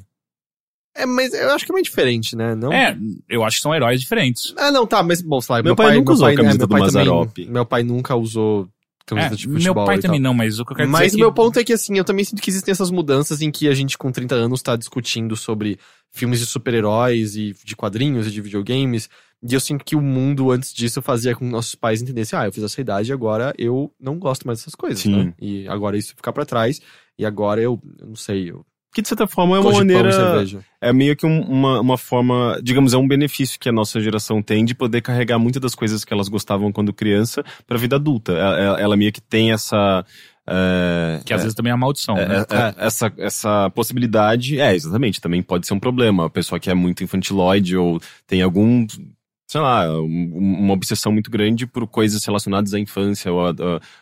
[SPEAKER 2] É, mas eu acho que é meio diferente, né? Não...
[SPEAKER 1] É, eu acho que são heróis diferentes.
[SPEAKER 2] Ah, não, tá, mas bom, sei lá, meu,
[SPEAKER 3] pai nunca usou a
[SPEAKER 2] né,
[SPEAKER 3] camiseta
[SPEAKER 2] meu
[SPEAKER 3] do
[SPEAKER 2] pai também-
[SPEAKER 3] Mazaropi.
[SPEAKER 2] Meu pai nunca usou camiseta
[SPEAKER 1] É,
[SPEAKER 2] de futebol.
[SPEAKER 1] meu pai
[SPEAKER 2] e tal.
[SPEAKER 1] também não, mas o que eu quero
[SPEAKER 2] Mas
[SPEAKER 1] dizer
[SPEAKER 2] o
[SPEAKER 1] é
[SPEAKER 2] meu
[SPEAKER 1] que-
[SPEAKER 2] ponto é que, assim, eu também sinto que existem essas mudanças em que a gente, com 30 anos, tá discutindo sobre filmes de super-heróis e de quadrinhos e de videogames. E eu sinto que o mundo, antes disso, fazia com que nossos pais entendessem: ah, eu fiz essa idade e agora eu não gosto mais dessas coisas,
[SPEAKER 3] Sim.
[SPEAKER 2] né? E agora isso ficar pra trás. E agora eu, eu não sei, eu.
[SPEAKER 3] Que de certa forma é uma
[SPEAKER 2] gosto de pão e
[SPEAKER 3] maneira.
[SPEAKER 2] cerveja.
[SPEAKER 3] É meio que um- uma, uma forma, digamos, é um benefício que a nossa geração tem de poder carregar muitas das coisas que elas gostavam quando criança pra vida adulta. Ela, ela- ela meio que tem essa. é,
[SPEAKER 1] Que às vezes também é uma maldição,
[SPEAKER 3] é,
[SPEAKER 1] né?
[SPEAKER 3] é, é, essa, essa possibilidade, é, exatamente, também pode ser um problema. A pessoa que é muito infantiloide ou tem algum, sei lá, um- uma obsessão muito grande por coisas relacionadas à infância ou à, à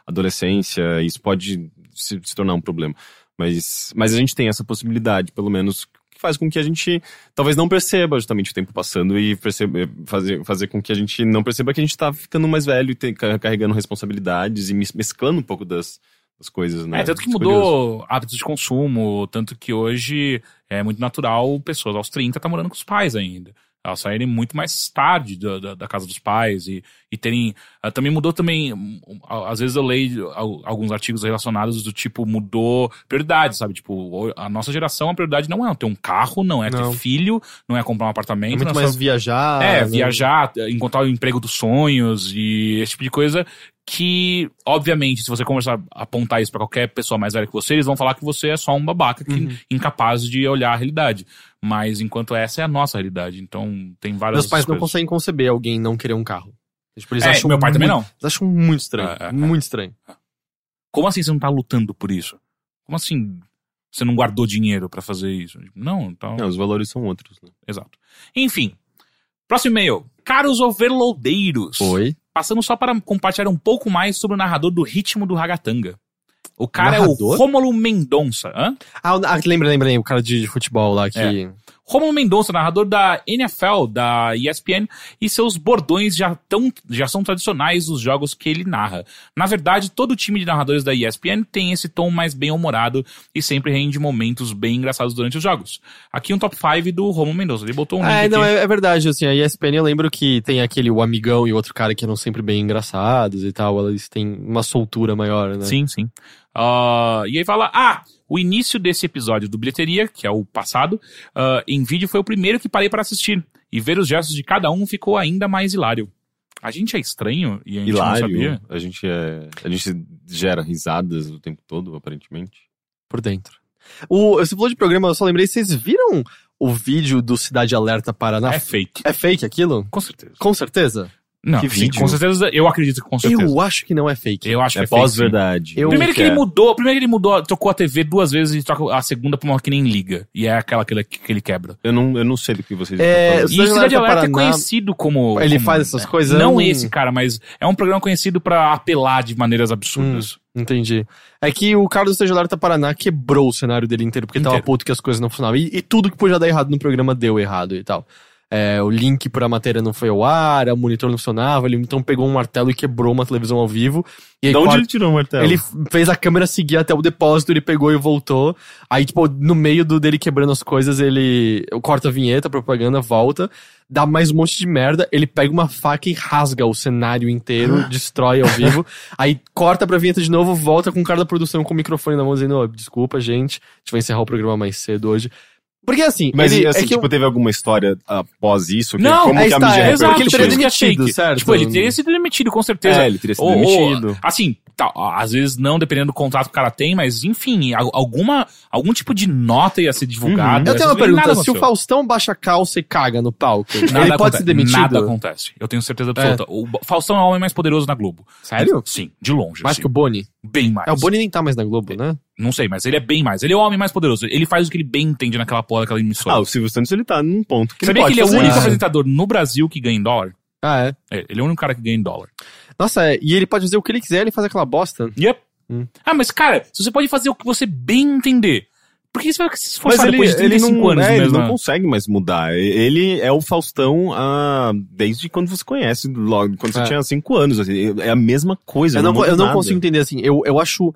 [SPEAKER 3] adolescência, isso pode se, se tornar um problema. Mas, mas a gente tem essa possibilidade, pelo menos, que faz com que a gente talvez não perceba justamente o tempo passando e perceba, fazer, fazer com que a gente não perceba que a gente tá ficando mais velho e tem- ca- carregando responsabilidades e mes- mesclando um pouco das, das coisas, né?
[SPEAKER 1] É, tanto que
[SPEAKER 3] Isso é curioso.
[SPEAKER 1] mudou hábitos de consumo, tanto que hoje é muito natural pessoas aos 30 tá morando com os pais ainda. Elas saírem muito mais tarde da, da- da casa dos pais e, e terem. ah, Também mudou também. hum, a- Às vezes eu leio al- alguns artigos relacionados do tipo, mudou prioridade, sabe? Tipo, o- a nossa geração, a prioridade não é ter um carro, não é
[SPEAKER 2] Não.
[SPEAKER 1] ter filho, não é comprar um apartamento.
[SPEAKER 2] É muito
[SPEAKER 1] não
[SPEAKER 2] mais
[SPEAKER 1] só-
[SPEAKER 2] viajar.
[SPEAKER 1] é,
[SPEAKER 2] né?
[SPEAKER 1] viajar, encontrar o emprego dos sonhos e esse tipo de coisa. Que, obviamente, se você conversar, apontar isso pra qualquer pessoa mais velha que você, eles vão falar que você é só um babaca que,
[SPEAKER 2] Uhum.
[SPEAKER 1] incapaz de olhar a realidade. Mas enquanto essa é a nossa realidade. Então tem várias.
[SPEAKER 2] Meus pais não
[SPEAKER 1] coisas.
[SPEAKER 2] conseguem conceber alguém não querer um carro. Tipo, eles
[SPEAKER 1] É,
[SPEAKER 2] acham
[SPEAKER 1] meu pai também
[SPEAKER 2] muito-
[SPEAKER 1] não.
[SPEAKER 2] Eles acham muito estranho.
[SPEAKER 1] É, é, é.
[SPEAKER 2] muito estranho.
[SPEAKER 1] Como assim você não tá lutando por isso? Como assim você não guardou dinheiro pra fazer isso? Não, então.
[SPEAKER 3] Não, É, os valores são outros, né?
[SPEAKER 1] Exato. Enfim. Próximo e-mail. Caros overloadeiros.
[SPEAKER 2] Oi.
[SPEAKER 1] passando só para compartilhar um pouco mais sobre o narrador do ritmo do ragatanga. O cara é
[SPEAKER 2] Narrador?
[SPEAKER 1] o Rômulo Mendonça. Hã?
[SPEAKER 2] Ah, o- ah, lembra, lembra, lembra, o cara de, de futebol lá que.
[SPEAKER 1] É. Rômulo Mendonça, narrador da NFL, da ESPN, e seus bordões já, tão, já são tradicionais dos jogos que ele narra. Na verdade, todo time de narradores da ESPN tem esse tom mais bem-humorado e sempre rende momentos bem engraçados durante os jogos. Aqui um top 5 do Rômulo Mendonça. Ele botou um link
[SPEAKER 2] Ah, é, não,
[SPEAKER 1] aqui.
[SPEAKER 2] é, é verdade, assim, a ESPN eu lembro que tem aquele o amigão e outro cara que eram sempre bem engraçados e tal, eles têm uma soltura maior, né?
[SPEAKER 1] Sim, sim. Ah, e aí fala: Ah, o início desse episódio do Bilheteria, que é o passado, ah, em vídeo foi o primeiro que parei para assistir. E ver os gestos de cada um ficou ainda mais hilário. A gente é estranho e a gente não
[SPEAKER 3] Hilário.
[SPEAKER 1] sabia.
[SPEAKER 3] A gente, é, a gente gera risadas o tempo todo, aparentemente.
[SPEAKER 2] Por dentro. O, você falou de programa, eu só lembrei, vocês viram o vídeo do Cidade Alerta Paraná?
[SPEAKER 1] É fake.
[SPEAKER 2] É fake aquilo?
[SPEAKER 1] Com certeza.
[SPEAKER 2] Com certeza?
[SPEAKER 1] Não,
[SPEAKER 3] Que
[SPEAKER 1] sim,
[SPEAKER 3] vídeo?
[SPEAKER 1] com certeza. Eu acredito que com certeza.
[SPEAKER 2] Eu acho que não é fake.
[SPEAKER 1] Eu, acho que
[SPEAKER 3] é
[SPEAKER 1] é fake. sim.
[SPEAKER 3] pós-verdade.
[SPEAKER 2] Eu-
[SPEAKER 1] Primeiro que
[SPEAKER 3] é.
[SPEAKER 1] ele mudou, primeiro que ele mudou, trocou a TV duas vezes e troca a segunda pra uma que nem liga. E é aquela que ele, que ele quebra.
[SPEAKER 3] Eu não, eu não sei do que vocês
[SPEAKER 2] É,
[SPEAKER 3] estão
[SPEAKER 1] E
[SPEAKER 3] falando.
[SPEAKER 2] Cidade
[SPEAKER 1] Cidade, Cidade
[SPEAKER 2] Alerta
[SPEAKER 1] Alerta é
[SPEAKER 2] Paraná.
[SPEAKER 1] conhecido como.
[SPEAKER 2] Ele
[SPEAKER 1] como-
[SPEAKER 2] faz essas
[SPEAKER 1] é.
[SPEAKER 2] coisas?
[SPEAKER 1] Não
[SPEAKER 2] Hum.
[SPEAKER 1] esse, cara, mas é um programa conhecido pra apelar de maneiras absurdas.
[SPEAKER 2] Hum. Entendi. É que o Carlos Tejolar tá Paraná quebrou o cenário dele inteiro, porque ele tava
[SPEAKER 1] Inteiro.
[SPEAKER 2] puto que as coisas não funcionavam. E, e tudo que podia dar errado no programa deu errado e tal. é, o link pra matéria não foi ao ar, o monitor não funcionava, ele então pegou um martelo e quebrou uma televisão ao vivo. E aí,
[SPEAKER 3] De onde
[SPEAKER 2] quar-
[SPEAKER 3] ele tirou o martelo?
[SPEAKER 2] ele f- fez a câmera seguir até o depósito, ele pegou e voltou. Aí, tipo, no meio do dele quebrando as coisas, ele corta a vinheta, a propaganda, volta, dá mais um monte de merda, ele pega uma faca e rasga o cenário inteiro, destrói ao vivo. Aí corta pra vinheta de novo, volta com o cara da produção com o microfone na mão, dizendo: "Ô, desculpa, gente, a gente vai encerrar o programa mais cedo hoje. Porque assim,
[SPEAKER 3] Mas
[SPEAKER 2] ele,
[SPEAKER 3] assim,
[SPEAKER 2] é que
[SPEAKER 3] tipo,
[SPEAKER 2] eu-
[SPEAKER 3] teve alguma história ah, após isso? Que,
[SPEAKER 1] Não,
[SPEAKER 3] como
[SPEAKER 2] aí
[SPEAKER 3] que a
[SPEAKER 2] está,
[SPEAKER 3] mídia
[SPEAKER 2] é, exato,
[SPEAKER 1] Porque
[SPEAKER 3] repercutiu
[SPEAKER 1] ele
[SPEAKER 2] porque
[SPEAKER 1] teria
[SPEAKER 2] ele
[SPEAKER 3] isso?
[SPEAKER 2] teria
[SPEAKER 1] demitido,
[SPEAKER 2] demitido, certo?
[SPEAKER 1] Tipo, ele teria sido demitido, com certeza.
[SPEAKER 3] É, ele teria sido
[SPEAKER 1] Ou- ou,
[SPEAKER 3] demitido.
[SPEAKER 1] assim, tá, às vezes não, dependendo do contrato que o cara tem, mas enfim, al- alguma, algum tipo de nota ia ser divulgada.
[SPEAKER 2] Uhum. Eu tenho uma
[SPEAKER 1] Essas coisas, nada
[SPEAKER 2] pergunta, se o
[SPEAKER 1] aconteceu.
[SPEAKER 2] Faustão baixa a calça e caga no palco, ele
[SPEAKER 1] Nada
[SPEAKER 2] pode
[SPEAKER 1] acontece,
[SPEAKER 2] ser demitido?
[SPEAKER 1] Nada acontece. Eu tenho certeza absoluta. O Ba- Faustão é o homem mais poderoso na Globo.
[SPEAKER 2] Sério?
[SPEAKER 1] Sim, de longe.
[SPEAKER 2] Mais
[SPEAKER 1] assim.
[SPEAKER 2] que o Boni.
[SPEAKER 1] Bem mais.
[SPEAKER 2] É, o Boni nem tá mais na Globo, né?
[SPEAKER 1] Não sei, mas ele é bem mais. Ele é o homem mais poderoso. Ele faz o que ele bem entende naquela porra daquela emissora.
[SPEAKER 3] Ah, o né? Silvio Santos, ele tá num ponto que
[SPEAKER 1] Sabia
[SPEAKER 3] ele
[SPEAKER 1] que ele
[SPEAKER 3] pode
[SPEAKER 1] é o
[SPEAKER 3] fazer
[SPEAKER 1] único
[SPEAKER 3] isso.
[SPEAKER 1] apresentador no Brasil que ganha em dólar?
[SPEAKER 2] Ah, é.
[SPEAKER 1] É, ele é o único cara que ganha em dólar.
[SPEAKER 2] Nossa, é, e ele pode fazer o que ele quiser, ele faz aquela bosta.
[SPEAKER 1] Yep.
[SPEAKER 2] Hum.
[SPEAKER 1] Ah, mas cara, se você pode fazer o que você bem entender, por que você vai se
[SPEAKER 3] Mas
[SPEAKER 1] esforçar
[SPEAKER 3] ele,
[SPEAKER 1] depois de
[SPEAKER 3] ele
[SPEAKER 1] 35
[SPEAKER 3] não,
[SPEAKER 1] anos
[SPEAKER 3] é, ele
[SPEAKER 1] mesmo? né?
[SPEAKER 3] não consegue mais mudar. E- Ele é o Faustão ah, desde quando você conhece, logo quando você
[SPEAKER 2] É.
[SPEAKER 3] tinha 5 anos. assim, é a mesma coisa.
[SPEAKER 2] Eu não,
[SPEAKER 3] muda
[SPEAKER 2] eu não
[SPEAKER 3] nada.
[SPEAKER 2] consigo entender, assim, eu, eu acho...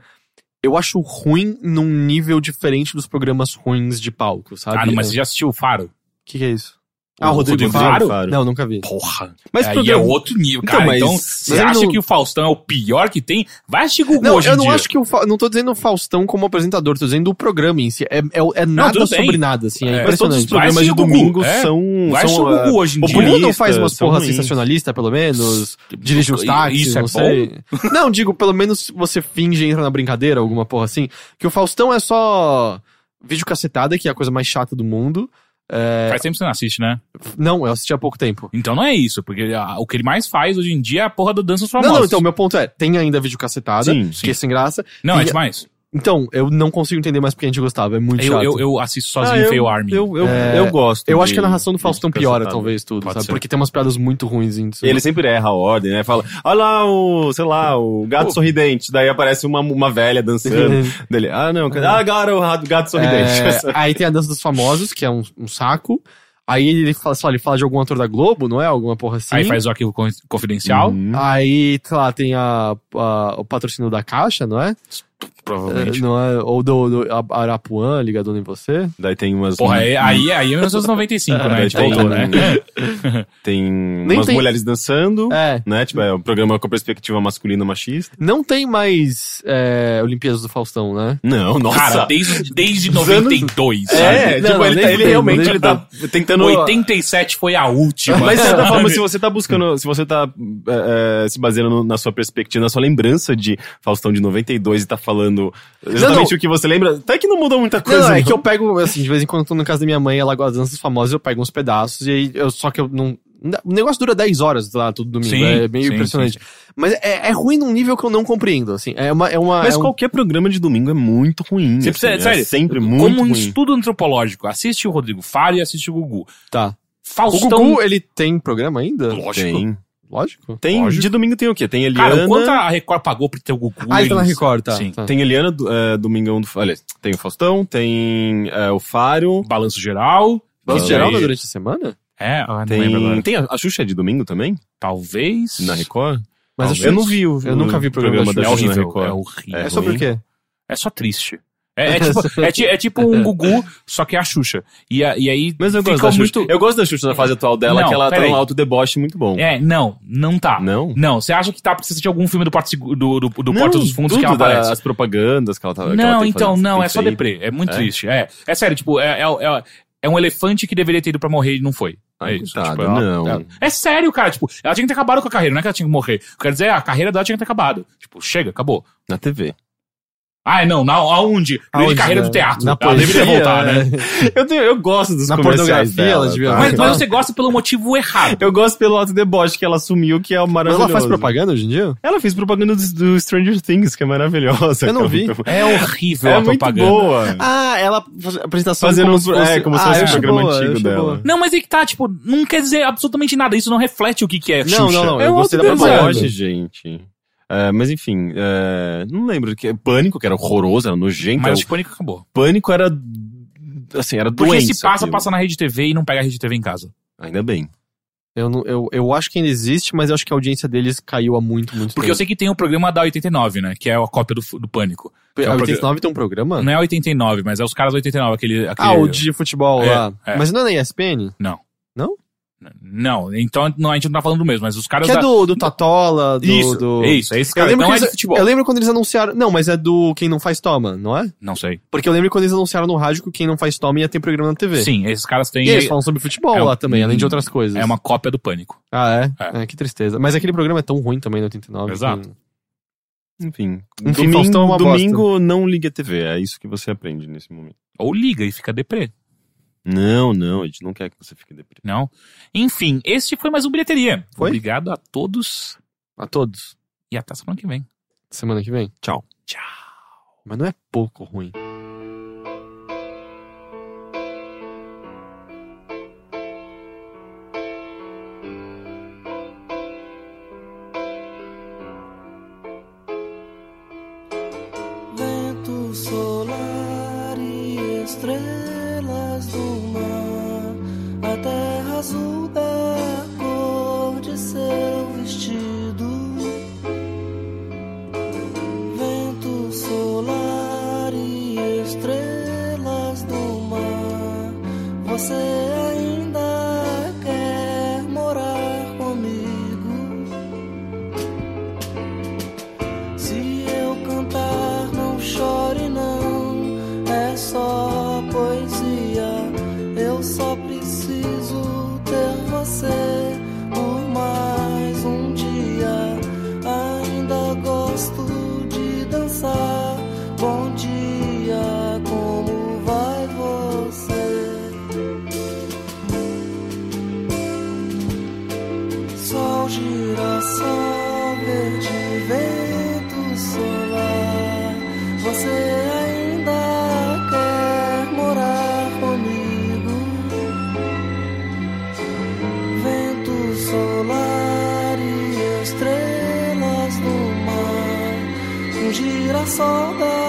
[SPEAKER 2] Eu acho ruim num nível diferente dos programas ruins de palco, sabe?
[SPEAKER 1] Ah, não, mas
[SPEAKER 2] O
[SPEAKER 1] você já assistiu o Faro?
[SPEAKER 2] que, que é isso? Ah, o
[SPEAKER 1] Rodrigo
[SPEAKER 2] Rodrigo,
[SPEAKER 1] Faro?
[SPEAKER 2] Faro? Não, nunca vi.
[SPEAKER 1] Porra.
[SPEAKER 3] Mas
[SPEAKER 1] Aí é
[SPEAKER 3] programa-
[SPEAKER 1] outro nível,
[SPEAKER 3] Então,
[SPEAKER 1] cara.
[SPEAKER 3] mas-
[SPEAKER 1] Então,
[SPEAKER 3] mas
[SPEAKER 1] você
[SPEAKER 2] ele
[SPEAKER 1] acha
[SPEAKER 2] não-
[SPEAKER 1] que o Faustão é o pior que tem? Vai assistir Google
[SPEAKER 2] Não,
[SPEAKER 1] hoje
[SPEAKER 2] eu
[SPEAKER 1] em
[SPEAKER 2] não
[SPEAKER 1] dia.
[SPEAKER 2] acho que o Fa... Não tô dizendo o Faustão como apresentador, tô dizendo o programa em si. É, é, é nada
[SPEAKER 1] tudo bem.
[SPEAKER 2] sobre nada, assim, é,
[SPEAKER 1] É,
[SPEAKER 3] Mas todos os
[SPEAKER 2] impressionante.
[SPEAKER 1] Vai
[SPEAKER 3] programas
[SPEAKER 1] ser
[SPEAKER 3] de
[SPEAKER 1] o Gugu,
[SPEAKER 3] domingo
[SPEAKER 1] é.
[SPEAKER 3] são.
[SPEAKER 1] Vai assistir
[SPEAKER 3] são
[SPEAKER 1] o
[SPEAKER 3] ah,
[SPEAKER 1] Google hoje em
[SPEAKER 3] o
[SPEAKER 2] O
[SPEAKER 1] dia.
[SPEAKER 2] Bruno não faz umas
[SPEAKER 3] São
[SPEAKER 2] porra
[SPEAKER 3] ruins. Tipo,
[SPEAKER 2] sensacionalista, pelo menos? Dirige os
[SPEAKER 1] I-
[SPEAKER 2] táxis,
[SPEAKER 1] isso é
[SPEAKER 2] não sei. Não, digo, pelo menos você finge e entra na brincadeira, alguma porra assim. Que o Faustão é só vídeo cacetada, que é a coisa mais chata do mundo.
[SPEAKER 1] Faz tempo que você não assiste, né?
[SPEAKER 2] Não, eu assisti há pouco tempo.
[SPEAKER 1] Então não é isso, porque ah, o que ele mais faz hoje em dia é a porra do Dança Famosa.
[SPEAKER 2] Não, não, então, meu ponto é, tem ainda vídeo cacetada,
[SPEAKER 3] Sim,
[SPEAKER 2] que é sem graça.
[SPEAKER 1] Não, é
[SPEAKER 2] E-
[SPEAKER 1] demais.
[SPEAKER 2] Então, eu não consigo entender mais porque a gente gostava, é muito
[SPEAKER 1] Eu,
[SPEAKER 2] chato.
[SPEAKER 1] eu, eu assisto sozinho
[SPEAKER 3] Ah, eu-
[SPEAKER 1] Fail Army.
[SPEAKER 3] Eu, eu,
[SPEAKER 2] É,
[SPEAKER 3] eu gosto.
[SPEAKER 2] Eu
[SPEAKER 3] de-
[SPEAKER 2] acho que a narração do
[SPEAKER 3] de
[SPEAKER 2] Faustão
[SPEAKER 3] cacetada.
[SPEAKER 2] piora, talvez, tudo,
[SPEAKER 3] Pode
[SPEAKER 2] sabe?
[SPEAKER 3] ser.
[SPEAKER 2] Porque tem umas piadas muito ruins em
[SPEAKER 3] Ele sempre erra a ordem, né? Fala, olha lá o, sei lá, o gato sorridente. Daí aparece uma, uma velha dançando. Dele, ah, não, cara. ah, agora o rato- gato
[SPEAKER 2] É,
[SPEAKER 3] sorridente.
[SPEAKER 2] aí tem a dança dos famosos, que é um, um saco. Aí ele fala, sei lá, ele fala de algum ator da Globo, não é? Alguma porra assim.
[SPEAKER 1] Aí faz o arquivo con- confidencial.
[SPEAKER 2] um.
[SPEAKER 3] Uhum.
[SPEAKER 2] Aí, sei lá, tem a, a- o patrocínio da Caixa, não é?
[SPEAKER 1] Provavelmente.
[SPEAKER 2] É, não é? Ou do, do a- Arapuã, ligadona em você.
[SPEAKER 3] Daí tem umas.
[SPEAKER 1] Porra, aí, aí, aí é 1995, né? A
[SPEAKER 3] daí
[SPEAKER 1] gente
[SPEAKER 3] tem,
[SPEAKER 1] voltou, né?
[SPEAKER 3] tem
[SPEAKER 2] Nem
[SPEAKER 3] umas
[SPEAKER 2] tem-
[SPEAKER 3] mulheres dançando.
[SPEAKER 2] É,
[SPEAKER 3] Né? Tipo, é um programa com perspectiva masculina machista.
[SPEAKER 2] não tem mais é, Olimpíadas do Faustão, né?
[SPEAKER 3] Não, nossa.
[SPEAKER 1] Cara, desde, desde
[SPEAKER 3] Os
[SPEAKER 1] 92,
[SPEAKER 3] é,
[SPEAKER 1] sabe?
[SPEAKER 2] Não,
[SPEAKER 3] tipo,
[SPEAKER 2] não,
[SPEAKER 3] ele,
[SPEAKER 2] nem
[SPEAKER 3] tá- ele
[SPEAKER 2] tem,
[SPEAKER 3] realmente
[SPEAKER 2] nem
[SPEAKER 3] ele tá tentando.
[SPEAKER 1] 87 foi a última.
[SPEAKER 3] Mas de certa forma,
[SPEAKER 1] sabe?
[SPEAKER 3] se
[SPEAKER 2] assim,
[SPEAKER 3] você tá buscando, se você tá é, é, se baseando no- na sua perspectiva, na sua lembrança de Faustão de 92 e tá falando exatamente
[SPEAKER 2] não.
[SPEAKER 3] o que você lembra, até que não mudou muita
[SPEAKER 2] Não,
[SPEAKER 3] coisa. né?
[SPEAKER 2] não, é
[SPEAKER 3] não.
[SPEAKER 2] que eu pego, assim, de vez em quando eu tô na casa da minha mãe, ela gosta das danças famosas, eu pego uns pedaços, e aí eu, só que eu não. O negócio dura 10 horas lá, todo domingo.
[SPEAKER 1] Sim,
[SPEAKER 2] é meio
[SPEAKER 1] sim,
[SPEAKER 2] impressionante. Mas é, é ruim num nível que eu não compreendo, assim. É uma. É uma
[SPEAKER 3] Mas
[SPEAKER 2] é um-
[SPEAKER 3] qualquer programa de domingo é muito ruim.
[SPEAKER 1] Você
[SPEAKER 3] assim,
[SPEAKER 1] precisa-
[SPEAKER 3] é
[SPEAKER 1] sério,
[SPEAKER 3] sempre muito
[SPEAKER 1] Como um
[SPEAKER 3] ruim.
[SPEAKER 1] estudo antropológico, assiste o Rodrigo Faro e assiste o Gugu.
[SPEAKER 2] Tá. O
[SPEAKER 1] Faustão.
[SPEAKER 2] Gugu, ele tem programa ainda?
[SPEAKER 1] Lógico.
[SPEAKER 3] Tem.
[SPEAKER 2] Lógico.
[SPEAKER 3] Tem de domingo tem o quê? Tem Eliana.
[SPEAKER 1] Cara, o quanto a Record pagou pra ter o Gugu?
[SPEAKER 2] Ah, ele tá na
[SPEAKER 1] eles-
[SPEAKER 2] Record, tá.
[SPEAKER 1] Sim.
[SPEAKER 2] tá.
[SPEAKER 3] Tem Eliana, do- é, Domingão do. Olha, tem o Faustão, tem é, o Faro.
[SPEAKER 1] Balanço geral.
[SPEAKER 2] Balanço
[SPEAKER 1] E
[SPEAKER 2] geral
[SPEAKER 1] daí-
[SPEAKER 2] né, durante a semana?
[SPEAKER 1] É, ah, não lembro
[SPEAKER 3] Tem,
[SPEAKER 1] agora.
[SPEAKER 3] tem a, a Xuxa é de domingo também?
[SPEAKER 1] Talvez.
[SPEAKER 3] Na Record?
[SPEAKER 2] Mas
[SPEAKER 3] Talvez.
[SPEAKER 2] acho que-
[SPEAKER 3] eu não vi o,
[SPEAKER 2] eu nunca vi programa da
[SPEAKER 1] É
[SPEAKER 2] Xuxa
[SPEAKER 3] na
[SPEAKER 1] horrível.
[SPEAKER 3] Record.
[SPEAKER 1] É horrível.
[SPEAKER 3] É
[SPEAKER 2] É sobre
[SPEAKER 3] ruim.
[SPEAKER 2] o quê?
[SPEAKER 1] É só triste. É, é tipo, é ti- é tipo um Gugu, só que é a Xuxa. E, a- e aí
[SPEAKER 3] Mas eu
[SPEAKER 1] fica
[SPEAKER 3] gosto da Xuxa.
[SPEAKER 1] muito...
[SPEAKER 3] Eu gosto da Xuxa na fase atual dela,
[SPEAKER 1] Não,
[SPEAKER 3] que ela tá
[SPEAKER 1] peraí.
[SPEAKER 3] num alto deboche muito bom.
[SPEAKER 1] É, não, não tá.
[SPEAKER 3] Não?
[SPEAKER 1] Não, você acha que tá precisa de algum filme do, Porto Segu- do, do, do Porta dos Fundos
[SPEAKER 3] tudo
[SPEAKER 1] que ela
[SPEAKER 3] da-
[SPEAKER 1] aparece?
[SPEAKER 3] As propagandas que ela tá. que ela
[SPEAKER 1] Não,
[SPEAKER 3] tem que
[SPEAKER 1] então,
[SPEAKER 3] fazer,
[SPEAKER 1] não,
[SPEAKER 3] tem
[SPEAKER 1] é
[SPEAKER 3] que
[SPEAKER 1] só
[SPEAKER 3] sair.
[SPEAKER 1] deprê. É muito
[SPEAKER 3] É?
[SPEAKER 1] triste. É, é sério, tipo, é, é, é, é um elefante que deveria ter ido pra morrer e não foi. É
[SPEAKER 3] Ai,
[SPEAKER 1] isso.
[SPEAKER 3] coitada,
[SPEAKER 1] tipo, ela-
[SPEAKER 3] ah, não.
[SPEAKER 1] ela- é sério, cara. Tipo, ela tinha que ter acabado com a carreira, não é que ela tinha que morrer. Quer dizer, a carreira dela tinha que ter acabado. Tipo, chega, acabou.
[SPEAKER 3] Na TV.
[SPEAKER 1] Ah, não, na, aonde? Aonde?
[SPEAKER 2] Aonde,
[SPEAKER 1] Carreira
[SPEAKER 2] né?
[SPEAKER 1] do teatro.
[SPEAKER 2] Na
[SPEAKER 1] ela deveria
[SPEAKER 2] poesia, É.
[SPEAKER 1] voltar, né?
[SPEAKER 3] Eu, tenho- eu gosto dos
[SPEAKER 2] Na
[SPEAKER 3] comerciais
[SPEAKER 2] pornografia,
[SPEAKER 3] dela,
[SPEAKER 2] ela devia-
[SPEAKER 3] tá?
[SPEAKER 1] Mas, mas você gosta pelo motivo errado.
[SPEAKER 3] Eu gosto pelo alto deboche que ela assumiu, que é
[SPEAKER 2] Mas
[SPEAKER 3] maravilhoso.
[SPEAKER 2] ela faz propaganda hoje em dia?
[SPEAKER 3] Ela fez propaganda do, do Stranger Things, que é maravilhosa.
[SPEAKER 2] Eu não
[SPEAKER 3] cara.
[SPEAKER 2] vi.
[SPEAKER 1] É horrível
[SPEAKER 3] É
[SPEAKER 1] a
[SPEAKER 3] muito
[SPEAKER 1] propaganda.
[SPEAKER 3] boa.
[SPEAKER 2] Ah, ela faz apresentação
[SPEAKER 3] Fazendo
[SPEAKER 2] como
[SPEAKER 3] um-
[SPEAKER 2] se fosse... Ah,
[SPEAKER 3] é, como se fosse
[SPEAKER 2] eu
[SPEAKER 3] um
[SPEAKER 2] achei
[SPEAKER 3] programa
[SPEAKER 2] boa, eu
[SPEAKER 3] antigo
[SPEAKER 2] achei
[SPEAKER 3] dela.
[SPEAKER 2] boa.
[SPEAKER 1] Não, mas é que tá, tipo, não quer dizer absolutamente nada. Isso não reflete o que, que é Xuxa.
[SPEAKER 2] Não, não, não.
[SPEAKER 3] é
[SPEAKER 2] Eu
[SPEAKER 3] um
[SPEAKER 2] gostei da
[SPEAKER 3] alto deboche,
[SPEAKER 2] propaganda.
[SPEAKER 3] gente. É, mas enfim, é, não lembro. Que, Pânico, que era horroroso, era nojento.
[SPEAKER 1] Mas
[SPEAKER 3] era
[SPEAKER 1] o Pânico acabou.
[SPEAKER 3] Pânico era. Assim, era
[SPEAKER 1] Porque
[SPEAKER 3] doença.
[SPEAKER 1] se passa,
[SPEAKER 3] aquilo.
[SPEAKER 1] passa na Rede TV e não pega a Rede TV em casa.
[SPEAKER 3] Ainda bem.
[SPEAKER 2] Eu, não- eu, eu acho que ainda existe, mas eu acho que a audiência deles caiu há muito, muito
[SPEAKER 1] Porque eu
[SPEAKER 2] tempo.
[SPEAKER 1] sei que tem o programa da 89, né? Que é a cópia do, do Pânico. que é
[SPEAKER 2] a
[SPEAKER 1] o
[SPEAKER 2] 89 tem um programa?
[SPEAKER 1] programa- Não é 89, mas é os caras 89, aquele. aquele...
[SPEAKER 2] Ah, o de futebol
[SPEAKER 1] É,
[SPEAKER 2] lá.
[SPEAKER 1] é.
[SPEAKER 2] Mas não é na ESPN?
[SPEAKER 1] Não, então não, a gente não tá falando do mesmo, mas os caras.
[SPEAKER 2] Que é
[SPEAKER 1] da-
[SPEAKER 2] do, do Tatola, do...
[SPEAKER 1] Isso,
[SPEAKER 2] do...
[SPEAKER 1] isso, é esse
[SPEAKER 2] Eu
[SPEAKER 1] cara.
[SPEAKER 2] lembro,
[SPEAKER 1] Não
[SPEAKER 2] que
[SPEAKER 1] é de
[SPEAKER 2] eles-
[SPEAKER 1] futebol.
[SPEAKER 2] eu lembro quando eles anunciaram. Não, mas é do Quem Não Faz Toma, não é?
[SPEAKER 1] Não sei.
[SPEAKER 2] Porque eu lembro quando eles anunciaram no rádio que o Quem Não Faz Toma ia ter programa na TV.
[SPEAKER 1] Sim, esses caras têm.
[SPEAKER 2] E eles falam sobre futebol
[SPEAKER 1] É um-
[SPEAKER 2] lá também, além de outras coisas.
[SPEAKER 1] É uma cópia do Pânico.
[SPEAKER 2] Ah, é?
[SPEAKER 1] É.
[SPEAKER 2] Ah, que tristeza. Mas aquele programa é tão ruim também, no 89.
[SPEAKER 1] Exato.
[SPEAKER 2] que-
[SPEAKER 3] Enfim.
[SPEAKER 2] Do
[SPEAKER 3] domingo,
[SPEAKER 2] Faustão é uma
[SPEAKER 3] domingo não ligue a TV. É isso que você aprende nesse momento.
[SPEAKER 1] Ou liga e fica deprê.
[SPEAKER 3] Não, não. A gente não quer que você fique deprimido.
[SPEAKER 1] Não? Enfim, esse foi mais um Bilheteria.
[SPEAKER 2] Foi?
[SPEAKER 1] Obrigado a todos
[SPEAKER 2] A todos.
[SPEAKER 1] e até semana que vem.
[SPEAKER 2] Semana que vem.
[SPEAKER 3] Tchau.
[SPEAKER 2] Mas não é pouco ruim.
[SPEAKER 4] vento solar e estrelas do mar, a terra azul da cor de seu vestido. Vento solar e estrelas do mar, você ainda quer morar comigo? Se eu cantar, não chore, não. É só poesia. Eu só preciso ter você por mais um dia. Ainda gosto de dançar. Bom dia, como vai você? Sol, girassol, verde, vento solar. Você ainda quer morar comigo? Vento solar e estrelas do mar. Um girassol da É é